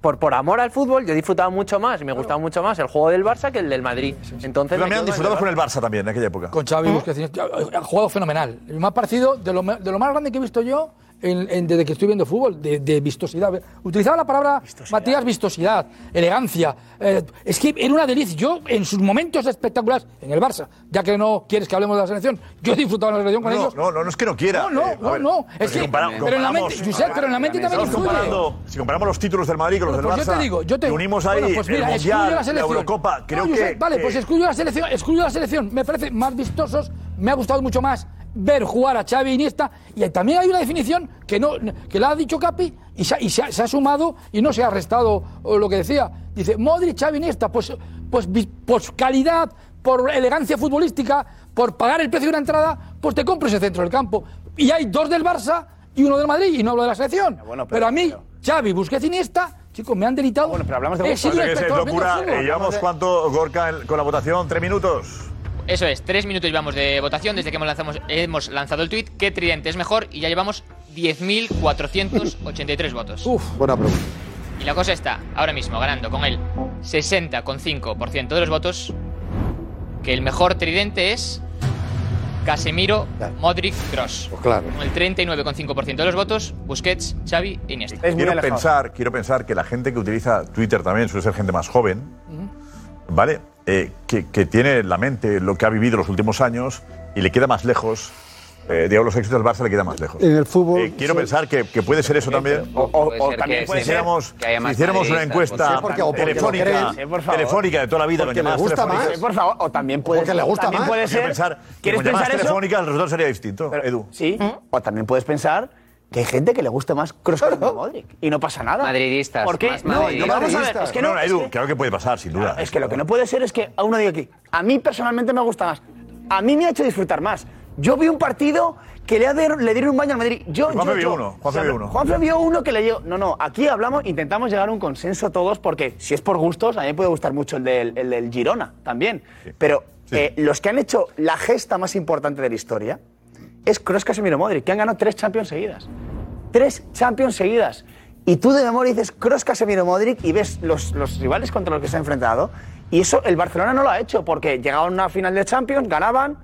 Speaker 1: por, por amor al fútbol, yo disfrutaba mucho más y me gustaba mucho más el juego del Barça que el del Madrid. Entonces,
Speaker 7: Tú
Speaker 1: me
Speaker 7: también
Speaker 1: quedo
Speaker 7: disfrutabas con
Speaker 1: con
Speaker 7: el Barça también en aquella época.
Speaker 1: Con
Speaker 22: Xavi Busquets, ha jugado fenomenal. Me ha parecido de lo, me- de lo más grande que he visto yo en- en- desde que estoy viendo fútbol, de, de vistosidad. Utilizaba la palabra Matías vistosidad, elegancia. Eh, es que era una delicia. Yo, en sus momentos espectaculares en el Barça, ya que no quieres que hablemos de la selección, yo he disfrutado de la selección con
Speaker 7: No,
Speaker 22: ellos.
Speaker 7: no, no, no es que no quiera.
Speaker 22: No, no,
Speaker 7: Eh, a
Speaker 22: no,
Speaker 7: ver,
Speaker 22: no.
Speaker 7: pero
Speaker 22: Es
Speaker 7: si
Speaker 22: que,
Speaker 7: compara-
Speaker 22: pero en la mente,
Speaker 7: comparamos-
Speaker 22: Josep, pero en la mente también
Speaker 7: Estamos
Speaker 22: influye.
Speaker 7: comparando- Si comparamos los títulos del Madrid con los
Speaker 22: Pues
Speaker 7: del
Speaker 22: yo
Speaker 7: Barça,
Speaker 22: te digo, yo te
Speaker 7: y unimos ahí
Speaker 22: Bueno, pues mira,
Speaker 7: el
Speaker 22: excluyo
Speaker 7: Mundial,
Speaker 22: la
Speaker 7: la,
Speaker 22: selección.
Speaker 7: Eurocopa, creo
Speaker 22: No,
Speaker 7: que...
Speaker 22: Josep, vale,
Speaker 7: que-
Speaker 22: pues excluyo la selección, excluyo la selección. Me parece más vistosos, me ha gustado mucho más ver jugar a Xavi e Iniesta. Y también hay una definición que no que la ha dicho Capi y se, ha- y se ha, se ha sumado y no se ha restado o lo que decía. Dice, Modric, Xavi, Iniesta, pues, pues, vi- pues calidad, por elegancia futbolística, por pagar el precio de una entrada, pues te compro ese centro del campo. Y hay dos del Barça y uno del Madrid, y no hablo de la selección. Ah, pero, a mí, Xavi, Busquets, e Iniesta, chicos, me han delitado. Bueno, pero hablamos
Speaker 7: Parece que es locura. Eh, llevamos cuánto, Gorka, el- con la votación, tres minutos.
Speaker 11: Eso es, tres minutos llevamos de votación desde que hemos, lanzamos- hemos lanzado el tweet. ¿Qué tridente es mejor? Y ya llevamos 10.483 votos.
Speaker 16: Buena pregunta.
Speaker 11: Y la cosa está, ahora mismo, ganando con el 60,5% de los votos, que el mejor tridente es Casemiro, Modric, Cross.
Speaker 7: Pues claro.
Speaker 11: Con el 39,5% de los votos, Busquets, Xavi e Iniesta.
Speaker 7: Quiero pensar, quiero pensar que la gente que utiliza Twitter también suele ser gente más joven, ¿vale? Eh, que, que tiene en la mente lo que ha vivido los últimos años y le queda más lejos. Eh, digamos, los éxitos del Barça le queda más lejos.
Speaker 10: En el fútbol.
Speaker 7: Eh, quiero
Speaker 10: sí.
Speaker 7: pensar que, que puede ser eso también. O,
Speaker 10: puede ser que
Speaker 7: puede
Speaker 9: ¿eh?
Speaker 10: se
Speaker 7: ser
Speaker 10: vea que haya
Speaker 7: si
Speaker 10: más
Speaker 7: hiciéramos una
Speaker 10: madridistas, pues
Speaker 7: encuesta
Speaker 10: sí, porque- o porque lo
Speaker 7: telefónica,
Speaker 10: creen. Sí, por favor.
Speaker 7: telefónica de toda la vida.
Speaker 10: Porque
Speaker 7: con
Speaker 10: le
Speaker 7: llamadas
Speaker 10: gusta
Speaker 7: telefónicas.
Speaker 10: más.
Speaker 9: Por favor, o también puede
Speaker 10: Porque le gusta
Speaker 9: también
Speaker 10: más.
Speaker 9: Puede
Speaker 10: Quiero
Speaker 9: ser,
Speaker 10: pensar que
Speaker 9: ¿Quieres
Speaker 10: con llamadas
Speaker 9: pensar eso?
Speaker 7: telefónicas el resultado sería distinto, Edu.
Speaker 9: Sí,
Speaker 10: Mm.
Speaker 9: o también puedes pensar que hay gente que le gusta más
Speaker 10: (laughs)
Speaker 9: Kroos que Modric y no pasa nada.
Speaker 12: Madridistas.
Speaker 9: ¿Por qué?
Speaker 12: más
Speaker 9: No, y
Speaker 12: madridistas.
Speaker 9: vamos a ver, es que no, es
Speaker 7: Edu,
Speaker 9: que-
Speaker 7: claro que puede pasar, sin duda.
Speaker 9: Es que lo que no puede ser es que a uno diga aquí, a mí personalmente me gusta más, a mí me ha hecho disfrutar más. Yo vi un partido que le, ha de- le dieron un baño al Madrid. Yo,
Speaker 7: Juanfe
Speaker 9: yo-
Speaker 7: vio
Speaker 9: yo-
Speaker 7: uno, Juanfe
Speaker 9: o sea,
Speaker 7: vio uno.
Speaker 9: Juanfe vio uno que le dio. No, no, aquí hablamos, intentamos llegar a un consenso todos porque si es por gustos, a mí me puede gustar mucho el del, el del Girona también. Pero eh, los que han hecho la gesta más importante de la historia es Kroos, Casemiro, Modric, que han ganado tres Champions seguidas tres Champions seguidas. Y tú de memoria dices Kroos, Casemiro, Modric y ves los, los rivales contra los que se ha enfrentado. Y eso el Barcelona no lo ha hecho porque llegaban a una final de Champions, ganaban,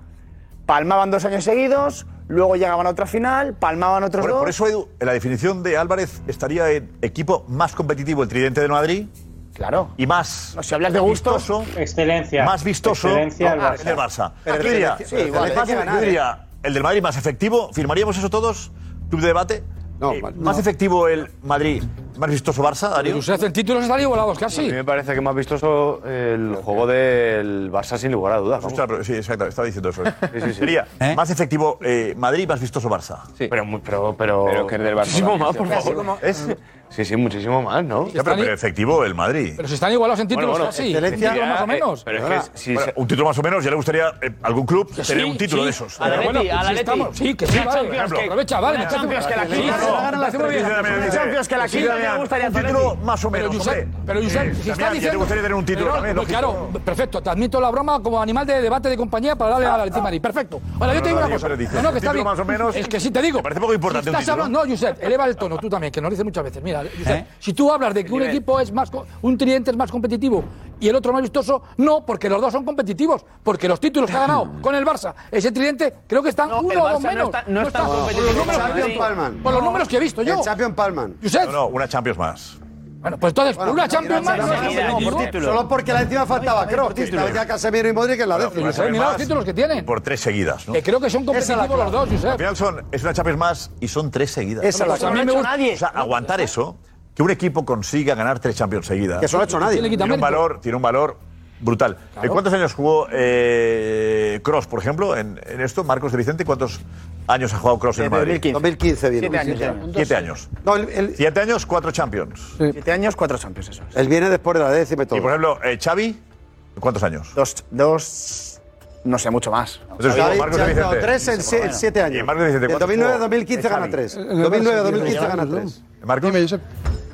Speaker 9: palmaban dos años seguidos, luego llegaban a otra final, palmaban otros
Speaker 7: Por,
Speaker 9: dos.
Speaker 7: por eso, Edu, la definición de Álvarez estaría en equipo más competitivo, el Tridente del Madrid.
Speaker 9: Claro.
Speaker 7: Y más.
Speaker 9: si hablas de gusto,
Speaker 20: excelencia.
Speaker 7: Más vistoso
Speaker 20: Excelencia
Speaker 7: no,
Speaker 20: del Barça.
Speaker 7: el del Barça.
Speaker 20: Pero
Speaker 7: Yo
Speaker 20: el
Speaker 7: diría,
Speaker 20: Tridente- sí, vale.
Speaker 7: el Barça-
Speaker 20: Hay que ganar,
Speaker 7: yo diría, el del Madrid más efectivo. ¿Firmaríamos eso todos? ¿Club de debate? Eh, ¿Más efectivo el Madrid? ¿Más vistoso Barça, Darío?
Speaker 22: Josep, en títulos han salido volados
Speaker 15: A
Speaker 22: casi.
Speaker 15: mí me parece que más vistoso el juego del Barça sin lugar a dudas.
Speaker 7: Pues sí, exacto, estaba diciendo eso. ¿eh?
Speaker 15: Sí, sí, sí.
Speaker 7: Sería más efectivo eh, Madrid, más vistoso Barça.
Speaker 15: Sí. Pero, muy- pero, pero,
Speaker 7: Pero que el del Barça
Speaker 15: Muchísimo
Speaker 7: también,
Speaker 15: más,
Speaker 7: sí.
Speaker 15: por
Speaker 7: Casi
Speaker 15: favor.
Speaker 7: como-
Speaker 15: Es- Sí, sí, muchísimo más, ¿no?
Speaker 7: Ya, pero, pero efectivo el Madrid.
Speaker 22: Pero si están igualados en títulos casi.
Speaker 7: excelencia, Eh,
Speaker 22: en títulos más o menos.
Speaker 15: pero es que
Speaker 7: Perdona,
Speaker 15: si
Speaker 7: bueno,
Speaker 15: se-
Speaker 7: un título más o menos, ya le gustaría eh, algún club
Speaker 22: Que sí,
Speaker 7: tener un título
Speaker 22: sí.
Speaker 7: de esos.
Speaker 22: Al Atleti,
Speaker 7: bueno,
Speaker 22: al
Speaker 7: si
Speaker 22: Atleti.
Speaker 7: estamos-
Speaker 22: Sí, que sí,
Speaker 7: Una
Speaker 22: vale.
Speaker 7: Champions que-
Speaker 22: Aprovecha, vale.
Speaker 7: una Champions que la quita.
Speaker 22: Sí, sí,
Speaker 7: No, la
Speaker 22: sí,
Speaker 7: gana la
Speaker 22: sí, sí,
Speaker 7: Champions que la
Speaker 22: sí,
Speaker 7: quita.
Speaker 22: sí,
Speaker 7: Damián,
Speaker 22: gustaría
Speaker 7: un
Speaker 22: Toletti.
Speaker 7: título más o
Speaker 22: Pero,
Speaker 7: menos,
Speaker 22: Josep,
Speaker 7: hombre.
Speaker 22: pero Josep,
Speaker 7: Eh,
Speaker 22: si
Speaker 7: Damián,
Speaker 22: estás
Speaker 7: que te
Speaker 22: diciendo...
Speaker 7: gustaría tener un título
Speaker 22: Pero,
Speaker 7: también,
Speaker 22: pues,
Speaker 7: lógico.
Speaker 22: Claro, perfecto, te admito la broma como animal de debate de compañía para darle a la Madrid. Perfecto. Ahora, yo
Speaker 7: Ah, No,
Speaker 22: te digo
Speaker 7: no,
Speaker 22: una
Speaker 7: yo
Speaker 22: cosa.
Speaker 7: pero dices,
Speaker 22: No, no, que
Speaker 7: ¿un
Speaker 22: está
Speaker 7: título
Speaker 22: bien.
Speaker 7: más o menos?
Speaker 22: Es que sí te digo.
Speaker 7: parece poco importante un
Speaker 22: estás
Speaker 7: título.
Speaker 22: hablando... No, Josep, eleva el tono, tú también, que no lo dices muchas veces. Mira, Josep,
Speaker 7: ¿Eh?
Speaker 22: si tú hablas de que un
Speaker 7: nivel.
Speaker 22: equipo es más... co- Un tridente es más competitivo y el otro más vistoso, no, porque los dos son competitivos. Porque los títulos que ha
Speaker 7: (laughs)
Speaker 22: ganado con el Barça, ese tridente, creo que están uno o
Speaker 1: Barça
Speaker 22: dos
Speaker 1: no
Speaker 22: menos.
Speaker 1: está- no está
Speaker 22: Por los números que he
Speaker 16: Champions
Speaker 22: visto.
Speaker 16: Palman.
Speaker 22: Por los números que he visto yo.
Speaker 16: El Champions Palman.
Speaker 7: No, no, una Champions más.
Speaker 22: Bueno, pues entonces,
Speaker 16: Bueno,
Speaker 22: una
Speaker 16: no,
Speaker 22: Champions
Speaker 16: no,
Speaker 22: más.
Speaker 16: no, no, no, por título. Solo porque la encima faltaba Kroos, que estaba ya Casemiro y Modric en la
Speaker 7: Bueno,
Speaker 16: décima.
Speaker 7: una Champions
Speaker 22: mira los
Speaker 7: más
Speaker 22: títulos que tienen.
Speaker 7: y Por tres seguidas, ¿no?
Speaker 22: Que creo que son competitivos los dos,
Speaker 7: Al
Speaker 22: Josep.
Speaker 7: final son, es una Champions más y son tres seguidas.
Speaker 22: Esa es la
Speaker 7: Eso
Speaker 22: clave. A
Speaker 7: no lo ha
Speaker 22: mí me
Speaker 7: hecho
Speaker 22: gusta-
Speaker 7: nadie. O sea, aguantar eso, que un equipo consiga ganar tres Champions seguidas.
Speaker 16: Que eso no lo ha hecho nadie.
Speaker 7: Tiene un valor, tiene un valor brutal. ¿En ¿Cuántos años jugó eh, Cross, por ejemplo, en, en esto? Marcos de Vicente, ¿cuántos años ha jugado Cross en el
Speaker 16: Desde
Speaker 7: Madrid?
Speaker 16: 2015. 2015 vino.
Speaker 7: Siete años.
Speaker 16: Siete
Speaker 7: Siete
Speaker 16: años.
Speaker 7: años. Siete años, cuatro Champions.
Speaker 16: Siete años, cuatro Champions, eso. Él viene después de la décima y todo.
Speaker 7: Y por ejemplo, eh, Xavi, ¿cuántos años?
Speaker 16: Dos. dos
Speaker 9: No sé, mucho más.
Speaker 7: Entonces,
Speaker 16: Xavi,
Speaker 7: jugó Marcos de
Speaker 16: Xavi,
Speaker 7: Vicente.
Speaker 16: no, tres en se- en siete años.
Speaker 7: Y Marcos de Vicente,
Speaker 16: Del
Speaker 7: ¿cuántos
Speaker 16: 2009 a
Speaker 7: jugó?
Speaker 16: 2015 gana
Speaker 7: Xavi.
Speaker 16: tres. 2009 a 2015 gana tres.
Speaker 7: Marcos.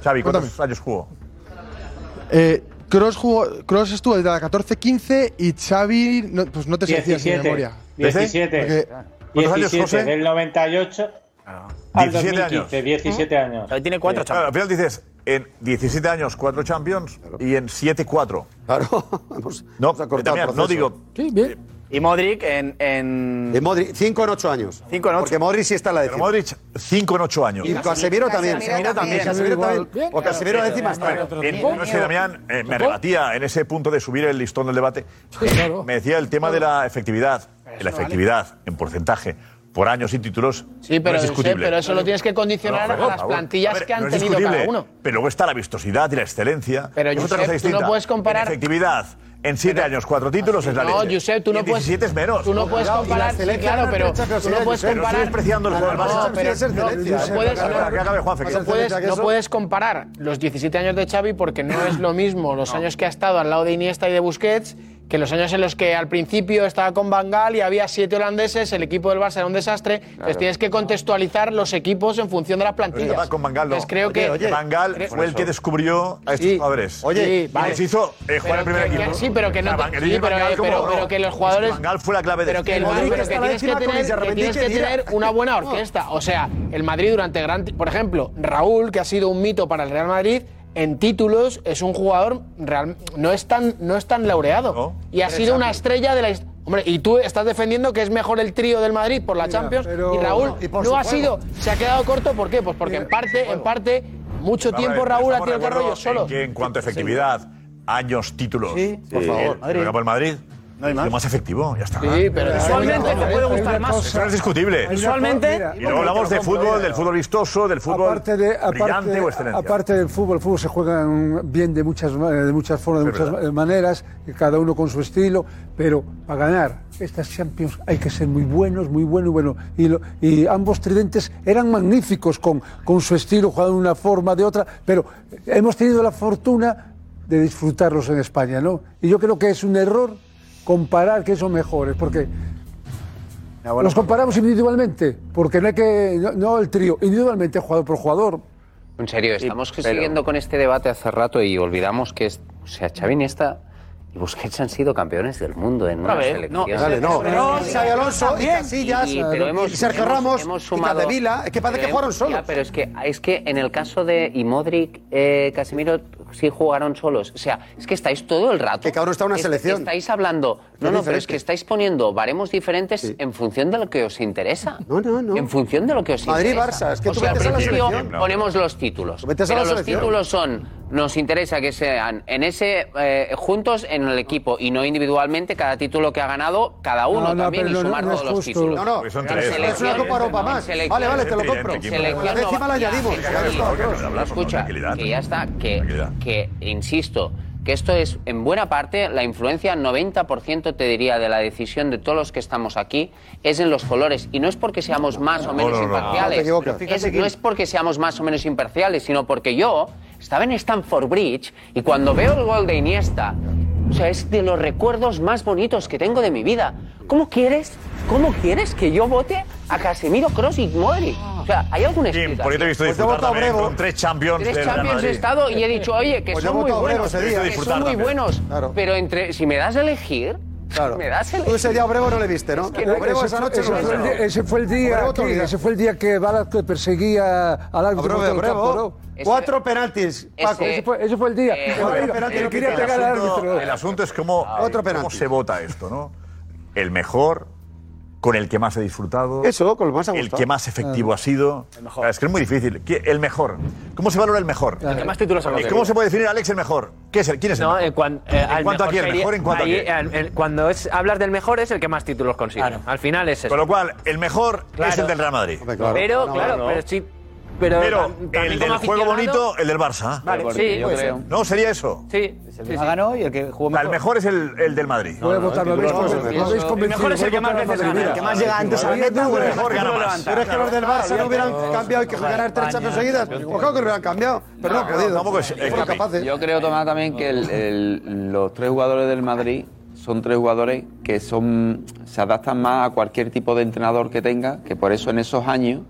Speaker 7: Xavi, ¿cuántos años jugó?
Speaker 8: Eh, Cross, jugó, Kroos estuvo desde la 14-15 y Xavi, no, pues no te sé decir así de
Speaker 20: 17,
Speaker 8: memoria.
Speaker 20: 17.
Speaker 8: Porque-
Speaker 7: ¿Cuántos años,
Speaker 20: 17,
Speaker 7: José?
Speaker 20: del 98 al
Speaker 7: 17
Speaker 20: 2015, 17 años.
Speaker 7: tiene cuatro Champions. Eh, al final dices, en 17 años, cuatro Champions y en 7, cuatro.
Speaker 16: Claro. (laughs)
Speaker 7: no,
Speaker 16: cortar
Speaker 7: Damián,
Speaker 16: el
Speaker 7: no
Speaker 16: proceso.
Speaker 7: digo.
Speaker 9: Y Modric en. en...
Speaker 16: De Modric, 5 en 8 años.
Speaker 9: 5 en 8.
Speaker 16: Porque Modric sí está en la
Speaker 7: Pero
Speaker 16: décima.
Speaker 7: Modric, 5 en 8 años.
Speaker 16: Y Casemiro también. Casemiro también. Casemiro también. O Casemiro la décima está.
Speaker 7: Bien, No es que Damián eh, me rebatía en ese punto de subir el listón del debate. Me decía el tema de la efectividad. La efectividad en porcentaje por años y títulos
Speaker 17: Sí,
Speaker 7: no
Speaker 17: pero,
Speaker 7: es
Speaker 17: Josep,
Speaker 7: discutible.
Speaker 17: pero eso lo tienes que
Speaker 7: No,
Speaker 17: condicionar
Speaker 7: no,
Speaker 17: a
Speaker 7: por
Speaker 17: las
Speaker 7: favor.
Speaker 17: plantillas
Speaker 7: A ver,
Speaker 17: que han
Speaker 7: no es
Speaker 17: tenido cada
Speaker 7: discutible,
Speaker 17: uno.
Speaker 7: Pero luego está la vistosidad y la excelencia.
Speaker 17: Pero,
Speaker 7: Es otra
Speaker 17: Josep,
Speaker 7: cosa
Speaker 17: tú no
Speaker 7: distinta.
Speaker 17: puedes comparar-
Speaker 7: En efectividad, en 7 años, 4 títulos es la
Speaker 17: No,
Speaker 7: leche.
Speaker 17: Josep, tú
Speaker 7: Y
Speaker 17: no
Speaker 7: en
Speaker 17: puedes.
Speaker 7: 17 es menos.
Speaker 17: Tú no puedes
Speaker 7: Cuidado, y la
Speaker 17: comparar. sí,
Speaker 7: excelencia
Speaker 17: claro,
Speaker 7: no
Speaker 17: pero
Speaker 7: está
Speaker 17: tú no puedes
Speaker 7: claro,
Speaker 17: comparar.
Speaker 7: estoy despreciando el juego del Barça.
Speaker 17: No, pero
Speaker 7: Sí, es
Speaker 17: no
Speaker 7: excelencia,
Speaker 17: puedes-
Speaker 7: eh. Espera, que acabe Juanfe, que
Speaker 17: no
Speaker 7: es
Speaker 17: puedes-
Speaker 7: excelencia que
Speaker 17: no
Speaker 7: eso-
Speaker 17: puedes comparar los 17 años de Xavi porque no es lo mismo los años que ha estado al lado de Iniesta y de Busquets que los años en los que al principio estaba con Bangal y había siete holandeses, el equipo del Barça era un desastre. Entonces tienes que contextualizar los equipos en función de las plantillas.
Speaker 7: Estaba con Van Gaal, no.
Speaker 17: Entonces Pues creo
Speaker 7: Oye,
Speaker 17: que
Speaker 7: oye, Van Gaal
Speaker 17: creo-
Speaker 7: fue el que descubrió a estos jugadores.
Speaker 17: Oye, Sí,
Speaker 7: y
Speaker 17: vale.
Speaker 7: les hizo eh, jugar
Speaker 17: Pero
Speaker 7: al primer
Speaker 17: que-
Speaker 7: equipo.
Speaker 17: que- sí, pero que no
Speaker 7: O sea,
Speaker 17: te-
Speaker 7: Van- el
Speaker 17: sí,
Speaker 7: mismo
Speaker 17: pero-
Speaker 7: Van
Speaker 17: eh,
Speaker 7: Gaal como,
Speaker 17: pero-
Speaker 7: no,
Speaker 17: pero que los
Speaker 7: es
Speaker 17: jugadores-
Speaker 7: Van Gaal fue la clave de este
Speaker 17: Pero que, el-
Speaker 7: esto.
Speaker 17: pero que tienes que tener, que tienes que tener una buena orquesta. O sea, el Madrid durante gran. Por ejemplo, Raúl, que ha sido un mito para el Real Madrid, en títulos es un jugador real, no, es tan, no es tan laureado. Y ha
Speaker 16: Pero
Speaker 17: sido
Speaker 16: Xavi.
Speaker 17: una estrella de la hist- Hombre, y tú estás defendiendo que es mejor el trío del Madrid por la Champions.
Speaker 16: pero-
Speaker 17: y Raúl
Speaker 16: y por
Speaker 17: no
Speaker 16: su
Speaker 17: ha
Speaker 16: juego.
Speaker 17: sido. Se ha quedado corto, ¿por qué? Pues porque en parte, en parte,
Speaker 7: Vamos
Speaker 17: mucho
Speaker 7: a ver,
Speaker 17: tiempo Raúl ha
Speaker 7: ¿estamos
Speaker 17: tenido
Speaker 7: de
Speaker 17: que
Speaker 7: acuerdo
Speaker 17: rollo solo.
Speaker 7: En, que en cuanto a efectividad, años, títulos.
Speaker 17: Sí, por favor,
Speaker 7: El-
Speaker 17: Madrid.
Speaker 7: el campo del Madrid. es Lo más efectivo, ya está.
Speaker 17: Sí, pero-
Speaker 7: Visualmente
Speaker 17: Hay una
Speaker 7: te puede
Speaker 17: cosa-
Speaker 7: gustar más. Eso no es discutible.
Speaker 10: Visualmente-
Speaker 7: Y luego hablamos de fútbol, del fútbol vistoso, del fútbol
Speaker 10: aparte de
Speaker 7: brillante
Speaker 10: aparte,
Speaker 7: o excelencia.
Speaker 10: aparte del fútbol, el fútbol se juega en un- bien de muchas ma- de muchas formas, de
Speaker 7: Es
Speaker 10: muchas
Speaker 7: verdad.
Speaker 10: eh, maneras, y cada uno con su estilo, pero para ganar estas Champions hay que ser muy buenos, muy buenos, bueno, y, lo- y ambos tridentes eran magníficos con, con su estilo, jugando de una forma, de otra, pero hemos tenido la fortuna de disfrutarlos en España, ¿no? Y yo creo que es un error comparar que son mejores, porque
Speaker 7: Ah,
Speaker 10: los comparamos individualmente, porque no hay que no, no el trío, individualmente jugador por jugador,
Speaker 12: En serio, estamos
Speaker 10: pero-
Speaker 12: siguiendo con este debate hace rato y olvidamos que es, o sea, Xavi e Iniesta y Busquets han sido campeones del mundo en una,
Speaker 16: Otra vez,
Speaker 12: selección.
Speaker 16: no, dale, no. Pero Xavi Alonso y Casillas,
Speaker 12: Y- y-
Speaker 16: eh,
Speaker 12: pero
Speaker 16: y
Speaker 12: hemos-
Speaker 16: Sergio
Speaker 12: hemos-
Speaker 16: Ramos,
Speaker 12: hemos
Speaker 16: y
Speaker 12: sumado-
Speaker 16: Capdevila. Es que parece que
Speaker 12: eh,
Speaker 16: jugaron solos.
Speaker 12: ya, pero es que, es que en el caso de y Modric, eh, Casimiro sí jugaron solos. O sea, es que estáis todo el rato. Que cabrón
Speaker 16: está una selección.
Speaker 12: Estáis hablando.
Speaker 16: Qué
Speaker 12: No, no, pero es
Speaker 16: diferente.
Speaker 12: que estáis poniendo baremos diferentes en función de lo que os interesa. No, no, no. En función de lo que os interesa.
Speaker 16: Madrid-Barça, es que
Speaker 12: O
Speaker 16: tú
Speaker 12: sea,
Speaker 16: metes a la
Speaker 12: al principio
Speaker 16: selección.
Speaker 12: ponemos los títulos.
Speaker 16: Tú metes a
Speaker 12: pero
Speaker 16: la
Speaker 12: los
Speaker 16: selección.
Speaker 12: títulos son nos interesa que sean en ese eh, juntos en el equipo y no individualmente cada título que ha ganado cada uno
Speaker 10: No, no,
Speaker 12: también
Speaker 10: pero
Speaker 12: y
Speaker 10: no,
Speaker 12: sumar
Speaker 10: no es
Speaker 12: todos los
Speaker 10: justo.
Speaker 12: títulos.
Speaker 10: No, no,
Speaker 12: En
Speaker 10: Pues son tres.
Speaker 12: selección-
Speaker 10: Es una Copa Europa
Speaker 12: en
Speaker 10: más.
Speaker 12: selección-
Speaker 10: Vale, vale, te lo compro.
Speaker 12: en
Speaker 10: Con la
Speaker 12: selección
Speaker 10: décima
Speaker 12: no-
Speaker 10: la
Speaker 12: ya,
Speaker 10: añadimos.
Speaker 12: que
Speaker 10: Ya,
Speaker 12: ya
Speaker 10: ya,
Speaker 12: está,
Speaker 10: ya,
Speaker 12: Kroos.
Speaker 10: hablamos con
Speaker 12: Escucha,
Speaker 10: tranquilidad,
Speaker 12: que ya está, que, que insisto, que esto es en buena parte la influencia 90% te diría de la decisión de todos los que estamos aquí es en los colores y no es porque seamos más o
Speaker 16: no,
Speaker 12: menos
Speaker 16: no, no, no. No te
Speaker 12: imparciales.
Speaker 16: equivocas.
Speaker 12: Es-
Speaker 16: Fíjate que-
Speaker 12: no es porque seamos más o menos imparciales, sino porque yo estaba en Stamford Bridge y cuando veo el gol de Iniesta, o sea, es de los recuerdos más bonitos que tengo de mi vida. ¿Cómo quieres ¿Cómo quieres que yo vote a Casemiro, Cross y Modric? O sea, ¿hay alguna
Speaker 7: Kim,
Speaker 12: explicación?
Speaker 7: porque te he visto
Speaker 12: Pues he
Speaker 7: disfrutar
Speaker 12: votado
Speaker 7: también
Speaker 12: Brevo.
Speaker 7: con tres Champions
Speaker 12: Tres
Speaker 7: del Real
Speaker 12: Champions he
Speaker 7: Madrid.
Speaker 12: estado y he dicho, oye, que
Speaker 7: Pues
Speaker 12: son
Speaker 7: yo he
Speaker 12: muy
Speaker 7: votado Brevo
Speaker 12: buenos,
Speaker 7: ese día.
Speaker 12: que
Speaker 7: Disfrutar
Speaker 12: son muy
Speaker 7: también.
Speaker 12: buenos. Pero entre, si me das a elegir,
Speaker 16: Claro.
Speaker 12: me das a elegir.
Speaker 16: Tú ese día a Brevo no le viste, ¿no?
Speaker 12: Es que no,
Speaker 16: Brevo
Speaker 12: ese
Speaker 16: esa
Speaker 12: fue-
Speaker 16: noche
Speaker 12: ese
Speaker 16: no
Speaker 12: fue
Speaker 16: le
Speaker 12: el
Speaker 16: viste.
Speaker 12: día-
Speaker 16: Ese
Speaker 10: fue el
Speaker 16: Brevo
Speaker 10: día,
Speaker 16: otro
Speaker 10: que,
Speaker 16: día.
Speaker 10: ese fue el día que Velasco perseguía al árbitro.
Speaker 16: Brevo,
Speaker 10: por todo el
Speaker 16: Brevo.
Speaker 10: campo, ¿no?
Speaker 16: Cuatro penaltis, Paco.
Speaker 10: Ese fue, ese fue el día.
Speaker 7: Joder,
Speaker 10: Cuatro penaltis,
Speaker 7: el,
Speaker 10: lo quería pegar al
Speaker 7: asunto-
Speaker 10: árbitro.
Speaker 7: el asunto es cómo,
Speaker 16: Ah, Otro
Speaker 7: cómo
Speaker 16: penalti.
Speaker 7: se vota esto, ¿no? El mejor, con el que más he disfrutado.
Speaker 16: Eso, con el más ha
Speaker 7: El
Speaker 16: gustado.
Speaker 7: que más efectivo ha sido. Claro, Es que es muy difícil. ¿Qué- El mejor. ¿Cómo se valora el mejor?
Speaker 25: El que más títulos ha
Speaker 7: ¿Y
Speaker 25: conseguido.
Speaker 7: ¿Cómo se puede definir Alex el mejor? ¿Qué es el, ¿Quién es el
Speaker 1: No,
Speaker 7: mejor?
Speaker 1: eh, cuan- eh,
Speaker 7: ¿En
Speaker 1: al
Speaker 7: cuanto a quién?
Speaker 1: sería-
Speaker 7: ¿Mejor en cuanto a
Speaker 1: ahí,
Speaker 7: quién?
Speaker 1: al- el- cuando es, hablas del mejor es el que más títulos consigue. Al final es eso.
Speaker 7: Con lo cual, el mejor es el del Real Madrid.
Speaker 1: Pero, claro, pero sí. Pero,
Speaker 7: Pero
Speaker 1: tam- también
Speaker 7: el del
Speaker 1: como
Speaker 7: juego
Speaker 1: aficionado-
Speaker 7: bonito, el del Barça.
Speaker 1: Vale, Porque sí, yo puede creo. ser.
Speaker 7: No, sería eso.
Speaker 1: Sí.
Speaker 6: El que más ganó y el que jugó mejor.
Speaker 7: El mejor es el, el del Madrid.
Speaker 6: Voy a votar, lo habéis convencido, lo habéis convencido,
Speaker 7: mejor es el
Speaker 6: voy
Speaker 7: que
Speaker 6: a
Speaker 7: más
Speaker 6: votar
Speaker 7: veces
Speaker 6: al Madrid. Mira,
Speaker 7: gana. El que más llega antes al
Speaker 16: Había
Speaker 7: meta,
Speaker 16: dudas.
Speaker 7: el mejor gana más.
Speaker 16: Pero es que los del Barça no hubieran cambiado y que ganar tres Champions seguidas. O claro que lo hubieran cambiado, pero no han podido. Fueron capaces.
Speaker 14: Yo creo, Tomás, también que el- el- los tres jugadores del Madrid son tres jugadores que son se adaptan más a cualquier tipo de entrenador que tenga, que por eso en esos años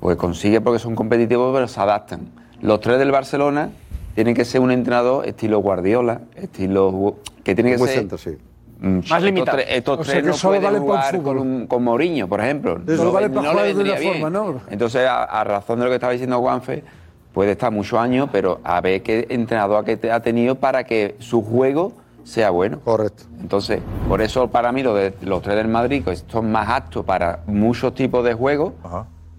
Speaker 14: pues consigue porque son competitivos, pero se adaptan. Los tres del Barcelona tienen que ser un entrenador estilo Guardiola, estilo ju- que tiene que
Speaker 23: Muy
Speaker 14: ser Mm,
Speaker 23: centro, sí.
Speaker 14: Estos
Speaker 23: limitado.
Speaker 14: tres- Estos
Speaker 23: O
Speaker 14: tres,
Speaker 23: sea, que
Speaker 14: no
Speaker 23: solo
Speaker 14: pueden
Speaker 23: vale para el
Speaker 14: jugar
Speaker 23: fútbol.
Speaker 14: con, un- con Mourinho, por ejemplo.
Speaker 23: Solo
Speaker 14: No-
Speaker 23: vale para
Speaker 14: no le
Speaker 23: jugar de
Speaker 14: vendría
Speaker 23: una
Speaker 14: bien.
Speaker 23: forma, ¿no?
Speaker 14: Entonces, a, a razón de lo que estaba diciendo Juanfe, puede estar muchos años, pero a ver qué entrenador que te- ha tenido para que su juego sea bueno.
Speaker 23: Correcto.
Speaker 14: Entonces, por eso para mí lo de los tres del Madrid, que son más aptos para muchos tipos de juegos,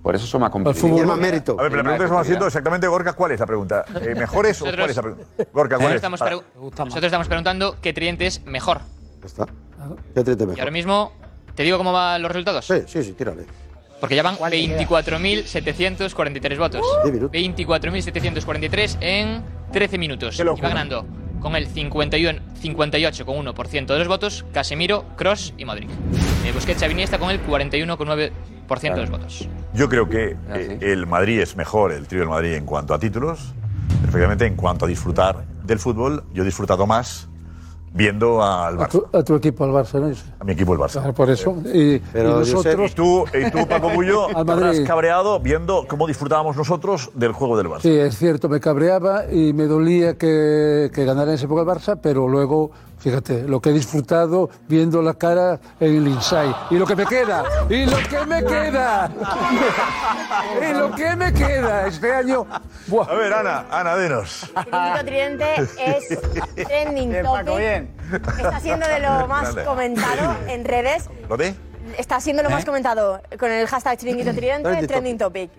Speaker 14: por eso son más competitivos.
Speaker 7: A ver, pero la pregunta que estamos haciendo
Speaker 14: Competitividad.
Speaker 7: exactamente, Gorka, ¿cuál es la pregunta? Eh, ¿Mejor eso?
Speaker 11: Nosotros-
Speaker 7: ¿Cuál es la pregunta? Gorka, ¿cuál
Speaker 11: Nosotros
Speaker 7: es?
Speaker 11: estamos,
Speaker 7: Ah,
Speaker 11: pregu- nosotros estamos preguntando qué tridente es mejor.
Speaker 23: ¿Qué triste
Speaker 11: Y
Speaker 23: mejor?
Speaker 11: ahora mismo, ¿te digo cómo van los resultados?
Speaker 23: Sí, sí, sí, tírale.
Speaker 11: Porque ya van 24.743 votos. 24.743 en 13 minutos. Y va ganando con el 58,1% de los votos Casemiro, Cross y Modric. Eh, Busquets Xavi Iniesta con el 41,9% de los votos.
Speaker 7: Yo creo que eh, el Madrid es mejor, el trío del Madrid, en cuanto a títulos. Perfectamente, en cuanto a disfrutar del fútbol, yo he disfrutado más viendo al
Speaker 10: A
Speaker 7: Barça.
Speaker 10: tu, a tu equipo, al Barça, ¿no?
Speaker 7: A mi equipo, el Barça.
Speaker 10: Claro, por eso. Y, y nosotros.
Speaker 7: Y tú, y tú, Paco Bullo,
Speaker 10: (laughs) Al
Speaker 7: te habrás
Speaker 10: Madrid.
Speaker 7: cabreado viendo cómo disfrutábamos nosotros del juego del Barça.
Speaker 10: Sí, es cierto, me cabreaba y me dolía que, que ganara en esa época el Barça, pero luego, fíjate, lo que he disfrutado viendo la cara en el Inside. Y lo que me queda, y lo
Speaker 1: (laughs)
Speaker 10: que me queda, y lo que me queda este año.
Speaker 7: A ver, Ana, Ana, dinos.
Speaker 4: El quinto tridente es trending topic. Está siendo
Speaker 7: (laughs)
Speaker 4: de lo más
Speaker 7: Dale.
Speaker 4: comentado en redes.
Speaker 7: ¿Lo de?
Speaker 4: Está siendo lo
Speaker 6: ¿Eh?
Speaker 4: más comentado con el hashtag
Speaker 6: (clears throat)
Speaker 4: chiringuito tridente,
Speaker 7: Trending
Speaker 4: trending topic.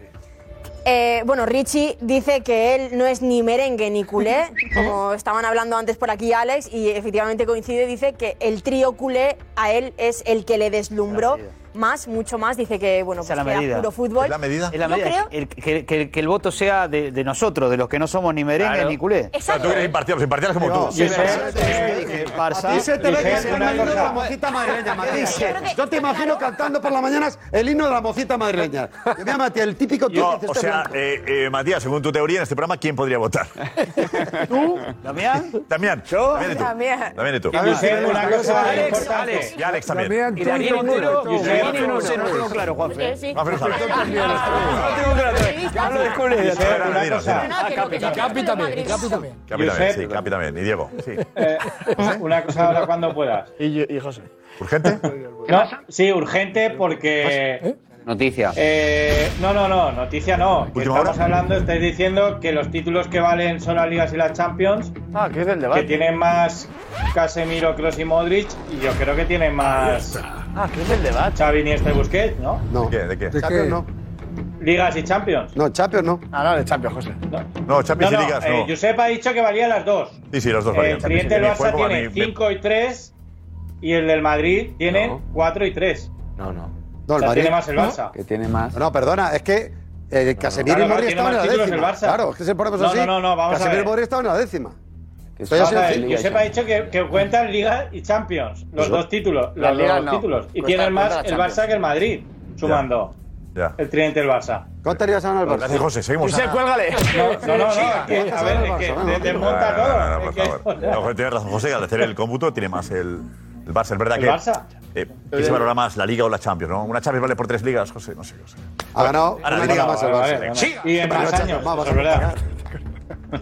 Speaker 4: Eh, bueno, Richie dice que él no es ni merengue
Speaker 6: (laughs)
Speaker 4: ni culé, como estaban hablando antes por aquí Alex, y efectivamente coincide, dice que el trío culé a él es el que le deslumbró más, mucho más, dice que, bueno,
Speaker 6: Esa
Speaker 4: pues
Speaker 6: es la
Speaker 4: que era
Speaker 6: medida.
Speaker 4: puro fútbol.
Speaker 6: Es la
Speaker 4: Yo
Speaker 6: medida.
Speaker 4: creo
Speaker 6: El- que, que- que el voto sea de, de nosotros, de los que no somos ni merengue
Speaker 7: Claro.
Speaker 6: ni culé.
Speaker 7: O sea, tú eres imparcial, los imparciales como tú.
Speaker 6: Sí, sí.
Speaker 16: Y se te ve
Speaker 6: Dije
Speaker 16: cantando
Speaker 6: una
Speaker 16: la
Speaker 6: cosa.
Speaker 16: mocita madrileña,
Speaker 6: Yo
Speaker 16: Mateo.
Speaker 6: creo
Speaker 16: Dice, Yo te imagino cantando por las mañanas el himno de la mocita madrileña. Yo, Mira, Mateo, el típico tío
Speaker 7: Yo,
Speaker 16: que
Speaker 7: o
Speaker 16: dice, "Este
Speaker 7: sea, eh, eh, Matías, según tu teoría en este programa, ¿quién podría votar?
Speaker 6: ¿Tú? ¿Damián?
Speaker 7: Damián.
Speaker 6: ¿Yo?
Speaker 7: Damián y tú.
Speaker 6: Damián.
Speaker 7: Damián y tú.
Speaker 6: Y Josep, una cosa Alex, importante. Alex.
Speaker 7: Y Alex también.
Speaker 6: Damián, Y tú y Daniel yo, Otero, yo. y Josep. Daniel, no sé, no lo tengo claro, Juanfe.
Speaker 7: Juanfe
Speaker 19: (laughs)
Speaker 7: no sabe.
Speaker 6: Ya lo descubrí.
Speaker 7: Josep, Ana, dinos, dinos.
Speaker 22: Y Capi también, y Capi también.
Speaker 7: Capi también,
Speaker 20: Josep.
Speaker 7: sí, Capi también. Y Diego, sí.
Speaker 20: Una cosa ahora cuando puedas.
Speaker 9: Y, José.
Speaker 7: ¿Urgente?
Speaker 20: No, sí, urgente porque.
Speaker 12: Noticia.
Speaker 20: Eh, no, no, no, noticia no.
Speaker 7: Pues
Speaker 20: Que
Speaker 12: Última
Speaker 20: estamos
Speaker 12: hora.
Speaker 20: hablando, estáis diciendo que los títulos que valen son las ligas y las Champions. Ah, que es del debate. Que tienen más Casemiro, Kroos y Modric. Y yo creo que tienen más. Ah, que es el debate. Xavi, Iniesta y Busquets, ¿no?
Speaker 16: No.
Speaker 7: ¿De qué? ¿De qué?
Speaker 16: Champions no.
Speaker 20: Ligas y Champions.
Speaker 16: No, Champions no.
Speaker 20: Ah, no, de Champions, José. No,
Speaker 7: No, Champions
Speaker 20: no,
Speaker 7: y Ligas,
Speaker 20: eh,
Speaker 7: no.
Speaker 20: Josep ha dicho que valía las dos.
Speaker 7: Sí, sí, los dos
Speaker 20: Eh,
Speaker 7: valían.
Speaker 20: el cliente del
Speaker 7: Fue
Speaker 20: Barça
Speaker 7: como a
Speaker 20: tiene
Speaker 7: mí,
Speaker 20: 5 y 3 y el del Madrid tiene 4 y 3.
Speaker 14: No, no.
Speaker 20: O sea, tiene más el Barça.
Speaker 14: Que tiene más.
Speaker 16: No, perdona, es que eh, Casemiro
Speaker 20: Claro,
Speaker 16: y
Speaker 20: claro,
Speaker 16: Modri
Speaker 20: tiene
Speaker 16: estaban en
Speaker 20: más
Speaker 16: la
Speaker 20: títulos
Speaker 16: décima.
Speaker 20: el Barça.
Speaker 16: Claro, es que si ponemos
Speaker 20: No,
Speaker 16: así.
Speaker 20: no, no, no, vamos a
Speaker 16: Casemiro
Speaker 20: ver.
Speaker 16: y Modri estaban en la décima. Esto ya Pues
Speaker 20: Vamos
Speaker 16: se
Speaker 20: a ver,
Speaker 16: define.
Speaker 20: Josep ha dicho que, que cuentan Liga y Champions, los
Speaker 16: Eso.
Speaker 20: dos títulos, los
Speaker 16: Las
Speaker 20: dos
Speaker 16: ligas no.
Speaker 20: títulos. Y
Speaker 16: Cuenta-
Speaker 20: tienen más
Speaker 16: cuenta
Speaker 20: el
Speaker 16: la
Speaker 20: Barça que el Madrid, sumando
Speaker 7: Ya.
Speaker 20: el tridente del Barça.
Speaker 16: ¿Cuántas ligas han al Barça?
Speaker 7: Gracias, José. Seguimos.
Speaker 20: Josep,
Speaker 7: Ana.
Speaker 20: cuélgale. No, no, no, no, que- a ver, es que
Speaker 7: No,
Speaker 20: de- desmonta
Speaker 7: no, no,
Speaker 20: todo.
Speaker 7: no, no, por favor. No, José, tienes razón, José, al hacer el cómputo tiene más el, el Barça. Es verdad
Speaker 20: ¿El
Speaker 7: que
Speaker 20: Barça?
Speaker 7: Eh, ¿Qué se valora más, la Liga o la Champions? ¿no? Una Champions vale por tres ligas, José, no sé. No sé.
Speaker 16: Ha ganado una
Speaker 7: Ahora digo,
Speaker 16: liga
Speaker 7: no,
Speaker 16: más el
Speaker 7: vale,
Speaker 16: Barça.
Speaker 7: vale, vale.
Speaker 16: Sí,
Speaker 7: Y en
Speaker 16: pero
Speaker 7: más
Speaker 16: la (laughs)
Speaker 7: años,
Speaker 16: Champions más vas a
Speaker 7: es verdad.
Speaker 16: pagar.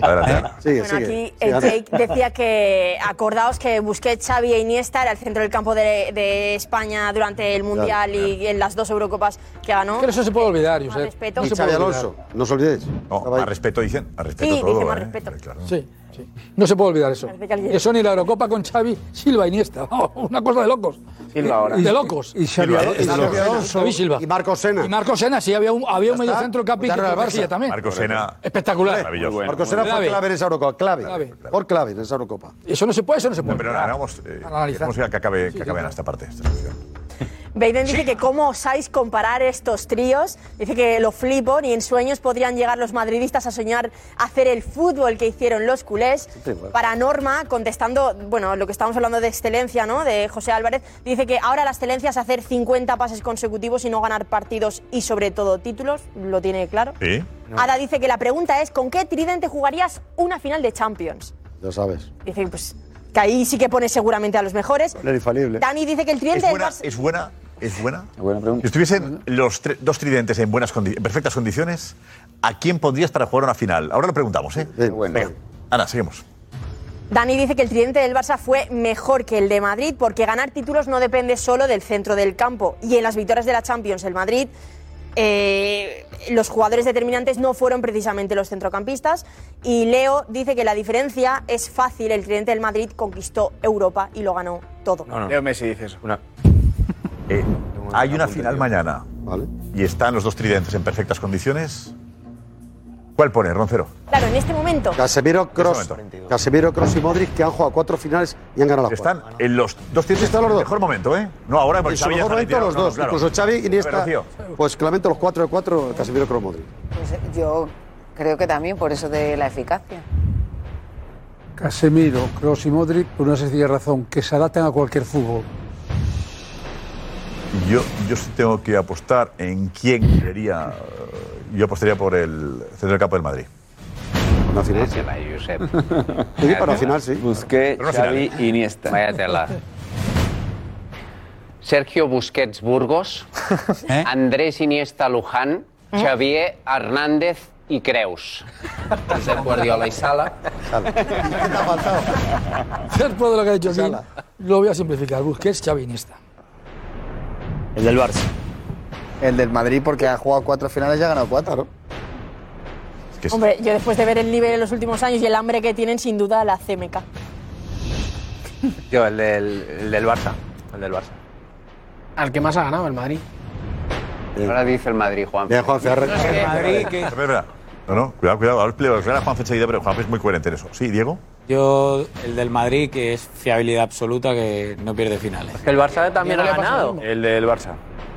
Speaker 7: Adelante.
Speaker 16: Sigue,
Speaker 4: Bueno,
Speaker 16: sigue.
Speaker 4: aquí
Speaker 16: Sí,
Speaker 4: el
Speaker 16: adelante.
Speaker 4: Jake decía que acordaos que Busquets, Xavi e Iniesta era el centro del campo de, de España durante el Mundial y en las dos Eurocopas que ganó.
Speaker 22: Pero eso se puede olvidar, Josep.
Speaker 4: respeto.
Speaker 16: Y
Speaker 4: No se
Speaker 16: Xavi
Speaker 4: puede olvidar.
Speaker 16: Alonso.
Speaker 7: No os olvidéis. No, a respeto dicen, a respeto
Speaker 4: Sí,
Speaker 7: todo.
Speaker 4: dice más
Speaker 7: ¿eh?
Speaker 4: respeto.
Speaker 22: Sí, sí. No se puede olvidar eso.
Speaker 4: Parece que alguien-
Speaker 22: Eso ni la Eurocopa con Xavi, Silva, Iniesta. (laughs) Oh, una cosa de locos.
Speaker 16: Silva ahora.
Speaker 22: De locos.
Speaker 16: Y- y Xavi Alonso.
Speaker 22: Y Xavi Alonso. Xavi Silva.
Speaker 16: Y Marco Sena.
Speaker 22: Y Marco Sena, sí, había un, había un
Speaker 16: Ya está.
Speaker 22: medio centro capi que
Speaker 16: Votaron al
Speaker 22: protegía
Speaker 16: Barça.
Speaker 22: también.
Speaker 7: Marco Sena.
Speaker 16: Eh,
Speaker 22: Espectacular.
Speaker 7: Maravilloso.
Speaker 16: Bueno, Marco Sena fue
Speaker 22: Clave.
Speaker 16: clave en esa Eurocopa. Clave. Por clave en esa Eurocopa.
Speaker 22: Eso no se puede, eso no se puede.
Speaker 7: Pero ahora vamos, eh,
Speaker 22: analizar.
Speaker 7: queremos ir a que acabe, que acabe en esta parte. esta sección.
Speaker 4: Biden dice que cómo osáis comparar estos tríos. Dice que lo flipo, ni en sueños podrían llegar los madridistas a soñar hacer el fútbol que hicieron los culés.
Speaker 5: Sí, bueno.
Speaker 4: Para Norma, contestando, bueno, lo que estamos hablando de excelencia, ¿no? De José Álvarez, dice que ahora la excelencia es hacer 50 pases consecutivos y no ganar partidos y sobre todo títulos, lo tiene claro.
Speaker 7: Sí.
Speaker 4: Ada dice que la pregunta es, ¿con qué tridente jugarías una final de Champions?
Speaker 16: Ya sabes.
Speaker 4: Dice, pues, que ahí sí que pone seguramente a los mejores.
Speaker 16: Era infalible.
Speaker 4: Dani dice que el
Speaker 7: ¿Es
Speaker 4: tridente del
Speaker 7: buena?
Speaker 4: Barça-
Speaker 7: ¿Es buena? ¿Es buena? Si estuviesen los tre- dos tridentes en, buenas condi- en perfectas condiciones, ¿a quién pondrías para jugar una final? Ahora lo preguntamos, ¿eh? Venga. Ana, seguimos.
Speaker 4: Dani dice que el tridente del Barça fue mejor que el de Madrid porque ganar títulos no depende solo del centro del campo. Y en las victorias de la Champions, el Madrid, eh, los jugadores determinantes no fueron precisamente los centrocampistas. Y Leo dice que la diferencia es fácil. El tridente del Madrid conquistó Europa y lo ganó todo.
Speaker 9: Leo Messi dice eso.
Speaker 7: (laughs) Eh, hay una final mañana. Y están los dos tridentes en perfectas condiciones. ¿Cuál pone, Roncero?
Speaker 4: Claro, en este momento.
Speaker 16: Casemiro, Cross, Casemiro, Cross y Modric que han jugado cuatro finales y han ganado las
Speaker 7: Están
Speaker 16: cuatro.
Speaker 7: en los dos tridentes. Está los Mejor momento, ¿eh? No, ahora porque
Speaker 16: En su
Speaker 7: Xavi ya
Speaker 16: mejor
Speaker 7: está
Speaker 16: momento
Speaker 7: retirado,
Speaker 16: los
Speaker 7: no, no,
Speaker 16: dos,
Speaker 7: claro.
Speaker 16: incluso Xavi y Iniesta.
Speaker 7: Pero, tío,
Speaker 16: Pues Clemente los cuatro de cuatro, Casemiro, Cross, Modric.
Speaker 5: Pues yo creo que también por eso de la eficacia.
Speaker 10: Casemiro, Kroos y Modric por una sencilla razón, que se adaptan a cualquier fútbol.
Speaker 7: Yo, yo sí tengo que apostar en quién creería. eh, Yo apostaría por el centro del campo del Madrid.
Speaker 16: Una final. (laughs)
Speaker 7: Sí, para
Speaker 14: Vaya
Speaker 7: la
Speaker 14: tela.
Speaker 7: final, sí.
Speaker 14: Busqué
Speaker 7: Para una
Speaker 14: Xavi
Speaker 12: final.
Speaker 14: Iniesta.
Speaker 12: Vaya tela. Sergio Busquets Burgos, Andrés Iniesta Luján,
Speaker 5: Eh?
Speaker 12: Xavier Hernández y Creus. Josep Guardiola y Sala.
Speaker 22: (laughs) Después de lo que ha dicho Gil, lo voy a simplificar. Busquets, Xavi, e Iniesta.
Speaker 6: El del Barça.
Speaker 9: El del Madrid porque ha jugado cuatro finales y ha ganado cuatro.
Speaker 4: Hombre, yo después de ver el nivel en los últimos años y el hambre que tienen, sin duda la CMK.
Speaker 2: Yo, el del, el del Barça. El del Barça.
Speaker 17: Al que más ha ganado, el Madrid.
Speaker 12: Ahora dice el Madrid, Juan.
Speaker 7: Bien, Juan
Speaker 12: Ferrer.
Speaker 17: Madrid, que-
Speaker 7: No, no, cuidado, cuidado. Ahora le voy a aclarar a Juanfe enseguida, pero Juanfe es muy coherente en eso. Sí, Diego.
Speaker 2: Yo, el del Madrid, que es fiabilidad absoluta, que no pierde finales.
Speaker 1: El Barça también ha
Speaker 2: Diego le pasa
Speaker 1: ganado.
Speaker 15: El del Barça.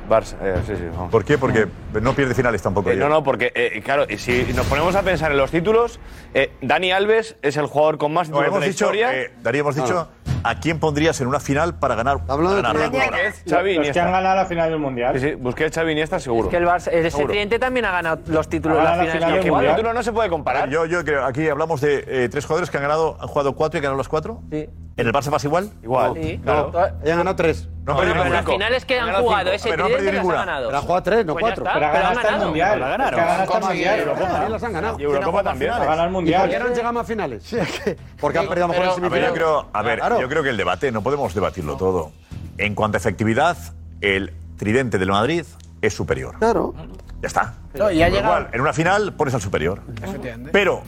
Speaker 15: Barça, eh, sí, sí. vamos.
Speaker 7: ¿Por qué?
Speaker 1: Mm.
Speaker 7: Porque no pierde finales tampoco.
Speaker 15: Eh,
Speaker 7: Pues yo.
Speaker 15: no, no, porque, eh, claro, y si nos ponemos a pensar en los títulos, eh, Dani Alves es el jugador con más
Speaker 7: No,
Speaker 15: títulos
Speaker 7: hemos
Speaker 15: de la
Speaker 7: dicho,
Speaker 15: historia. Ah,
Speaker 7: eh, Darío, hemos dicho a quién pondrías en una final para ganar. para ganar la Copa.
Speaker 15: Xavi,
Speaker 20: Los que
Speaker 15: Iniesta.
Speaker 20: han ganado la final del Mundial.
Speaker 15: Sí, sí, busqué Xavi Iniesta seguro.
Speaker 20: Es que el Barça-
Speaker 2: eh,
Speaker 1: Ese
Speaker 15: Seguro.
Speaker 1: tridente también ha ganado los títulos de la final.
Speaker 15: Es que
Speaker 1: del
Speaker 15: el
Speaker 1: Mundial.
Speaker 15: título no se puede comparar.
Speaker 7: Yo, yo creo, aquí hablamos de eh, tres jugadores que han ganado, han jugado cuatro y ganado los cuatro. Sí. ¿En el Barça pasa igual?
Speaker 15: Igual.
Speaker 1: Sí.
Speaker 7: Claro.
Speaker 1: No.
Speaker 7: Hayan ganado tres.
Speaker 1: No, no, pero las finales que han jugado, ese
Speaker 7: no han perdido
Speaker 1: tridente las ha
Speaker 7: ninguna.
Speaker 1: ganado.
Speaker 16: Ha jugado tres, no
Speaker 1: Pues ya
Speaker 16: cuatro.
Speaker 1: está, Pero ha pero ganado han hasta el ganado. Mundial.
Speaker 16: La
Speaker 1: Es que ha ganado hasta el Mundial, Eurocopa.
Speaker 16: También las han ganado.
Speaker 1: Y Eurocopa también. Ha ganado el Mundial.
Speaker 16: ¿Y por qué no han llegado más finales? Porque han perdido a lo mejor en
Speaker 7: A ver, yo
Speaker 16: semifinales.
Speaker 7: creo, a ver,
Speaker 16: Claro.
Speaker 7: yo creo que el debate, no podemos debatirlo todo. En cuanto a efectividad, el tridente del Madrid es superior.
Speaker 16: Claro.
Speaker 7: Ya está.
Speaker 17: No, y ha
Speaker 7: Con lo
Speaker 17: llegado-
Speaker 7: cual, en una final pones al superior.
Speaker 17: Efectivamente.
Speaker 7: Pero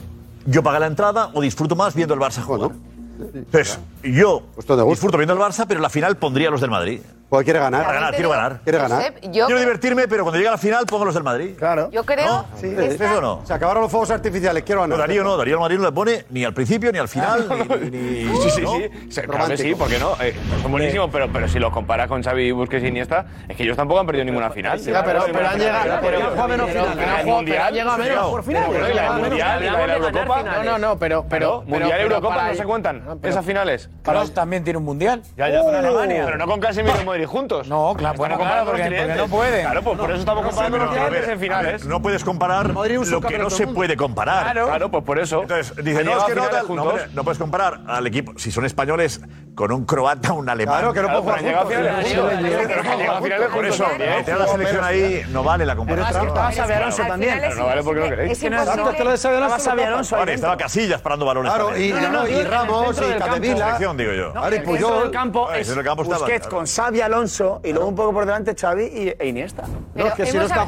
Speaker 7: yo pago la entrada o disfruto más viendo el Barça jugar. Entonces, yo
Speaker 16: Pues
Speaker 7: disfruto viendo el Barça, pero la final pondría a los del Madrid.
Speaker 16: Porque Pues quiere ganar.
Speaker 7: Para
Speaker 5: También
Speaker 7: ganar,
Speaker 5: te
Speaker 7: quiero
Speaker 5: digo,
Speaker 7: ganar.
Speaker 5: Quiere ganar. Josep, yo
Speaker 7: quiero
Speaker 5: creo-
Speaker 7: divertirme, pero cuando llegue a la final pongo a los del Madrid.
Speaker 16: Claro.
Speaker 5: Yo creo
Speaker 16: Sí,
Speaker 5: que
Speaker 16: ¿Es
Speaker 5: esta-
Speaker 16: eso o no? Se acabaron los fuegos artificiales, quiero ganar.
Speaker 7: No, Darío no, Darío el Madrid no le pone ni al principio ni al final. ni- ni- ni-
Speaker 15: Sí, sí,
Speaker 7: ¿no?
Speaker 15: sí. Se- Claro que sí, ¿por qué no? Eh, son buenísimos, pero, pero si los comparas con Xavi, Busquets y Iniesta, es que ellos tampoco han perdido ninguna final.
Speaker 17: Ya, pero- pero han llegado- pero han jugado menos
Speaker 15: Pero
Speaker 17: finales. Han
Speaker 15: el
Speaker 17: jugado- pero
Speaker 15: Mundial,
Speaker 17: han llegado a menos
Speaker 15: pero-
Speaker 17: por finales.
Speaker 15: pero el
Speaker 17: Hablamos de
Speaker 15: Mundial y la de la
Speaker 17: ganar
Speaker 15: Eurocopa.
Speaker 17: finales. No, no, no, pero-
Speaker 15: Claro,
Speaker 17: pero- pero-
Speaker 15: Mundial y
Speaker 17: pero
Speaker 15: Eurocopa
Speaker 17: para
Speaker 15: no
Speaker 17: ahí-
Speaker 15: se cuentan
Speaker 17: No, pero- Uh.
Speaker 15: esas finales.
Speaker 2: Kroos también tiene un mundial.
Speaker 15: Ya, ya, pero,
Speaker 2: Oh.
Speaker 15: pero no con Casemiro y Modric juntos.
Speaker 2: No, claro,
Speaker 15: Estamos
Speaker 2: bueno, claro,
Speaker 15: comparando
Speaker 2: porque,
Speaker 15: los
Speaker 2: porque no
Speaker 15: clientes.
Speaker 2: pueden.
Speaker 15: Claro, pues por eso estamos
Speaker 7: No sé,
Speaker 15: comparando los
Speaker 7: pero, a
Speaker 15: clientes
Speaker 7: ver,
Speaker 15: en
Speaker 7: a ver,
Speaker 15: finales.
Speaker 7: no puedes comparar
Speaker 15: un
Speaker 7: lo que
Speaker 15: subcampeón
Speaker 7: no
Speaker 15: del
Speaker 7: se
Speaker 15: mundo.
Speaker 7: puede comparar.
Speaker 15: Claro. Claro, pues por eso.
Speaker 7: Entonces,
Speaker 15: Ha
Speaker 7: dice, no,
Speaker 15: llegado
Speaker 7: es
Speaker 15: a
Speaker 7: que no,
Speaker 15: finales
Speaker 7: tal- no,
Speaker 15: juntos.
Speaker 7: hombre, no puedes comparar al equipo. Si son españoles, con un croata, un alemán.
Speaker 16: Claro, que no puedo
Speaker 7: pero
Speaker 16: jugar
Speaker 7: han llegado a
Speaker 16: juntos.
Speaker 7: finales
Speaker 16: Sí,
Speaker 7: juntos.
Speaker 16: pero que han llegado a finales
Speaker 7: Por eso,
Speaker 16: juntos. Claro,
Speaker 7: meter a la
Speaker 16: pero-
Speaker 7: selección ahí no vale la
Speaker 16: Pero
Speaker 7: comparación.
Speaker 16: es trampa, Xabi Alonso también.
Speaker 7: Pero no vale porque no queréis.
Speaker 16: Es que no es imposible. Tanto que lo de Xabi Alonso,
Speaker 7: Estaba
Speaker 16: Xabi Alonso ahí
Speaker 7: Vale, estaba Casillas parando balones.
Speaker 16: Claro,
Speaker 9: ¿eh?
Speaker 7: también.
Speaker 16: y- No, no, no, y digo en el Ramos, centro y del campo. Capdevila. pues
Speaker 7: Selección, digo yo.
Speaker 16: No,
Speaker 9: Ahora ¿eh? el centro del campo
Speaker 7: Ah, el
Speaker 9: es
Speaker 7: centro del campo estaba,
Speaker 9: Busquets
Speaker 7: claro.
Speaker 9: con Xavi Alonso y luego un poco por delante Xavi y- e Iniesta.
Speaker 5: Pero hemos hab-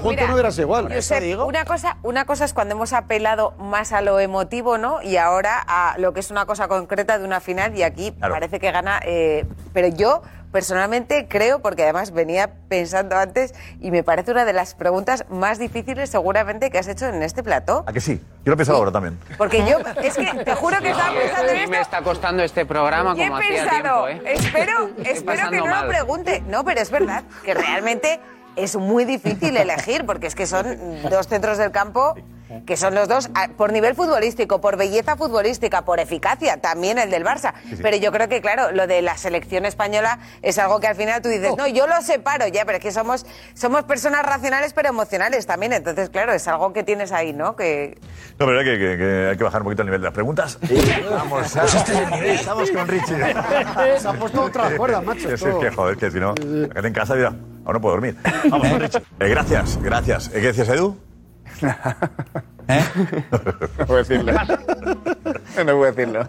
Speaker 5: mira, Josep,
Speaker 9: Eso digo.
Speaker 5: Una, cosa, una cosa es cuando hemos apelado más a lo emotivo, ¿no? Y ahora a lo que es una cosa concreta de una final y aquí
Speaker 13: Claro.
Speaker 5: parece que gana. eh, pero yo personalmente creo, porque además venía pensando antes y me parece una de las preguntas más difíciles seguramente que has hecho en este plató.
Speaker 7: ¿A que sí? Yo lo he pensado ahora también.
Speaker 5: Porque
Speaker 9: (laughs)
Speaker 5: yo, es que te juro que estaba pensando en
Speaker 12: A mí me está costando este programa
Speaker 5: ¿Qué he
Speaker 12: como hacía
Speaker 5: pensado?
Speaker 12: tiempo, ¿eh? (laughs)
Speaker 5: Espero, espero que
Speaker 12: pasando
Speaker 5: no
Speaker 12: mal.
Speaker 5: lo pregunte. No, pero es verdad que realmente es muy difícil elegir, porque es que son dos centros del campo que son los dos, a- por nivel futbolístico, por belleza futbolística, por eficacia, también el del Barça.
Speaker 13: Sí, sí.
Speaker 5: Pero yo creo que, claro, lo de la selección española es algo que al final tú
Speaker 7: Oh.
Speaker 5: dices, no, yo lo separo ya, pero es que somos, somos personas racionales pero emocionales también. Entonces, claro, es algo que tienes ahí, ¿no? Que,
Speaker 7: No, pero hay que, que- que hay que bajar un poquito el nivel de las preguntas. Vamos, pues este es el nivel, estamos con Richie.
Speaker 16: Se ha puesto otra cuerda, macho.
Speaker 7: Sí, sí, es que joder, que si no, la gente en casa dirá, aún no puedo dormir. Vamos, con Richie. Eh, gracias, gracias. Eh, ¿Qué decías, Edu? (laughs)
Speaker 9: No voy a decirlo. (laughs) No voy a decirlo.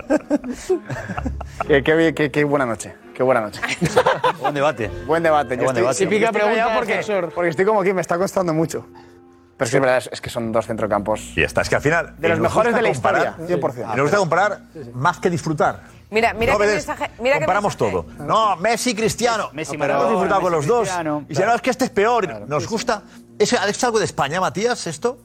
Speaker 9: Qué, qué bien, qué- qué buena noche. Qué buena
Speaker 7: (laughs)
Speaker 9: noche.
Speaker 6: Buen debate.
Speaker 9: Buen debate. Yo
Speaker 6: Buen
Speaker 9: estoy,
Speaker 6: debate.
Speaker 9: sí, pica
Speaker 6: Yo estoy
Speaker 9: pregunta
Speaker 6: callado
Speaker 9: porque, porque estoy como aquí, me está costando mucho. Pero es que es verdad, es que son dos centrocampos.
Speaker 7: Y está, es que al final. eh,
Speaker 9: De los
Speaker 7: nos
Speaker 9: mejores
Speaker 7: gusta
Speaker 9: de la
Speaker 7: comparar,
Speaker 9: historia, 100%.
Speaker 7: y nos gusta comparar más que disfrutar.
Speaker 5: mira, mira
Speaker 7: No,
Speaker 5: qué
Speaker 7: ves,
Speaker 5: mensaje. Mira qué
Speaker 7: Comparamos
Speaker 5: mensaje.
Speaker 7: todo. No, Messi, Cristiano. Messi, pero hemos disfrutado con los dos. Y dice, no, es que este es peor. Nos gusta. ¿Es, es algo de España, Matías, esto?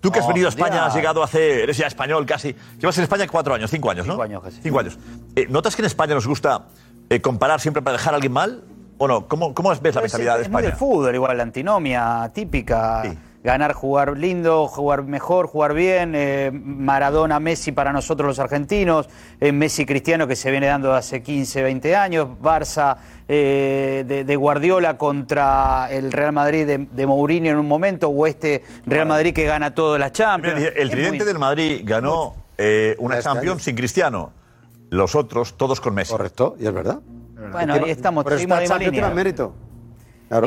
Speaker 7: Tú que has
Speaker 6: No,
Speaker 7: venido a España,
Speaker 6: mira.
Speaker 7: has llegado hace. Eres ya español casi. Llevas en España cuatro años, cinco años, ¿no? Cinco años casi. Cinco años. Eh, ¿Notas que en España nos gusta eh, comparar siempre para dejar a alguien mal? ¿O no? ¿Cómo, cómo ves la
Speaker 6: Es-
Speaker 7: mentalidad de
Speaker 6: Pues, es muy
Speaker 7: España?
Speaker 6: del fútbol, igual, la antinomia típica. Ganar, jugar lindo, jugar mejor, jugar bien. eh, Maradona, Messi para nosotros los argentinos. eh, Messi Cristiano que se viene dando hace 15, 20 años. Barça eh, de, de Guardiola contra el Real Madrid de, de Mourinho en un momento. O este Real Madrid que gana todas las Champions.
Speaker 7: El
Speaker 6: Es
Speaker 7: tridente
Speaker 6: muy-
Speaker 7: del Madrid ganó eh, una
Speaker 6: Tres
Speaker 7: Champions
Speaker 6: años.
Speaker 7: sin Cristiano. Los otros, todos con Messi. Correcto, y es verdad.
Speaker 6: Bueno, ahí estamos.
Speaker 7: Pero
Speaker 6: seguimos
Speaker 7: está
Speaker 6: la misma
Speaker 7: Champions,
Speaker 6: línea.
Speaker 7: tiene mérito.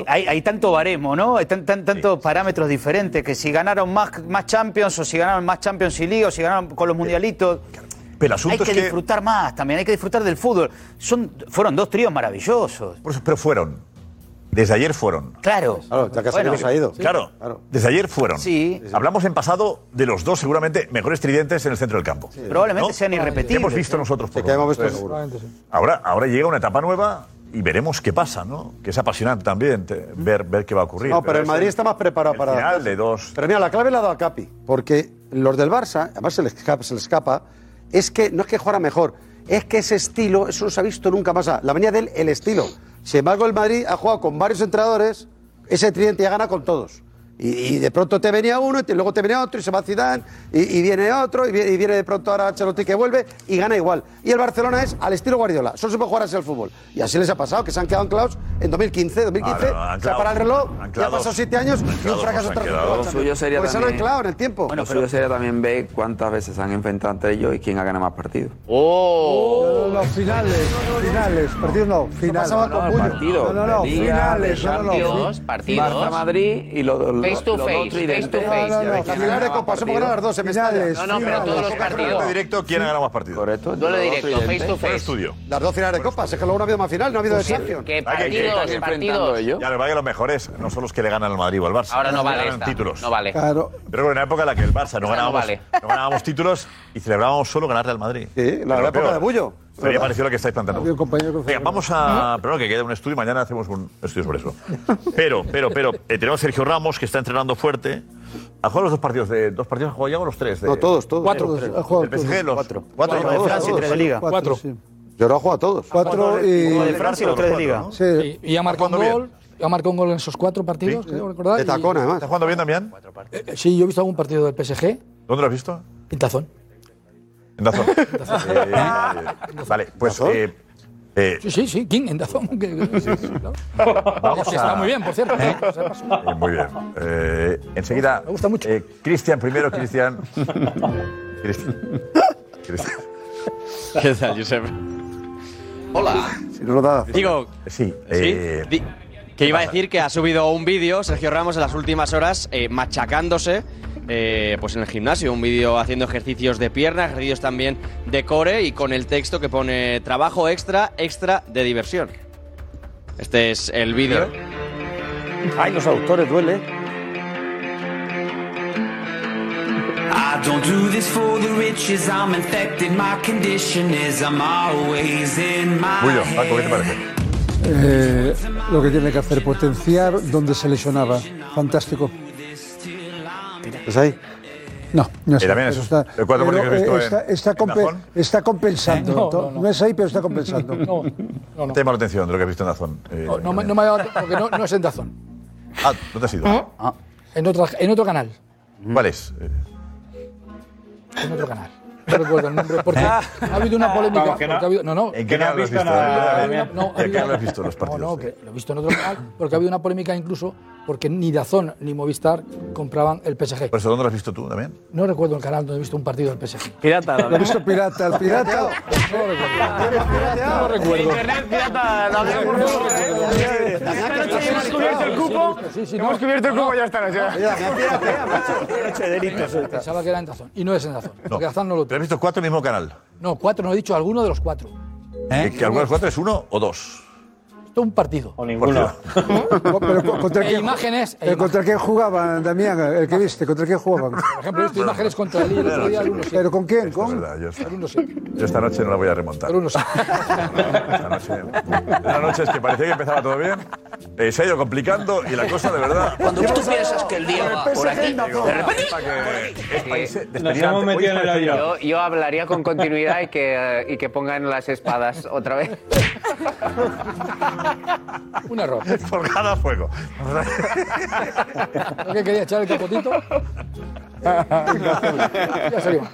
Speaker 6: Hay, hay tanto baremo, ¿no? Hay tan- tan- tantos parámetros diferentes que si ganaron más, más Champions o si ganaron más Champions y Liga o si ganaron con los mundialitos.
Speaker 7: Eh, Pero el asunto
Speaker 6: hay que
Speaker 7: es que-
Speaker 6: disfrutar más también, hay que disfrutar del fútbol. Son, fueron dos tríos maravillosos.
Speaker 7: Por eso, pero fueron. Desde ayer fueron.
Speaker 6: Claro.
Speaker 7: Claro,
Speaker 6: ya Casemiro Bueno. se ha ido.
Speaker 7: Claro,
Speaker 6: Sí. Claro.
Speaker 7: desde ayer fueron.
Speaker 6: Sí.
Speaker 7: Hablamos en pasado de los dos seguramente mejores tridentes en el centro del campo.
Speaker 6: Probablemente
Speaker 7: ¿No?
Speaker 6: sean irrepetibles. ¿eh?
Speaker 7: Hemos visto nosotros. por
Speaker 23: que
Speaker 7: lo
Speaker 23: hemos
Speaker 7: menos.
Speaker 23: visto
Speaker 7: Pues,
Speaker 23: seguro.
Speaker 7: Ahora, ahora llega una etapa nueva y veremos qué pasa, ¿no? Que es apasionante también te- ver, ver qué va a ocurrir.
Speaker 16: No, pero el Madrid está más preparado
Speaker 7: el
Speaker 16: para.
Speaker 7: final de dos.
Speaker 16: Pero mira, la clave la ha dado a Capi. Porque los del Barça, además se le escapa, se le escapa, es que no es que jugara mejor, es que ese estilo, eso no se ha visto nunca más. Ah, La manía de él, el estilo. Sin embargo, el Madrid ha jugado con varios entrenadores, ese tridente ya gana con todos. Y, y de pronto te venía uno, y te- luego te venía otro, y se va Zidane, y, y viene otro, y viene, y viene de pronto ahora Ancelotti que vuelve, y gana igual. Y el Barcelona es al estilo Guardiola, solo se puede jugar así al fútbol. Y así les ha pasado, que se han quedado anclados en 2015, 2015,
Speaker 7: Ah, no,
Speaker 16: se ha
Speaker 7: anclados,
Speaker 16: parado el reloj, ya han
Speaker 7: anclados.
Speaker 16: pasado siete años, y un
Speaker 7: Anclados,
Speaker 16: fracaso Pues
Speaker 7: han
Speaker 16: tras
Speaker 7: quedado.
Speaker 16: otro.
Speaker 7: Lo
Speaker 14: suyo sería
Speaker 16: Porque se han
Speaker 14: también-
Speaker 16: anclado en el tiempo. Pues
Speaker 14: Bueno, pero yo sería también ver cuántas veces se han enfrentado entre ellos y quién ha ganado más partidos. Oh.
Speaker 10: No, no, no, finales, finales, partidos no, finales.
Speaker 14: pasaba con Bullo.
Speaker 10: No, no, no,
Speaker 14: De Liga,
Speaker 10: finales,
Speaker 14: de
Speaker 10: no, no, no.
Speaker 14: Champions,
Speaker 10: fin-
Speaker 14: partidos. Barça, Madrid y los- los-
Speaker 12: Face to
Speaker 14: los
Speaker 12: face,
Speaker 14: otros y de-
Speaker 12: face to
Speaker 16: este.
Speaker 14: No,
Speaker 12: face.
Speaker 14: no, no,
Speaker 12: Ya ves quién
Speaker 14: finales
Speaker 12: ganaba
Speaker 14: de Copa,
Speaker 12: partido.
Speaker 14: somos ganadores dos, en Mestalla.
Speaker 12: Finales,
Speaker 14: No, no, pero
Speaker 12: finales.
Speaker 14: todos los
Speaker 12: Pocas
Speaker 14: partidos.
Speaker 12: preguntas
Speaker 7: directo, ¿quién ha ganado más partidos?
Speaker 14: Correcto.
Speaker 12: Duelo directo,
Speaker 14: Otro
Speaker 12: face to
Speaker 14: identical.
Speaker 12: face.
Speaker 7: estudio.
Speaker 16: Las dos finales de Copa, es que luego no ha habido más final, no ha habido
Speaker 7: Pues
Speaker 16: de Champions.
Speaker 12: que
Speaker 7: Hay que-
Speaker 12: partidos,
Speaker 7: que-
Speaker 12: partidos.
Speaker 7: Ya, lo que pasa es que los mejores no son los que le ganan al Madrid o al Barça.
Speaker 12: Ahora no
Speaker 7: Los que
Speaker 12: vale
Speaker 7: ganan
Speaker 12: esta,
Speaker 7: títulos.
Speaker 12: no vale.
Speaker 7: Pero en una época en la que el Barça no
Speaker 12: Esta no
Speaker 7: ganábamos,
Speaker 12: vale.
Speaker 7: no ganábamos títulos y celebrábamos solo ganarle al Madrid.
Speaker 16: Sí, la época de Bullo.
Speaker 7: Me había parecido lo que estáis planteando.
Speaker 10: Había un compañero que fue-
Speaker 7: Venga, vamos a. Pero que queda un estudio y mañana hacemos un estudio sobre eso. (laughs) Pero, pero, pero, eh, tenemos a Sergio Ramos que está entrenando fuerte. ¿Ha jugado los dos partidos? De, ¿Dos partidos ha jugado ya o los tres? De,
Speaker 16: No, todos, todos.
Speaker 7: Cuatro.
Speaker 16: Todos,
Speaker 7: tres.
Speaker 16: ha jugado
Speaker 7: El PSG,
Speaker 16: todos.
Speaker 7: los
Speaker 16: Cuatro.
Speaker 7: Cuatro.
Speaker 16: Cuatro,
Speaker 7: de
Speaker 16: dos,
Speaker 7: Francia y
Speaker 16: dos.
Speaker 7: tres de Liga.
Speaker 16: Cuatro, sí. Yo lo he jugado a todos.
Speaker 10: Cuatro y.
Speaker 16: Uno de Francia y los tres de Liga.
Speaker 10: Sí.
Speaker 22: Y ha marcado un gol. Ha marcado un gol en esos cuatro partidos, creo recordar. y-
Speaker 7: ¿Está jugando bien, Damián?
Speaker 22: Eh, Sí, yo he visto algún partido del PSG.
Speaker 7: ¿Dónde lo has visto?
Speaker 22: Pintazón. (laughs)
Speaker 7: En Dazón. Eh, vale, pues. eh, eh,
Speaker 22: Sí, sí, sí, King en Dazón. que- claro.
Speaker 7: Vamos
Speaker 22: Que Está
Speaker 7: a-
Speaker 22: muy bien, por cierto. ¿eh? O sea,
Speaker 7: Eh, muy bien. Eh, enseguida. Me gusta mucho. Cristian, primero, Cristian. Cristian. Cristian.
Speaker 19: ¿Qué tal, Josep?
Speaker 8: Hola.
Speaker 16: Si no lo da.
Speaker 8: Digo,
Speaker 7: Sí.
Speaker 8: ¿sí?
Speaker 7: eh,
Speaker 8: Di- que iba a decir que ha subido un vídeo, Sergio Ramos, en las últimas horas, eh, machacándose. eh, pues en el gimnasio, un vídeo haciendo ejercicios de pierna, ejercicios también de core y con el texto que pone Eh, trabajo extra, extra de diversión. Este es el vídeo.
Speaker 2: Ay, los autores duele.
Speaker 19: I don't do this for the riches, I'm infected. My condition is I'm always in my
Speaker 7: Bullo, Paco, ¿qué te parece?
Speaker 10: Eh, lo que tiene que hacer, potenciar donde se lesionaba. Fantástico.
Speaker 16: ¿Es ahí?
Speaker 10: No, no es
Speaker 7: Eh,
Speaker 10: ahí,
Speaker 7: también
Speaker 10: pero
Speaker 7: eso es-
Speaker 10: está,
Speaker 7: el cuatro
Speaker 10: pero,
Speaker 7: porque he visto
Speaker 10: eh,
Speaker 7: en-
Speaker 10: está, está
Speaker 7: en
Speaker 10: compe-
Speaker 7: Dazón.
Speaker 10: está compensando.
Speaker 7: Eh, no,
Speaker 10: ento-
Speaker 7: no,
Speaker 10: (laughs) no,
Speaker 7: no.
Speaker 10: es ahí, pero está (laughs) compensando.
Speaker 7: Te llama la atención de lo que has visto en Dazón. eh,
Speaker 22: No, no me, no me ha dado tiempo, porque no, no es en Dazón.
Speaker 7: Ah, ¿no te has ido?
Speaker 22: En, otra- en otro canal. Mm.
Speaker 7: ¿Cuál es? Eh,
Speaker 22: En otro canal. No recuerdo el nombre. Porque ha habido una polémica.
Speaker 7: Vamos, que no-
Speaker 22: porque ha habido- no, no.
Speaker 7: ¿En qué canal lo has visto? ¿En qué canal?
Speaker 22: No, ha
Speaker 7: ¿En qué
Speaker 22: habido-
Speaker 7: canal lo has visto los partidos?
Speaker 22: No, no, que lo he visto en otro canal. Porque ha habido una polémica incluso porque ni Dazón ni Movistar compraban el PSG.
Speaker 7: ¿Por eso dónde lo has visto tú también?
Speaker 22: No recuerdo el canal donde he visto un partido del PSG.
Speaker 7: Pirata,
Speaker 22: Lo he visto pirata, el pirata.
Speaker 7: No lo recuerdo.
Speaker 22: Internet pirata, lo
Speaker 17: Hemos cubierto el cupo. Hemos cubierto el cupo, ya está.
Speaker 22: Pensaba que era en Dazón. Y no es en Dazón.
Speaker 7: No. ¿Pero has visto cuatro en el mismo canal?
Speaker 22: No, cuatro, no he dicho alguno de los cuatro. ¿Eh?
Speaker 7: ¿Que- ¿Que alguno de los cuatro es uno o dos?
Speaker 22: Esto es un partido.
Speaker 7: O
Speaker 22: ninguno.
Speaker 10: Pero co- contra
Speaker 22: E
Speaker 10: quién,
Speaker 22: imágenes, e
Speaker 17: Eh,
Speaker 10: pero contra quién jugaban, Damián, el que viste, contra quién jugaban.
Speaker 22: Por ejemplo, he visto imágenes contra el Lille el otro día, el 1-7.
Speaker 10: Pero con quién,
Speaker 7: Es
Speaker 10: con
Speaker 7: verdad, yo esta, yo esta noche no la voy a remontar. Esta noche, la noche es que parecía que empezaba todo bien, eh, se ha ido complicando y la cosa de verdad.
Speaker 8: Cuando tú piensas que el día va por aquí,
Speaker 7: Digo,
Speaker 8: de repente-
Speaker 7: para que- es país- despedida
Speaker 12: Nos
Speaker 7: antes.
Speaker 12: hemos
Speaker 7: Hoy
Speaker 12: metido en el
Speaker 7: es
Speaker 12: hoyo.
Speaker 7: despedida.
Speaker 12: Yo, yo hablaría con continuidad y que, y que pongan las espadas otra vez.
Speaker 22: Un error.
Speaker 7: Forjada a fuego.
Speaker 22: ¿No que quería echar el capotito? Ya salimos.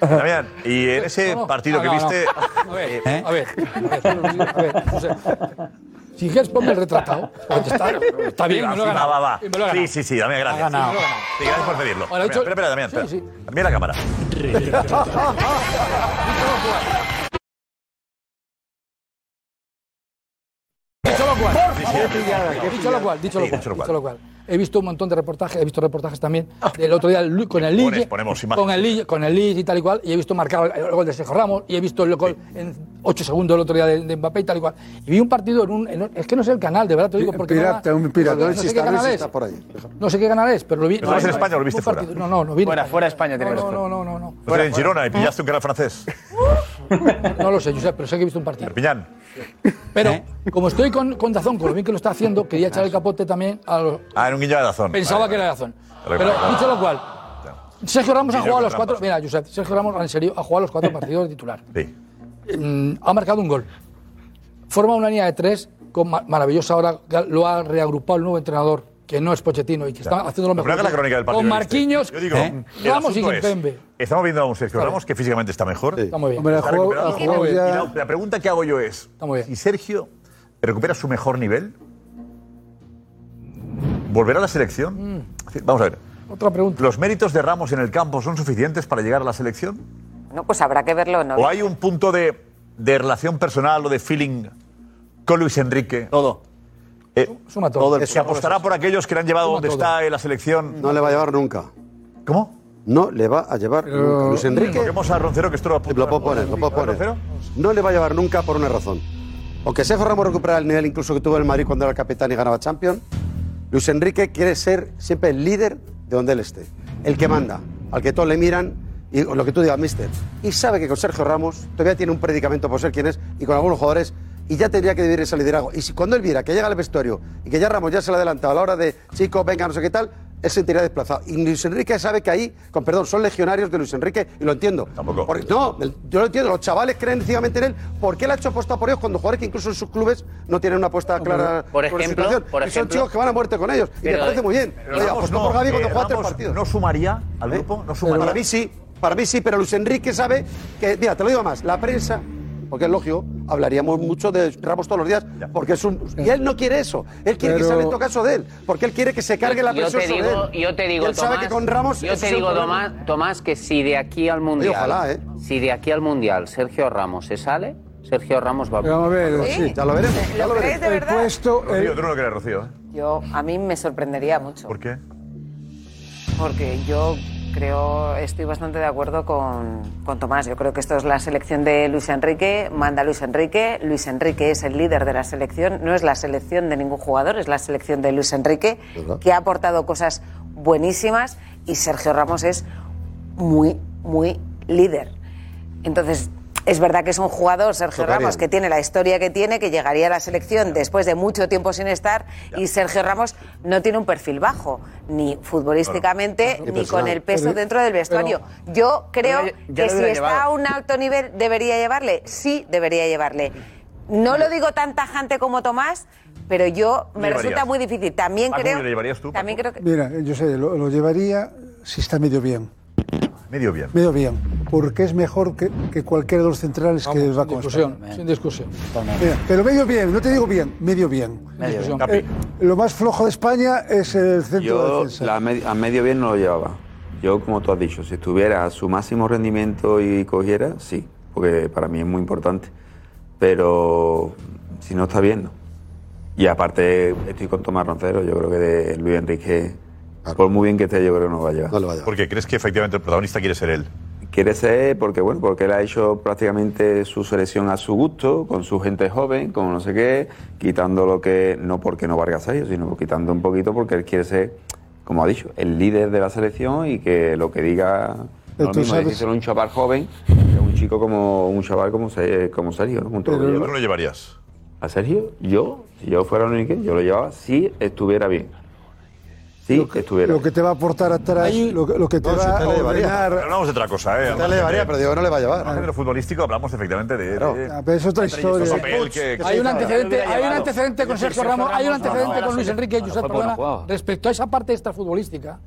Speaker 7: Damián, y en ese
Speaker 22: No, no.
Speaker 7: partido
Speaker 22: No,
Speaker 7: que
Speaker 22: no, no.
Speaker 7: viste, eh?
Speaker 22: A ver, a ver, a ver, a ver, Si quieres, ponme el retratado. porque Está, Pues está bien,
Speaker 7: Sí,
Speaker 22: me lo he
Speaker 7: va,
Speaker 22: ganado.
Speaker 7: Ah, va, va.
Speaker 22: Y me lo he ganado.
Speaker 7: Sí, sí, sí, Damián, gracias.
Speaker 22: Ha ganado.
Speaker 7: Sí, Sí, gracias por pedirlo.
Speaker 22: Ahora, he
Speaker 7: Espera,
Speaker 22: hecho-
Speaker 7: espera, Damián, espera.
Speaker 22: Sí,
Speaker 7: Mira la cámara.
Speaker 22: (laughs) Dicho lo cual,
Speaker 7: Sí, sí, sí.
Speaker 22: dicho lo cual, dicho lo cual,
Speaker 7: Sí, dicho lo
Speaker 22: dicho lo cual. He visto un montón de reportajes, he visto reportajes también del otro día el Lu- con el
Speaker 7: Pones-
Speaker 22: Lille,
Speaker 7: ponemos imágenes.
Speaker 22: con el Lille, con el Lille y tal y cual, y he visto marcado el, el gol de Sergio Ramos y he visto el gol en 8 segundos el otro día de, de Mbappé y tal y cual. Y vi un partido en un, en un- es que no sé el canal, de verdad te digo, porque no
Speaker 10: pirata,
Speaker 22: era-
Speaker 10: un pirata.
Speaker 22: no,
Speaker 10: A ver
Speaker 22: sé
Speaker 10: si
Speaker 22: qué
Speaker 10: está, a ver
Speaker 22: canal
Speaker 10: si
Speaker 22: es,
Speaker 10: está por ahí.
Speaker 22: no sé qué canal es, pero lo vi.
Speaker 7: ¿Estabas en España o lo viste
Speaker 22: ningún partido.
Speaker 7: fuera?
Speaker 22: No, no, no vi.
Speaker 7: Fuera,
Speaker 22: fuera
Speaker 17: España
Speaker 22: no,
Speaker 17: tienes
Speaker 22: no,
Speaker 17: que
Speaker 22: no, no, no, no.
Speaker 7: Tú eres en Girona y pillaste un
Speaker 22: (laughs)
Speaker 7: canal francés.
Speaker 22: No lo sé, Josep, pero sé que he visto un partido.
Speaker 7: Perpiñán.
Speaker 22: Pero,
Speaker 7: ¿Eh?
Speaker 22: como estoy con, con Dazón, con lo bien que lo está
Speaker 7: (laughs)
Speaker 22: haciendo, quería echar el capote también a los,
Speaker 7: Ah, era un guiño de Dazón.
Speaker 22: Pensaba
Speaker 7: Vale,
Speaker 22: que
Speaker 7: vale.
Speaker 22: era Dazón.
Speaker 7: Vale,
Speaker 22: Pero
Speaker 7: vale.
Speaker 22: dicho lo cual, Sergio Ramos ha
Speaker 7: Guiño
Speaker 22: jugado
Speaker 7: con
Speaker 22: los cuatro.
Speaker 7: trampas.
Speaker 22: Mira, Josep, Sergio Ramos, en serio, ha jugado los cuatro partidos de titular.
Speaker 7: Sí.
Speaker 22: Mm, ha marcado un gol. Forma una línea de tres con ma- maravillosa ahora. Gal- Lo ha reagrupado el nuevo entrenador, que no es Pochettino y que está haciendo lo
Speaker 7: Pero
Speaker 22: mejor.
Speaker 7: haga la crónica del partido.
Speaker 22: Con
Speaker 7: que viste.
Speaker 22: Marquinhos,
Speaker 7: Yo digo,
Speaker 22: ¿eh?
Speaker 7: el
Speaker 22: Ramos y
Speaker 7: asunto es,
Speaker 22: Kimpembe.
Speaker 7: Estamos viendo a un Sergio Ramos que físicamente está mejor.
Speaker 22: Está muy bien.
Speaker 7: Hombre, ha
Speaker 22: Está
Speaker 7: jugado-
Speaker 22: recuperado.
Speaker 7: ha jugado
Speaker 22: Y
Speaker 7: ya-
Speaker 22: la-
Speaker 7: La pregunta que hago yo es: si Sergio recupera su mejor nivel, ¿volverá a la selección? Es decir, Vamos a ver.
Speaker 22: Mm. Otra pregunta.
Speaker 7: ¿Los méritos de Ramos en el campo son suficientes para llegar a la selección?
Speaker 5: No, pues habrá que verlo, ¿no?
Speaker 7: ¿O hay un punto de, de relación personal o de feeling con Luis Enrique? Todo.
Speaker 22: Suma todo.
Speaker 7: ¿Se apostará por aquellos que le han llevado
Speaker 16: Suma
Speaker 7: donde
Speaker 16: todo.
Speaker 7: está eh, la selección?
Speaker 16: No le va a llevar nunca.
Speaker 7: ¿Cómo?
Speaker 16: No le va a llevar nunca. Luis Enrique.
Speaker 7: Coloquemos a Roncero que esto lo apunta.
Speaker 16: Lo puedo poner, lo puedo poner. No le va a llevar nunca por una razón. Aunque Sergio Ramos recuperará el nivel incluso que tuvo el Madrid cuando era capitán y ganaba Champions, Luis Enrique quiere ser siempre el líder de donde él esté. El que manda, al que todos le miran y lo que tú digas, mister. Y sabe que con Sergio Ramos todavía tiene un predicamento por ser quien es y con algunos jugadores y ya tendría que dividir ese liderazgo. Y si cuando él viera que llega al vestuario y que ya Ramos ya se le ha adelantado a la hora de chicos, venga, no sé qué tal, él se sentirá desplazado. Y Luis Enrique sabe que ahí, con perdón, son legionarios de Luis Enrique y lo entiendo. Tampoco. no, el- yo lo entiendo, los chavales creen ciegamente en él porque él ha hecho apuesta por ellos cuando jugadores que incluso en sus clubes no tienen una apuesta clara
Speaker 12: Por
Speaker 16: su
Speaker 12: ejemplo,
Speaker 16: situación.
Speaker 12: por
Speaker 16: Y son
Speaker 12: ejemplo-
Speaker 16: chicos que van a muerte con ellos. Y me
Speaker 12: Pero-
Speaker 16: parece muy bien.
Speaker 12: pero
Speaker 16: Oye,
Speaker 12: Ramos
Speaker 16: apostó
Speaker 12: no,
Speaker 16: por Gavi
Speaker 7: eh,
Speaker 16: cuando jugaba tres
Speaker 7: Ramos
Speaker 16: partidos.
Speaker 7: ¿No sumaría al grupo? ¿No
Speaker 16: Pero
Speaker 7: sumaría?
Speaker 16: Para mí sí, para mí sí, pero Luis Enrique sabe que, mira, te lo digo más, la prensa, porque es lógico, hablaríamos mucho de Ramos todos los días, porque es un... Y él no quiere eso, él quiere que
Speaker 12: Pero-
Speaker 16: sea lento caso de él, porque él quiere que se cargue la
Speaker 12: yo
Speaker 16: presión
Speaker 12: te
Speaker 16: sobre
Speaker 12: digo,
Speaker 16: él.
Speaker 12: yo te digo,
Speaker 16: Y él sabe
Speaker 12: Tomás,
Speaker 16: que con Ramos...
Speaker 12: yo
Speaker 16: eso
Speaker 12: te
Speaker 16: es un
Speaker 12: digo,
Speaker 16: problema.
Speaker 12: Tomás, Tomás, que si de aquí al mundial,
Speaker 16: ojalá, ¿eh?
Speaker 12: si de aquí al mundial Sergio Ramos se sale, Sergio Ramos va
Speaker 10: Vamos a ver,
Speaker 12: ¿Sí?
Speaker 10: sí.
Speaker 12: Ya lo veremos,
Speaker 5: ya lo ¿Lo crees veremos. de
Speaker 10: El
Speaker 5: verdad?
Speaker 10: puesto, el-
Speaker 7: Rocío, tú no lo crees, Rocío. ¿eh?
Speaker 5: Yo, a mí me sorprendería mucho.
Speaker 7: ¿Por qué?
Speaker 5: Porque yo creo, estoy bastante de acuerdo con, con Tomás. Yo creo que esto es la selección de Luis Enrique, manda Luis Enrique. Luis Enrique es el líder de la selección, no es la selección de ningún jugador, es la selección de Luis Enrique,
Speaker 8: ¿Verdad?
Speaker 5: que ha aportado cosas buenísimas y Sergio Ramos es muy, muy líder. Entonces, es verdad que es un jugador, Sergio
Speaker 8: Tocaría.
Speaker 5: Ramos, que tiene la historia que tiene, que llegaría a la selección después de mucho tiempo sin estar, y Sergio Ramos no tiene un perfil bajo, ni futbolísticamente,
Speaker 8: Claro. Y
Speaker 5: ni
Speaker 8: personal.
Speaker 5: con el peso
Speaker 8: Pero-
Speaker 5: dentro del vestuario. Yo creo
Speaker 8: Pero ya- ya
Speaker 5: que
Speaker 8: lo
Speaker 5: si
Speaker 8: hubiera
Speaker 5: está
Speaker 8: llevado.
Speaker 5: a un alto nivel, ¿debería llevarle? Sí, debería llevarle. No lo digo tan tajante como Tomás, pero yo me
Speaker 10: Llevarías.
Speaker 5: resulta muy difícil. También
Speaker 10: Paco,
Speaker 5: creo...
Speaker 10: ¿le llevarías tú, Paco?
Speaker 5: También creo que...
Speaker 10: Mira, yo sé, lo, lo llevaría si está medio bien.
Speaker 7: Medio bien.
Speaker 10: Medio bien. Porque es mejor que, que cualquiera de los centrales que va con
Speaker 22: Discusión, sin discusión.
Speaker 10: Mira, pero medio bien, no te digo bien, medio bien.
Speaker 14: Medio bien.
Speaker 10: Eh, lo más flojo de España es el centro de
Speaker 14: Yo
Speaker 10: defensa.
Speaker 14: la me- a medio bien no lo llevaba. Yo, como tú has dicho, si estuviera a su máximo rendimiento y cogiera, sí, porque para mí es muy importante. Pero si no está bien, no. Y aparte, estoy con Tomás Roncero, yo creo que de Luis Enrique, por muy bien que esté, yo creo que no va a llegar.
Speaker 7: Porque crees que efectivamente el protagonista quiere ser él.
Speaker 14: Quiere ser porque, bueno, porque él ha hecho prácticamente su selección a su gusto, con su gente joven, con no sé qué, quitando lo que, no porque no Vargas Ayos, sino quitando un poquito porque él quiere ser, como ha dicho, el líder de la selección y que lo que diga,
Speaker 10: Pero
Speaker 14: no lo
Speaker 10: tú
Speaker 14: mismo
Speaker 10: sabes-
Speaker 14: decírselo a un chaval joven que a un chico como, un chaval como, Se- como Sergio, ¿no? Junto
Speaker 7: Pero-
Speaker 14: lo
Speaker 7: ¿Tú no lo llevarías?
Speaker 14: ¿A Sergio? Yo, si yo fuera un Enrique, yo lo llevaba si estuviera bien. Si estuviera
Speaker 10: Lo que te va a aportar atrás, lo, que- lo que te
Speaker 7: No, si
Speaker 10: va
Speaker 7: usted
Speaker 10: a
Speaker 7: le llevaría.
Speaker 10: ordenar.
Speaker 7: Pero hablamos de otra cosa, ¿eh?
Speaker 10: Si usted
Speaker 7: Hablamos
Speaker 10: le llevaría,
Speaker 7: de-
Speaker 10: pero digo, no le va a llevar.
Speaker 7: Hablamos de lo futbolístico hablamos efectivamente de... de-
Speaker 10: Ah, pero es otra
Speaker 7: de-
Speaker 10: historia.
Speaker 7: de- papel que- que-
Speaker 22: hay un
Speaker 7: que-
Speaker 22: antecedente,
Speaker 7: que-
Speaker 22: hay un antecedente con
Speaker 7: Sí,
Speaker 22: Sergio
Speaker 7: Sergio
Speaker 22: Ramos, hay un
Speaker 7: Ramos, no,
Speaker 22: antecedente
Speaker 7: no,
Speaker 22: con Luis
Speaker 7: no,
Speaker 22: Enrique,
Speaker 7: no,
Speaker 22: Josep,
Speaker 7: fue
Speaker 22: perdona,
Speaker 7: buena jugada.
Speaker 22: respecto a esa parte extrafutbolística,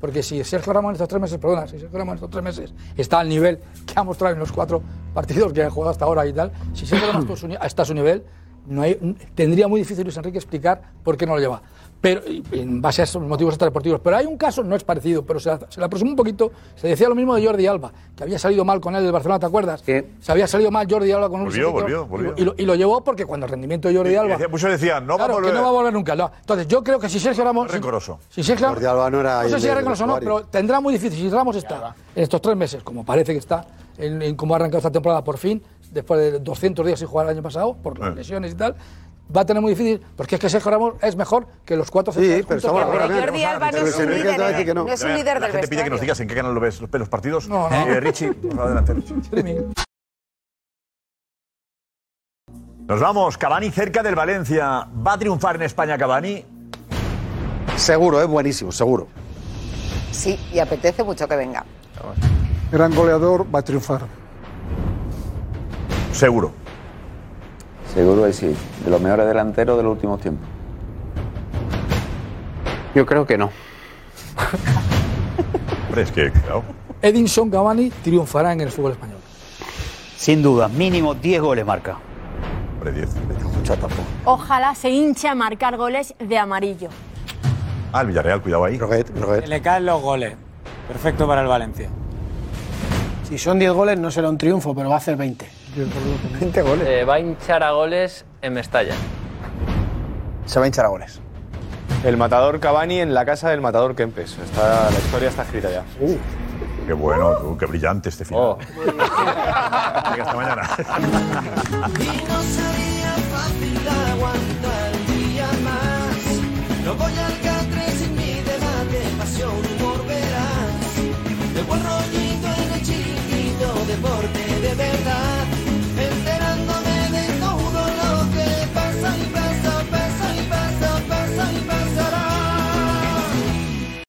Speaker 22: porque si Sergio Ramos en estos tres meses, perdona, si Sergio Ramos en estos tres meses está al nivel que ha mostrado en los cuatro partidos que ha jugado hasta ahora y tal, si Sergio Ramos está a su ni- está a su nivel, no hay, n- tendría muy difícil Luis Enrique explicar por qué no lo lleva. Pero y- en base a esos motivos extradeportivos. Pero hay un caso, no es parecido, pero se la, se la aproximó un poquito. Se decía lo mismo de Jordi Alba, que había salido mal con él del Barcelona, ¿te acuerdas? Se había salido mal Jordi Alba con un
Speaker 7: Volvió,
Speaker 22: sitio,
Speaker 7: volvió, volvió.
Speaker 22: y lo- Y, lo, y lo llevó porque cuando el rendimiento de Jordi
Speaker 7: Y- y
Speaker 22: Alba.
Speaker 7: decía- muchos decían, no va a
Speaker 22: Claro,
Speaker 7: volver.
Speaker 22: que no va a volver nunca. no. Entonces, yo creo que si Sergio Ramos.
Speaker 7: Rencoroso.
Speaker 22: Si Sergio
Speaker 7: Jordi Alba no era
Speaker 22: sé
Speaker 7: Ah, el
Speaker 22: si era
Speaker 7: del
Speaker 22: rencoroso o no,
Speaker 7: vestuario.
Speaker 22: pero tendrá muy difícil. Si Ramos está en estos tres meses, como parece que está, en, en cómo ha arrancado esta temporada por fin, después de 200 días sin jugar el año pasado, por las
Speaker 7: Eh.
Speaker 22: lesiones y tal. Va a tener muy difícil, porque es que Sergio Ramos es mejor que los cuatro centrales juntos que-
Speaker 7: La gente pide que nos digas en qué canal lo ves, los, los partidos.
Speaker 22: No, no.
Speaker 7: Eh, Richie, por favor, adelante, Richie. Nos vamos, Cavani cerca del Valencia. ¿Va a triunfar en España Cavani?
Speaker 16: Seguro, es buenísimo, seguro.
Speaker 5: Sí, y apetece mucho que venga.
Speaker 10: Gran goleador va a triunfar.
Speaker 7: Seguro.
Speaker 14: Seguro que sí. De los mejores delanteros de los últimos tiempos.
Speaker 12: Yo creo que no.
Speaker 7: Hombre, es que, claro.
Speaker 22: Edinson Cavani triunfará en el fútbol español.
Speaker 6: Sin duda, mínimo 10 goles marca.
Speaker 7: Hombre, 10.
Speaker 4: Ojalá se hinche a marcar goles de amarillo.
Speaker 7: Ah, el Villarreal, cuidado ahí.
Speaker 2: Le caen los goles. Perfecto para el Valencia.
Speaker 17: Si son 10 goles no será un triunfo, pero va a hacer 20. 20 goles.
Speaker 1: Eh, va a hinchar a goles en Mestalla.
Speaker 9: Se va a hinchar a goles.
Speaker 15: El matador Cavani en la casa del matador Kempes. Está, la historia está escrita ya.
Speaker 7: Uh, Qué bueno, tú, qué brillante este final. Venga, hasta mañana.
Speaker 19: Y no sería fácil aguantar.